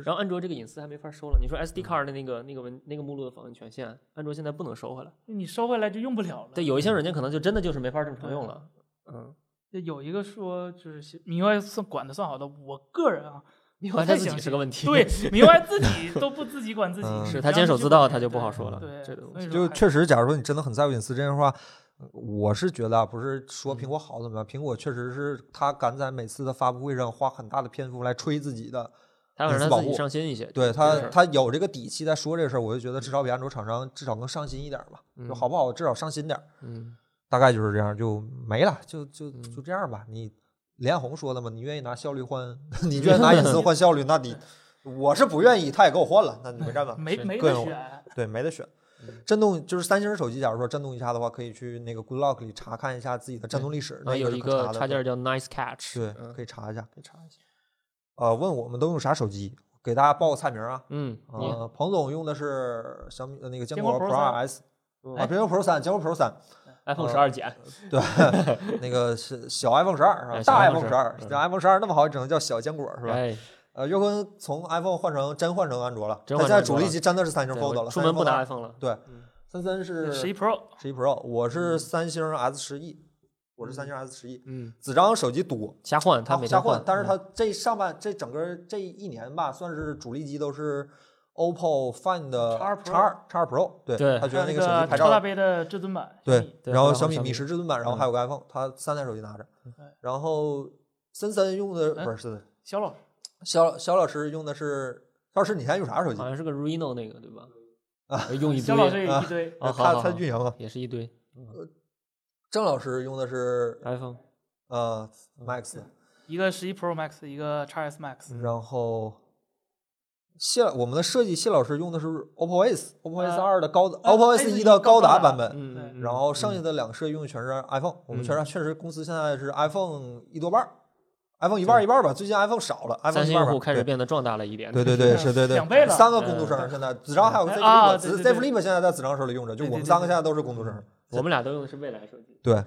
然后安卓这个隐私还没法收了。你说嗯 SD card 的那个那个文那个目录的访问权限，安卓现在不能收回来。你收回来就用不了了。嗯对，有一些软件可能就真的就是没法正常用了。嗯，有有一个说就是米 UI 算管的算好的，我个人啊，你不怀太自相己是个问题。信 对，米 UI 自己都不自己管自己，嗯你是他让监去守自管盗人他就不对好说了对，这个东所以就说还确实，假如说你真的很在乎隐私这样的话，呃我是觉得啊，不是说苹果好怎么样，苹果确实是它敢在每次的发布会上花很大的篇幅来吹自己的，他要隐私让保他自己护上心一些。对这它个事儿它有这个底气在说这个事儿，我就觉得至少比安卓厂商至少更上心一点儿吧，就嗯好不好至少上心点儿。嗯，大概就是这样，就没了，就就就这样吧。你连红说的嘛，你愿意拿效率换， 你愿意拿隐私换效率，那你我是不愿意，他也给我换了，那没办法，没没各得有选，对，没得选。嗯震动就是三星手机，假如说震动一下的话，可以去那个 Good Lock 里查看一下自己的震动历史，然啊那呃后有是一可查个的插件对叫 Nice Catch，对，嗯可以查一下。可以查一下。呃，问我们都用啥手机，给大家报个菜名啊。嗯，呃，彭总用的是小米呃那个坚坚果果 Pro Pro 三 2S 嗯哎啊，别说 Pro 三，坚果 Pro 三，哦 iPhone 十二减， 对，那个是小 iPhone 十二是吧？哎大小 iPhone 十二12，小 iPhone 十二那么好，只能叫小坚果是吧？哎，呃，岳坤从 iPhone 换成真换成安卓了，真他换成现在安卓主力机真的是三星对 Fold 了，我出门不拿三星 iPhone 嗯了 Fold 2。对，三三是十一 Pro 十一 Pro，我是三星 S 十一，我是三星 S 十一。嗯，子章手机多，瞎换，他每瞎天换，但是嗯他这上半这整个这一年吧，算是主力机都是 OPPO Find X2 X 二 X 二 Pro，对对他觉得还那有个手个机拍超大照杯的至尊版，对，对然后然后小米小米米十至尊版，然后还有个 iPhone，他三台手机拿着，然后森森用的哎不是森森，小老师肖肖老师用的是。肖老师，你现在用啥手机好？像是个 Reno 那个对 吧？呃用一小堆，老师也啊一堆，啊好他好他好运营啊。也是 一堆郑老师用的是 iPhone。呃 Max，一个十一 Pro Max，一个 x S Max，嗯然后谢我们的设计谢老师用的是 OPPO S，OPPO 呃 S 二的高呃 OPPO S 一的高达版本，嗯嗯，嗯呃然后剩下的两个设计用的全是 iPhone，我们全是确实公司现在是 iPhone 一多半儿，iPhone 一半儿一半儿吧，最近 iPhone 少了嗯三，iPhone 一星半用儿吧户开始变得壮大了一点。对对对，是对对，两倍了三个工读生现在，子章还有个 Z 啊 Flip，对子对 Z 对 Flip 现在在子章手里用着，就对对我们对三个现在都是工读生。我们俩都用的是未来手机。对，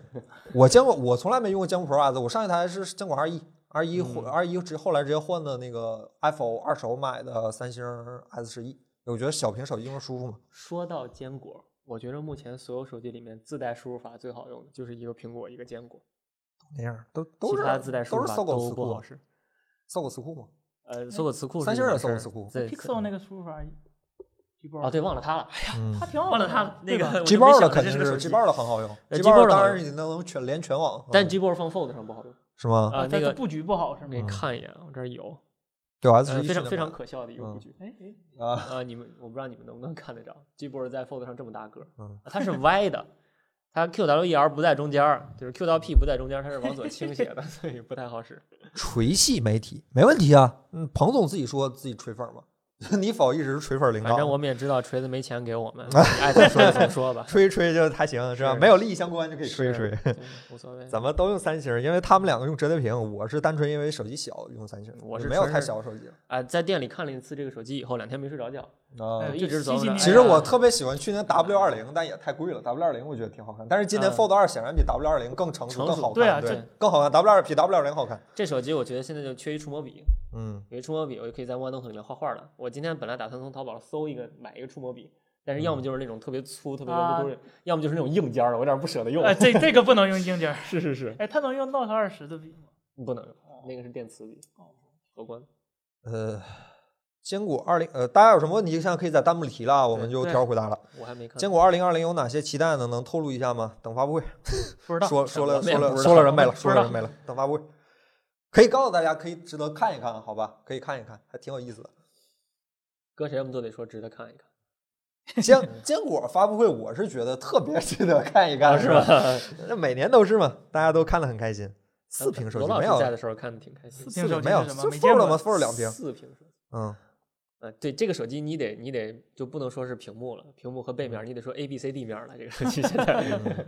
我见过，我从来没用过坚果 Pro S，我上一台是坚果 R 一，R 一嗯换 R 一直后来直接换的那个 iPhone 二手买的三星 S 十一，我觉得小屏手机用着舒服嘛。说到坚果，我觉得目前所有手机里面自带输入法最好用的就是一个苹果，一个坚果，那样都都其是他自带输都入是法搜狗都词不好库，使。搜狗词库嘛。呃，搜狗词库是三星一儿也回搜狗事词儿库对 Pixel 那个输入法，G 包哦，对，忘了它了。嗯它挺好忘了的它那对吧个 G 我嗯包就的没想到肯这定是个手是机 G 包的很好用呃，G G 包包的当好然用你能全连全网， 但嗯 G 波放 Fold 上不好用。是吗？啊，它它那个布局不好是吗给？看一眼，我这儿有，对呃 S 非十常一非常可笑的一个布嗯局。哎哎，啊，呃，你们我不知道你们能不能看得着，G 波在 Fold 上这么大个儿，啊嗯它是歪的， 它 QWER E 不在中间儿，就是 Q 到 P 不在中间儿，它是往左倾斜的， 所以不太好使。锤系媒体没问题啊。嗯，彭总自己说自己锤粉嘛， 你否一直是锤粉领导？反正我们也知道锤子没钱给我 们，爱怎么说怎么说吧，吹一吹就还行，是吧？是没有利益相关就可以吹一是吹。对无所谓。咱们都用三星儿，因为他们两个用折叠屏，我是单纯因为手机小用三星儿，我就是没有纯太是小的手机了啊，在店里看了一次这个手机以后，两天没睡着觉。啊哎呃一直一琢磨七着年其实我特别喜欢去年 W 二零，但也太贵了。W 二零我觉得挺好看，但是今年嗯 Fold 二显然比 W 二零更成熟、成更熟好看，对啊对这，更好看。W 二比 W 二零好看。这手机我觉得现在就缺一触摸笔，嗯，有一触摸笔，我就可以在 OneNote 里面画画了。我今天本来打算从淘宝搜一个买一个触摸笔，但是要嗯么就是那种特别粗、特别啊圆嘟嘟的，要么就是那种硬尖儿的，我有点不舍得用。啊哎， 这这个不能用硬件儿，是是是，哎，它能用 Note 二十的笔吗？不能用，哦那个是电磁笔，荷官。呃，坚果二零，呃，大家有什么问题，现在可以在弹幕里提了啊，我们对就对挑着回答了。我还没看。坚果二零二零有哪些期待呢？能透露一下吗？等发布会。不知道，说说了我们说也了不知说了道人没了，不说知了道人没了，等发布会可以告诉大家，可以值得看一看，好吧？可以看一看，还挺有意思的。搁谁我们都得说值得看一看。坚 坚果发布会，我是觉得特别值得看一啊看，是吧？那每年都是嘛，大家都看得很开心。 四屏手罗机老没师有在的时候看的挺开心。四屏手屏机没有，是什么就没 fold 了见过吗？fold 两屏，四屏手机。嗯，呃，对这个手机你得你得就不能说是屏幕了，屏幕和背嗯面儿你得说 A B C D 面儿 了。这个手机现在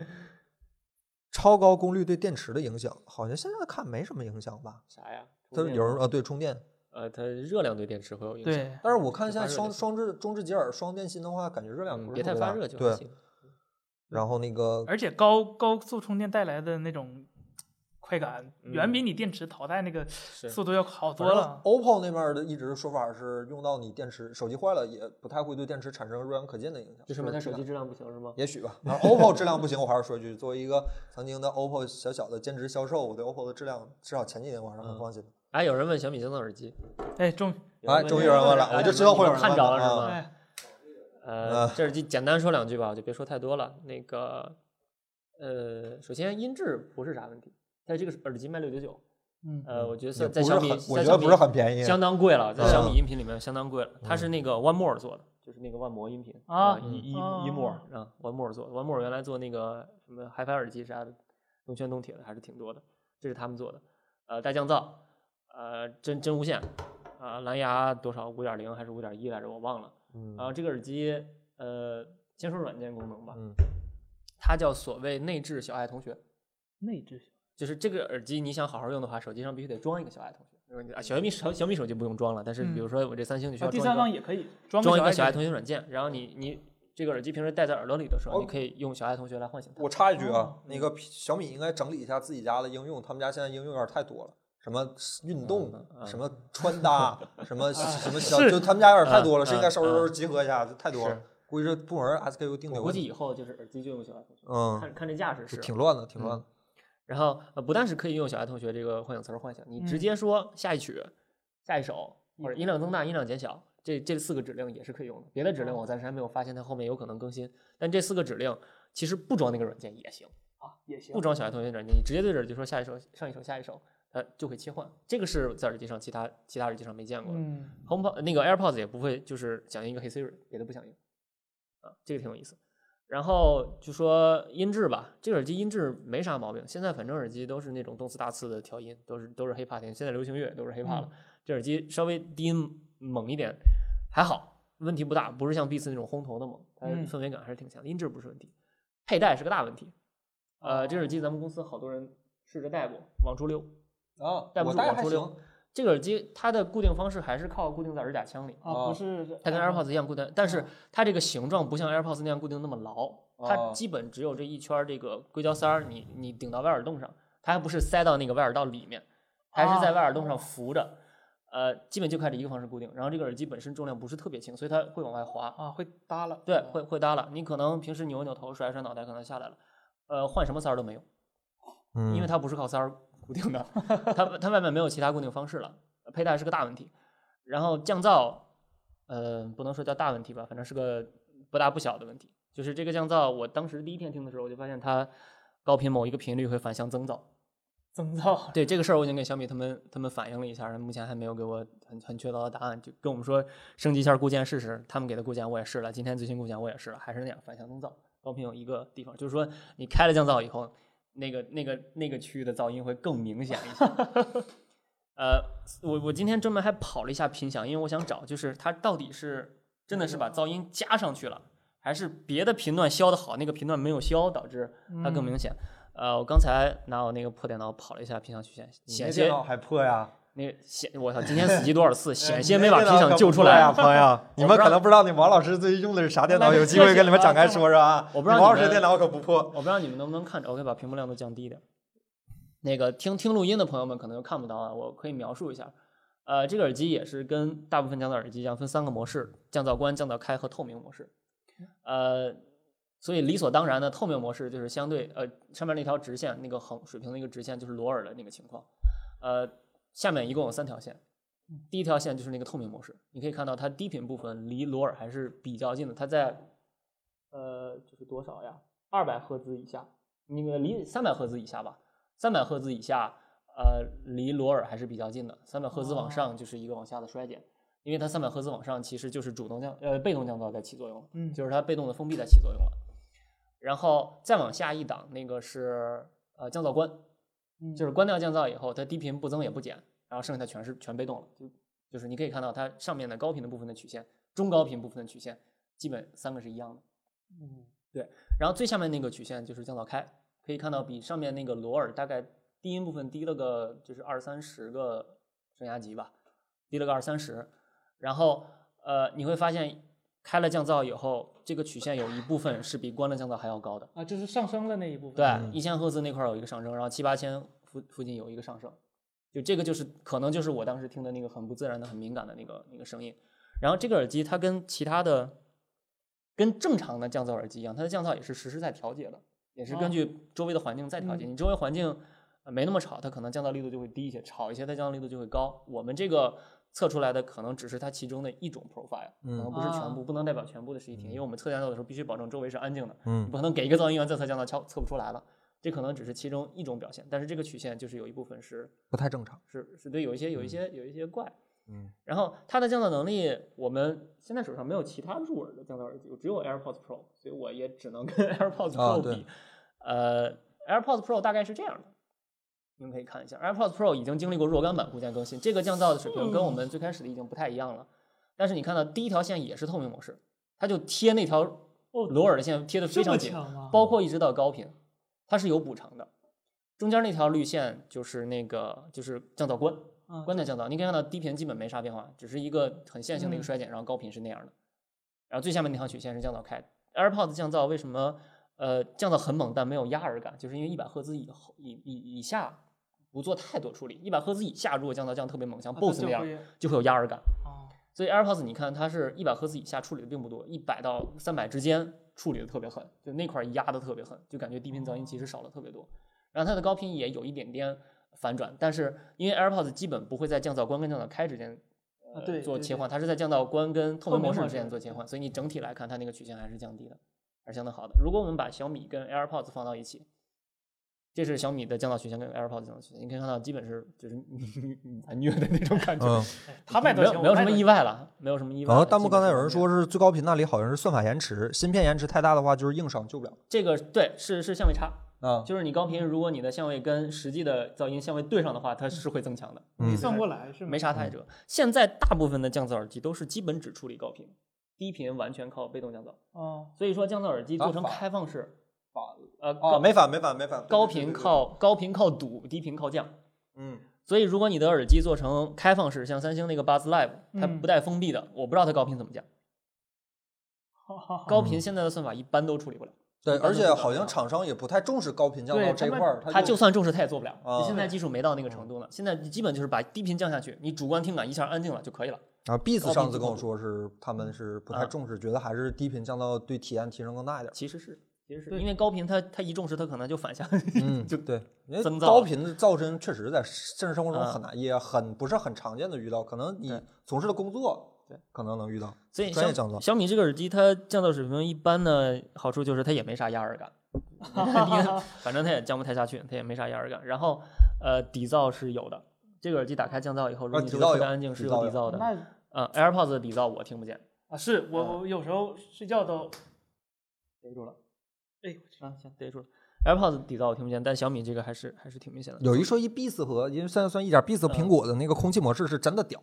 超高功率对电池的影响，好像现在看没什么影响吧？ 啥呀？它充有电人吗呃对充电，呃，它热量对电池会有影响。嗯对，但是我看现在发热双就行双质中置吉尔双电芯的话，感觉热量嗯，不是别太特别发大热就还对。行。然后那个而且高高速充电带来的那种快感，嗯远比你电池淘汰那个速度要好多了。 OPPO 那边的一直说法是，用到你电池手机坏了，也不太会对电池产生肉眼可见的影响。就说明它手机质量质量不行是吗？也许吧。然后 OPPO 质量不行，我还是说一句，作为一个曾经的 OPPO 小小的兼职销售，我对 OPPO 的质量至少前几年我还是很放心的。哎，有人问小米精的耳机，哎，终于，哎，终于有人问了，我就知道会有人看问着了了是啊吗？哎，呃呃，这就简单说两句吧，我就别说太多了。那个，呃，首先音质不是啥问题，但是这个耳机卖六九九，嗯，呃，我也觉得算不在是小米，很，我觉在小得米不是很便宜。相当贵了，在嗯小米音频里面相当贵了。它是那个 One More 做的，就是那个万魔音频啊一一一嗯 More 啊，One More 做的，One More 原来做那个什么 HiFi 耳机啥的，东轩东铁的还是挺多的，这是他们做的。呃，带降噪，呃，真真无线，啊、蓝牙多少五点零还是五点一来着，我忘了。然后这个耳机，呃，先说软件功能吧，嗯它叫所谓内置小爱同学，内置就是这个耳机你想好好用的话，手机上必须得装一个小爱同学。啊，小米手小米手机不用装了，但是嗯比如说我这三星，你需要啊第三装一个方也可以装装一个个小爱童。同学软件，然后你你这个耳机平时戴在耳朵里的时候，哦你可以用小爱同学来唤醒它。我插一句啊哦，那个小米应该整理一下自己家的应用，他们家现在应用有点太多了，什么运动嗯嗯，嗯什么穿 搭，什么什么小，是就他们家有点太多了，嗯是应该嗯收拾收拾集合一下，这太多了是。估计这部门 SKU 定的我有估问计题，以后就是耳机就用小爱同学，嗯，看看这架势是。挺乱的，挺乱的。然后呃，不但是可以用小爱同学这个幻想词儿幻想，你直嗯接说下一曲、下一首或者音量增大、音量减小，这这四个指令也是可以用的。别的指哦令我暂时还没有发现它后面有可能更新，但这四个指令其实不装那个软件也行。啊，也行不。装小爱同学软件，你直接对着耳机说下一首、上一首、下一首，它就会切换。这个是在耳机上其他其他耳机上没见过的。嗯， HomePod 那个 AirPods 也不会就是响应一个 Hey Siri，别的不响应啊，这个挺有意思。然后就说音质吧，这个耳机音质没啥毛病。现在反正耳机都是那种动次打次的调音，都是都是 hiphop 调音，现在流行乐都是 hiphop 嗯了。这耳机稍微低音猛一点，还好，问题不大，不是像 Beats 那种轰头的猛，它嗯氛围感还是挺强的，音质不是问题。佩戴是个大问题，呃，这哦耳机咱们公司好多人试着戴过，往出溜。啊嗯哦戴不我住戴往还出行溜，。这个耳机它的固定方式还是靠固定在耳甲腔里，啊，啊不是，它跟哦 AirPods 一样固定，但是嗯啊它这个形状不像 AirPods 那样固定那么牢，它哦基本只有这一圈儿这个硅胶塞儿，你你顶到外耳洞上，它还不是塞到那个外耳道里面，它还是在外耳洞哦上扶着，呃，基本就靠这一个方式固定。然后这个耳机本身重量不是特别轻，所以它会往外滑，哦啊，会耷拉。对，会会耷拉。你可能平时扭一扭头，甩一甩脑袋，可能下来了，呃，换什么塞儿都没有。嗯因为它不是靠塞儿固定的， 它它外面没有其他固定方式了，佩戴是个大问题。然后降噪，呃，不能说叫大问题吧，反正是个不大不小的问题。就是这个降噪，我当时第一天听的时候，我就发现它高频某一个频率会反向增噪。增噪。对这个事儿，我已经给小米他们他们反映了一下，他们目前还没有给我很很确凿的答案，就跟我们说升级一下固件试试。他们给的固件我也试了，今天最新固件我也试了，还是那样反向增噪。高频有一个地方，就是说你开了降噪以后，那个那个那个区域的噪音会更明显一些。 呃，我我今天专门还跑了一下频响，因为我想找就是它到底是真的是把噪音加上去了，还是别的频段消的好，那个频段没有消导致它更嗯明显。呃，我刚才拿我那个破电脑跑了一下频响曲线，嗯你那险电些脑还破呀？那个险，我操，今天死机多 少次，险你些那没把电频脑响可救不啊出错来啊呀，。 朋友。你我们不可知道能不知道你王老师最近用的是啥 电脑，那有机会跟你们展开说说啊。我不知道王老你师们电脑可不破。我不知道你们能不能看着，我可以把屏幕亮度降低一点。那个听听录音的朋友们可能就看不到啊，我可以描述一下。呃，这个耳机也是跟大部分降噪耳机一样，分三个模式：降噪关、降噪开和透明模式。呃，所以理所当然的，透明模式就是相对呃上面那条直线，那个横水平的一个直线就是裸耳的那个情况。呃，下面一共有三条线，第一条线就是那个透明模式，你可以看到它低频部分离裸耳还是比较近的，它在呃就是多少呀？二百赫兹以下，那个离三百赫兹以下吧，三百赫兹以下，呃，离裸耳还是比较近的，三百赫兹往上就是一个往下的衰减，因为它三百赫兹往上其实就是主动降呃被动降噪在起作用了，嗯就是它被动的封闭在起作用了，然后再往下一档那个是呃降噪关，嗯就是关掉降噪以后，它低频不增也不减，然后剩下的全是全被动了，就就是你可以看到它上面的高频的部分的曲线，中高频部分的曲线，基本三个是一样的。嗯然后最下面那个曲线就是降噪开，可以看到比上面那个裸耳大概低音部分低了个就是二三十个升压级吧，低了个二三十。然后呃，你会发现开了降噪以后，这个曲线有一部分是比关了降噪还要高的。啊，就是上升了那一部分。对，嗯一千赫兹那块儿有一个上升，然后七八千附附近有一个上升，就这个就是可能就是我当时听的那个很不自然的、很敏感的那个那个声音。然后这个耳机它跟其他的跟正常的降噪耳机一样，它的降噪也是实时在调节的，也是哦根据周围的环境在调节。嗯你周围环境呃没那么吵，它可能降噪力度就会低一些；吵一些，它降噪力度就会高。我们这个测出来的可能只是它其中的一种 profile，可能嗯不是全啊部，不能代表全部的实际体验，因嗯为我们测降噪的时候必须保证周围是安静的。你嗯不可能给一个噪音源再测降噪敲测不出来了，这可能只是其中一种表现，但是这个曲线就是有一部分是不太正常。是是对有一些有一些有一些怪，嗯，然后它的降噪能力，我们现在手上没有其他入耳的降噪耳机，我只有 AirPods Pro，所以我也只能跟 AirPods 啊 Pro 对比。呃，AirPods Pro 大概是这样的，你们可以看一下，AirPods Pro 已经经历过若干版固件更新，这个降噪的水平跟我们最开始的已经不太一样了。但是你看到第一条线也是透明模式，它就贴那条裸耳的线贴的非哦这么常紧，强啊吗？包括一直到高频，它是有补偿的。中间那条绿线就是那个就是降噪关，嗯观念相当。你可以看到低频基本没啥变化，只是一个很线性的嗯一个衰减，然后高频是那样的。然后最下面那条曲线是降噪开的。AirPods 降噪为什么呃降噪很猛，但没有压耳感？就是因为一百赫兹以后以以以下不做太多处理，一百赫兹以下如果降噪降得特别猛，像啊它 Bose 那就样会就会有压耳感。哦，所以 AirPods 你看它是一百赫兹以下处理的并不多，一百到三百之间处理的特别狠，就那块儿压的特别狠，就感觉低频噪音其实少了特别多。然后它的高频也有一点点反转，但是因为 AirPods 基本不会在降噪关跟降噪开之间。啊呃对做对切对换，它是在降噪关跟透透明模明式模之式间做切换，所以你整体来看，它那个曲线还是降低的，还是相当好的。如果我们把小米跟 AirPods 放到一起，这是小米的降噪曲线跟 AirPods 降噪曲线，你可以看到基本是就是 蛮虐的那种感觉，嗯，哎他卖多没少钱？有没我有什卖么多意少外了，没有什么意外然了。后哦弹幕基本刚才有上人这说样是最高频那里好像是算法延迟，芯片延迟太大的话就是硬伤救不了这个对是是相位差，啊。就是你高频如果你的相位跟实际的噪音相位对上的话，它是会增强的，钱，没嗯算过来是吗没啥太折。现在大部分的降噪耳机都是基本只处理高频，低频完全靠被动降噪。哦，所以说降噪耳机做成啊反开放式，反呃哦，高没反没反没反，高频靠高频靠堵，低频靠降。嗯所以，如果你的耳机做成开放式，像三星那个 Buzz Live，它嗯不带封闭的，我不知道它高频怎么降。好好好，高哦频现在的算法一般都处理不了。对，一般而都且是好这像样厂商也不太重视高频降对噪他这一们块儿，它就算重视，它也做不了。啊现在技术没到那个程度呢，现在基本就是把低频降下去，你主观听感一下安静了就可以了。啊，Beats 高上频次不跟我够说是他们是不太啊重视，觉得还是低频降噪对体验提升更大一点。其实是，其实对是因为高频它它一重视，它可能就 反向。嗯，就对，因为增噪高了频的噪嗯声确实在现实生活中啊很难，也很不是很常见的遇到，可能你对从事的工作对可能能遇到。所以专业小降噪小米这个耳机它降噪水平一般呢，好处就是它也没啥压耳 感，你反正它也降不太下去，它也没啥压耳感。然后呃底噪是有的，这个耳机打开降噪以后，如啊果你底这噪个有特别安静是底有噪底有噪的。那呃 AirPods 的底噪我听不见。啊是我我嗯有时候睡觉都逮住了，哎我啊行逮住了。AirPods 底噪我听不见，但小米这个还是还是挺明显的。有一说一，Beats 和因为现在算一点，Beats 苹嗯果的那个空气模式是真的屌，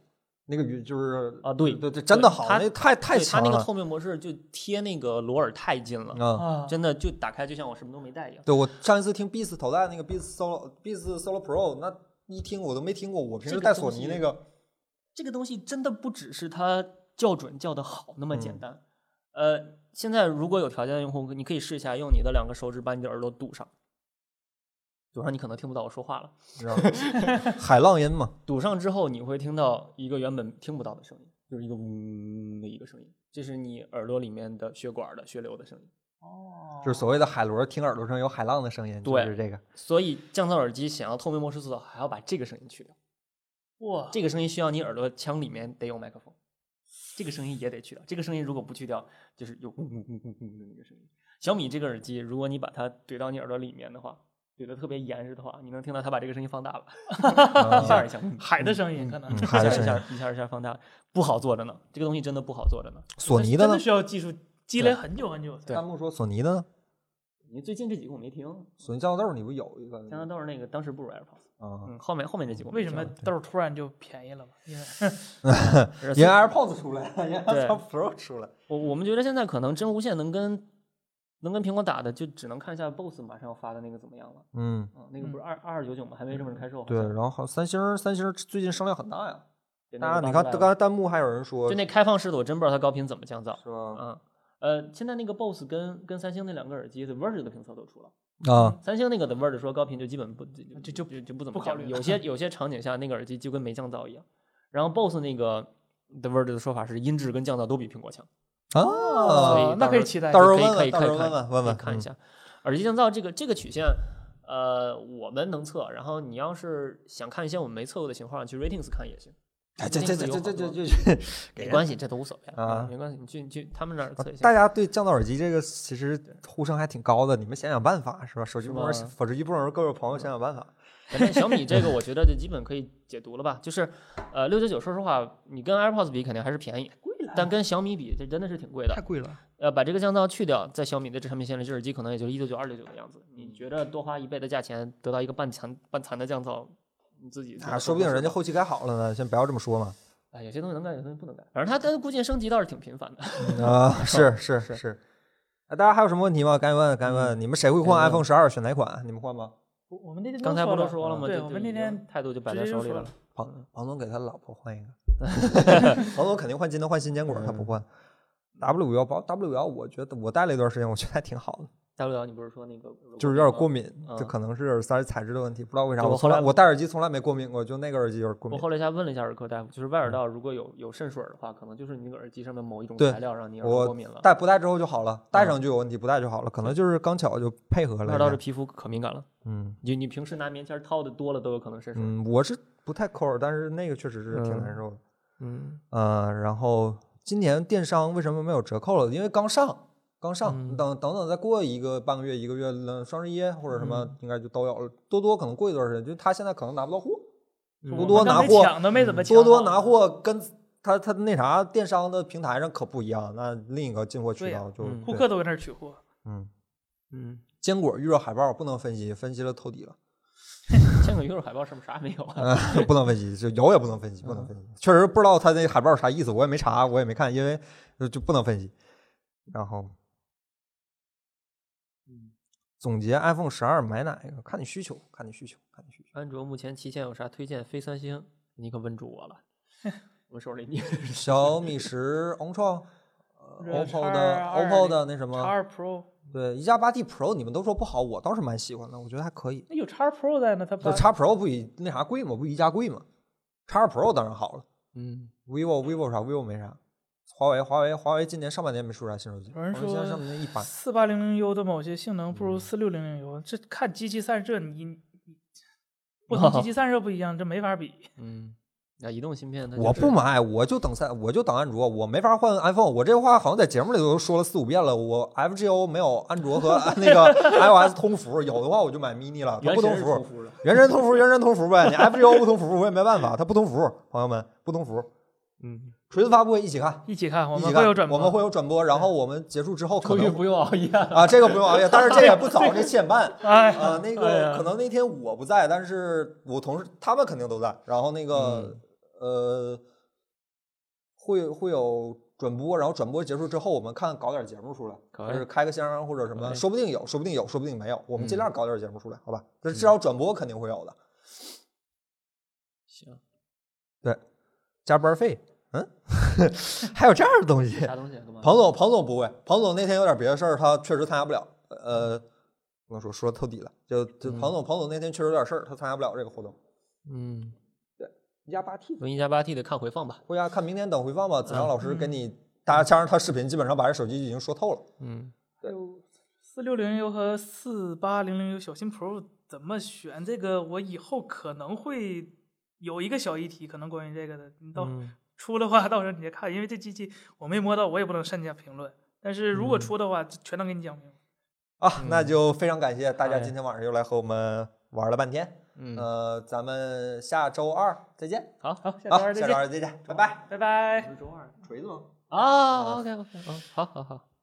那个语就是啊对对对，真的好，它那太太对它强那个了透明模式就贴那个裸耳太近了，啊！啊嗯真的就打开就像我什么都没带一样。对我上一次听 Beats 头戴那个 Beats Solo Beats Solo Pro，那一听我都没听过，我平这时个戴东索尼西那 个这个东西真的不只是它校准校的好那么嗯简单。呃，现在如果有条件的用户，你可以试一下用你的两个手指把你的耳朵堵上，堵上你可能听不到我说话了。你知道吗 海浪音嘛，堵上之后，你会听到一个原本听不到的声音，就是一个嗡的一个声音，这是你耳朵里面的血管的血流的声音。哦就是所谓的海螺，听耳朵上有海浪的声音，就对是这个。所以降噪耳机想要透明模式做到好，还要把这个声音去掉。哇这个声音需要你耳朵腔里面得有麦克风，这个声音也得去掉。这个声音如果不去掉，就是有嗡嗡嗡嗡嗡的那个声音。小米这个耳机，如果你把它怼到你耳朵里面的话，怼得特别严实的话，你能听到它把这个声音放大了，一下啊一下， 海的声音可能嗯一海的下声一音下一下一下放大，不好做着呢。这个东西真的不好做着呢。索这尼的真呢的？需要技术积累很久很久才。对弹幕说索尼的呢？嗯你最近这几个我没听，索尼降噪豆儿你不有一个加拿大那个当时不如 AirPods，啊？嗯，后面后面这几个我没为什听么了豆儿突然就便宜了嘛？因为 而因且为 AirPods 出来了，因为对 AirPods Pro 出来了，我我们觉得现在可能真无线能跟能跟苹果打的，就只能看一下 BOSS 马上要发的那个怎么样了。嗯，啊，那个不是二二二九九吗？还没正式开售。对。，然后好，三星儿，三星儿最近声量很大呀。那大个家你八看，十刚才来了弹幕还有人说，就那开放式的，我真不知道它高频怎么降噪。是吧？嗯，呃，现在那个 BOSS 跟跟三星那两个耳机 The Verge 的评测都出了，啊，三星那个 The Verge 说高频就基本不就就就就就不怎不么考降虑了有些有些场景下那个耳机就跟没降噪一样。然后 BOSS 那个 The Verge 的说法是音质跟降噪都比苹果强。所以啊，哦那到可以时候期待一到时下。候可问问，以可以到可时候以看问问问可以问，看嗯一下。耳机降噪这个这个曲线，呃，我们能测，然后你要是想看一些我们没测过的型号，你去 Ratings 看也行。哎，这这这这这这这， 没关系，这都无所谓啊没关系，你去你去他们那儿测一大下。家对降噪耳机这个其实呼声还挺高的，你们想想办法是吧？嗯啊手机是部门，吗手机部门各位朋友想想办法。反正小米这个，我觉得就基本可以解读了吧。就是，呃，六九九，说实话，你跟 AirPods 比肯定还是便宜，但跟小米比，这真的是挺贵的。贵了，呃，把这个降噪去掉，在小米的这产品线里，这耳机可能也就是一九九、二九九的样子。嗯你觉得多花一倍的价钱得到一个半残半残的降噪，你自己觉啊，得说不合定适人家吗后期改好了呢，先不要这么说嘛。 啊，有些东西能干，有些东西不能干。反正它它固件升级倒是挺频繁的。啊，是是是。啊，大家还有什么问题吗？赶紧问，赶紧问，你们谁会换赶紧问 iPhone 十二？选哪款？你们换吗？我我们那天刚才不都都嗯说了吗？对，就我就们已那经天态度就摆直在接就手里说了了。庞庞总给他老婆换一个， 庞总肯定换金能换新坚果，他不换。W 幺包 W 幺，我觉得我戴了一段时间，我觉得还挺好的，大不了你不是说那个就是有点过？敏，嗯这可能是耳材质的问题，不知道为啥。对我我从来后来我戴耳机从来没过敏过，就那个耳机就是过我敏。后来一下问了一下耳科大夫，就是外耳道如果有有渗水儿的话，可能就是你那个耳机上面某一种对材料让你耳朵我过敏了。戴不戴之后就好了，戴上就有问题，不戴就好了，可能就是刚巧就配合外了耳道的一下。皮肤可敏感了，嗯就你平时拿棉签儿掏的多了都有可能渗水。嗯，我是不太抠耳，但是那个确实是挺嗯难受的。嗯，呃，然后今年电商为什么没有折扣了？因为刚上，刚上，嗯等等等，再过一个半个月、一个月，嗯双十一或者什么，嗯应该就都有了。多多可能过一段时间，就他现在可能拿不到货，嗯多拿货抢都没怎么抢多多到，拿货跟他他那啥电商的平台上可不一样，那另一个进货渠对呀道就嗯对库克都跟那儿取货，嗯，嗯，坚果预热海报不能分析，分析了透底了，签个鱼肉海报上面啥也没有啊？呃 不能分析，就有也不能分析，不能分析，确实不知道他那海报啥意思，我也没查，我也没看，因为呃就就不能分析。然后嗯总结 iPhone 十二买哪一个，看你需求，看你需求，看你需求。安卓目前旗舰有啥推荐？非三星，你可问住我 了。我手里你小米十 Ultra、呃、这 OPPO 的 X220 OPPO 的那什叉么，二 Pro，对，一加八 T Pro 你们都说不好，我倒是蛮喜欢的，我觉得还可以。那有叉 Pro 在呢，它就不叉 Pro 不比那啥贵吗？不比一加贵吗？叉二 Pro 当然好了嗯， ，vivo vivo 啥 vivo 没啥，华为华为华为今年上半年没出啥新手机，有人好像现在说上半年一嗯般。四八零零 U 的某些性能不如四六零零 U，这看机器散热 你你不同机器散热不一样，这没法比。嗯，那移动芯片它我就是不买，我就等三，我就等安卓，我没法换 iPhone。我这话好像在节目里都说了四五遍了。我 FGO 没有安卓和那个 iOS 通服，有的话我就买 mini 了，它原不通神是服。服的。原神通服，原神通服呗，你 FGO 不通服，我也没办法，它不通服，朋友们不通服。嗯，纯发布会一起看，一起看，我一起们会看，有转播，我们会有转播，然后我们结束之后可终于能不用熬夜了。啊，这个不用熬夜，但是这也不早，这七点半。哎， 啊，那哎个呀可能那天我不在，但是我同事他们肯定都在。然后那个、呃，会会有转播，然后转播结束之后，我们看搞点节目出来，可就以是开个箱啊或者什么，可以说不定有，说不定有，说不定没有，我们尽嗯量搞点节目出来，好吧？但是至少转播肯定会有的。 行，加班费，嗯， 还有这样的东西？啥东西？干嘛？彭总，彭总不会，彭总那天有点别的事儿，他确实参加不了。呃，不能说说透底了，就就彭总，彭总那天确实有点事儿，他参加不了这个活动。嗯，一加八 T 用一加八 T 的看回放吧。回家看明天等回放吧。子嗯阳老师给你，大家加上他视频，基本上把这手机已经说透了。嗯，四六零 U 和四八零零 U 小新 Pro 怎么选？这个我以后可能会有一个小议题，可能关于这个的，你到、嗯出的话，到 时候你再看，因为这机器我没摸到，我也不能善加评论。但是如嗯果出的话，全能给你讲明。啊，那嗯就非常感谢大家哎今天晚上又来和我们玩了半天。嗯，呃，咱们下周二再见好，好，下周啊，二再下周见，二再见，拜拜。拜拜。锤子吗？啊，OK OK，嗯，好好好。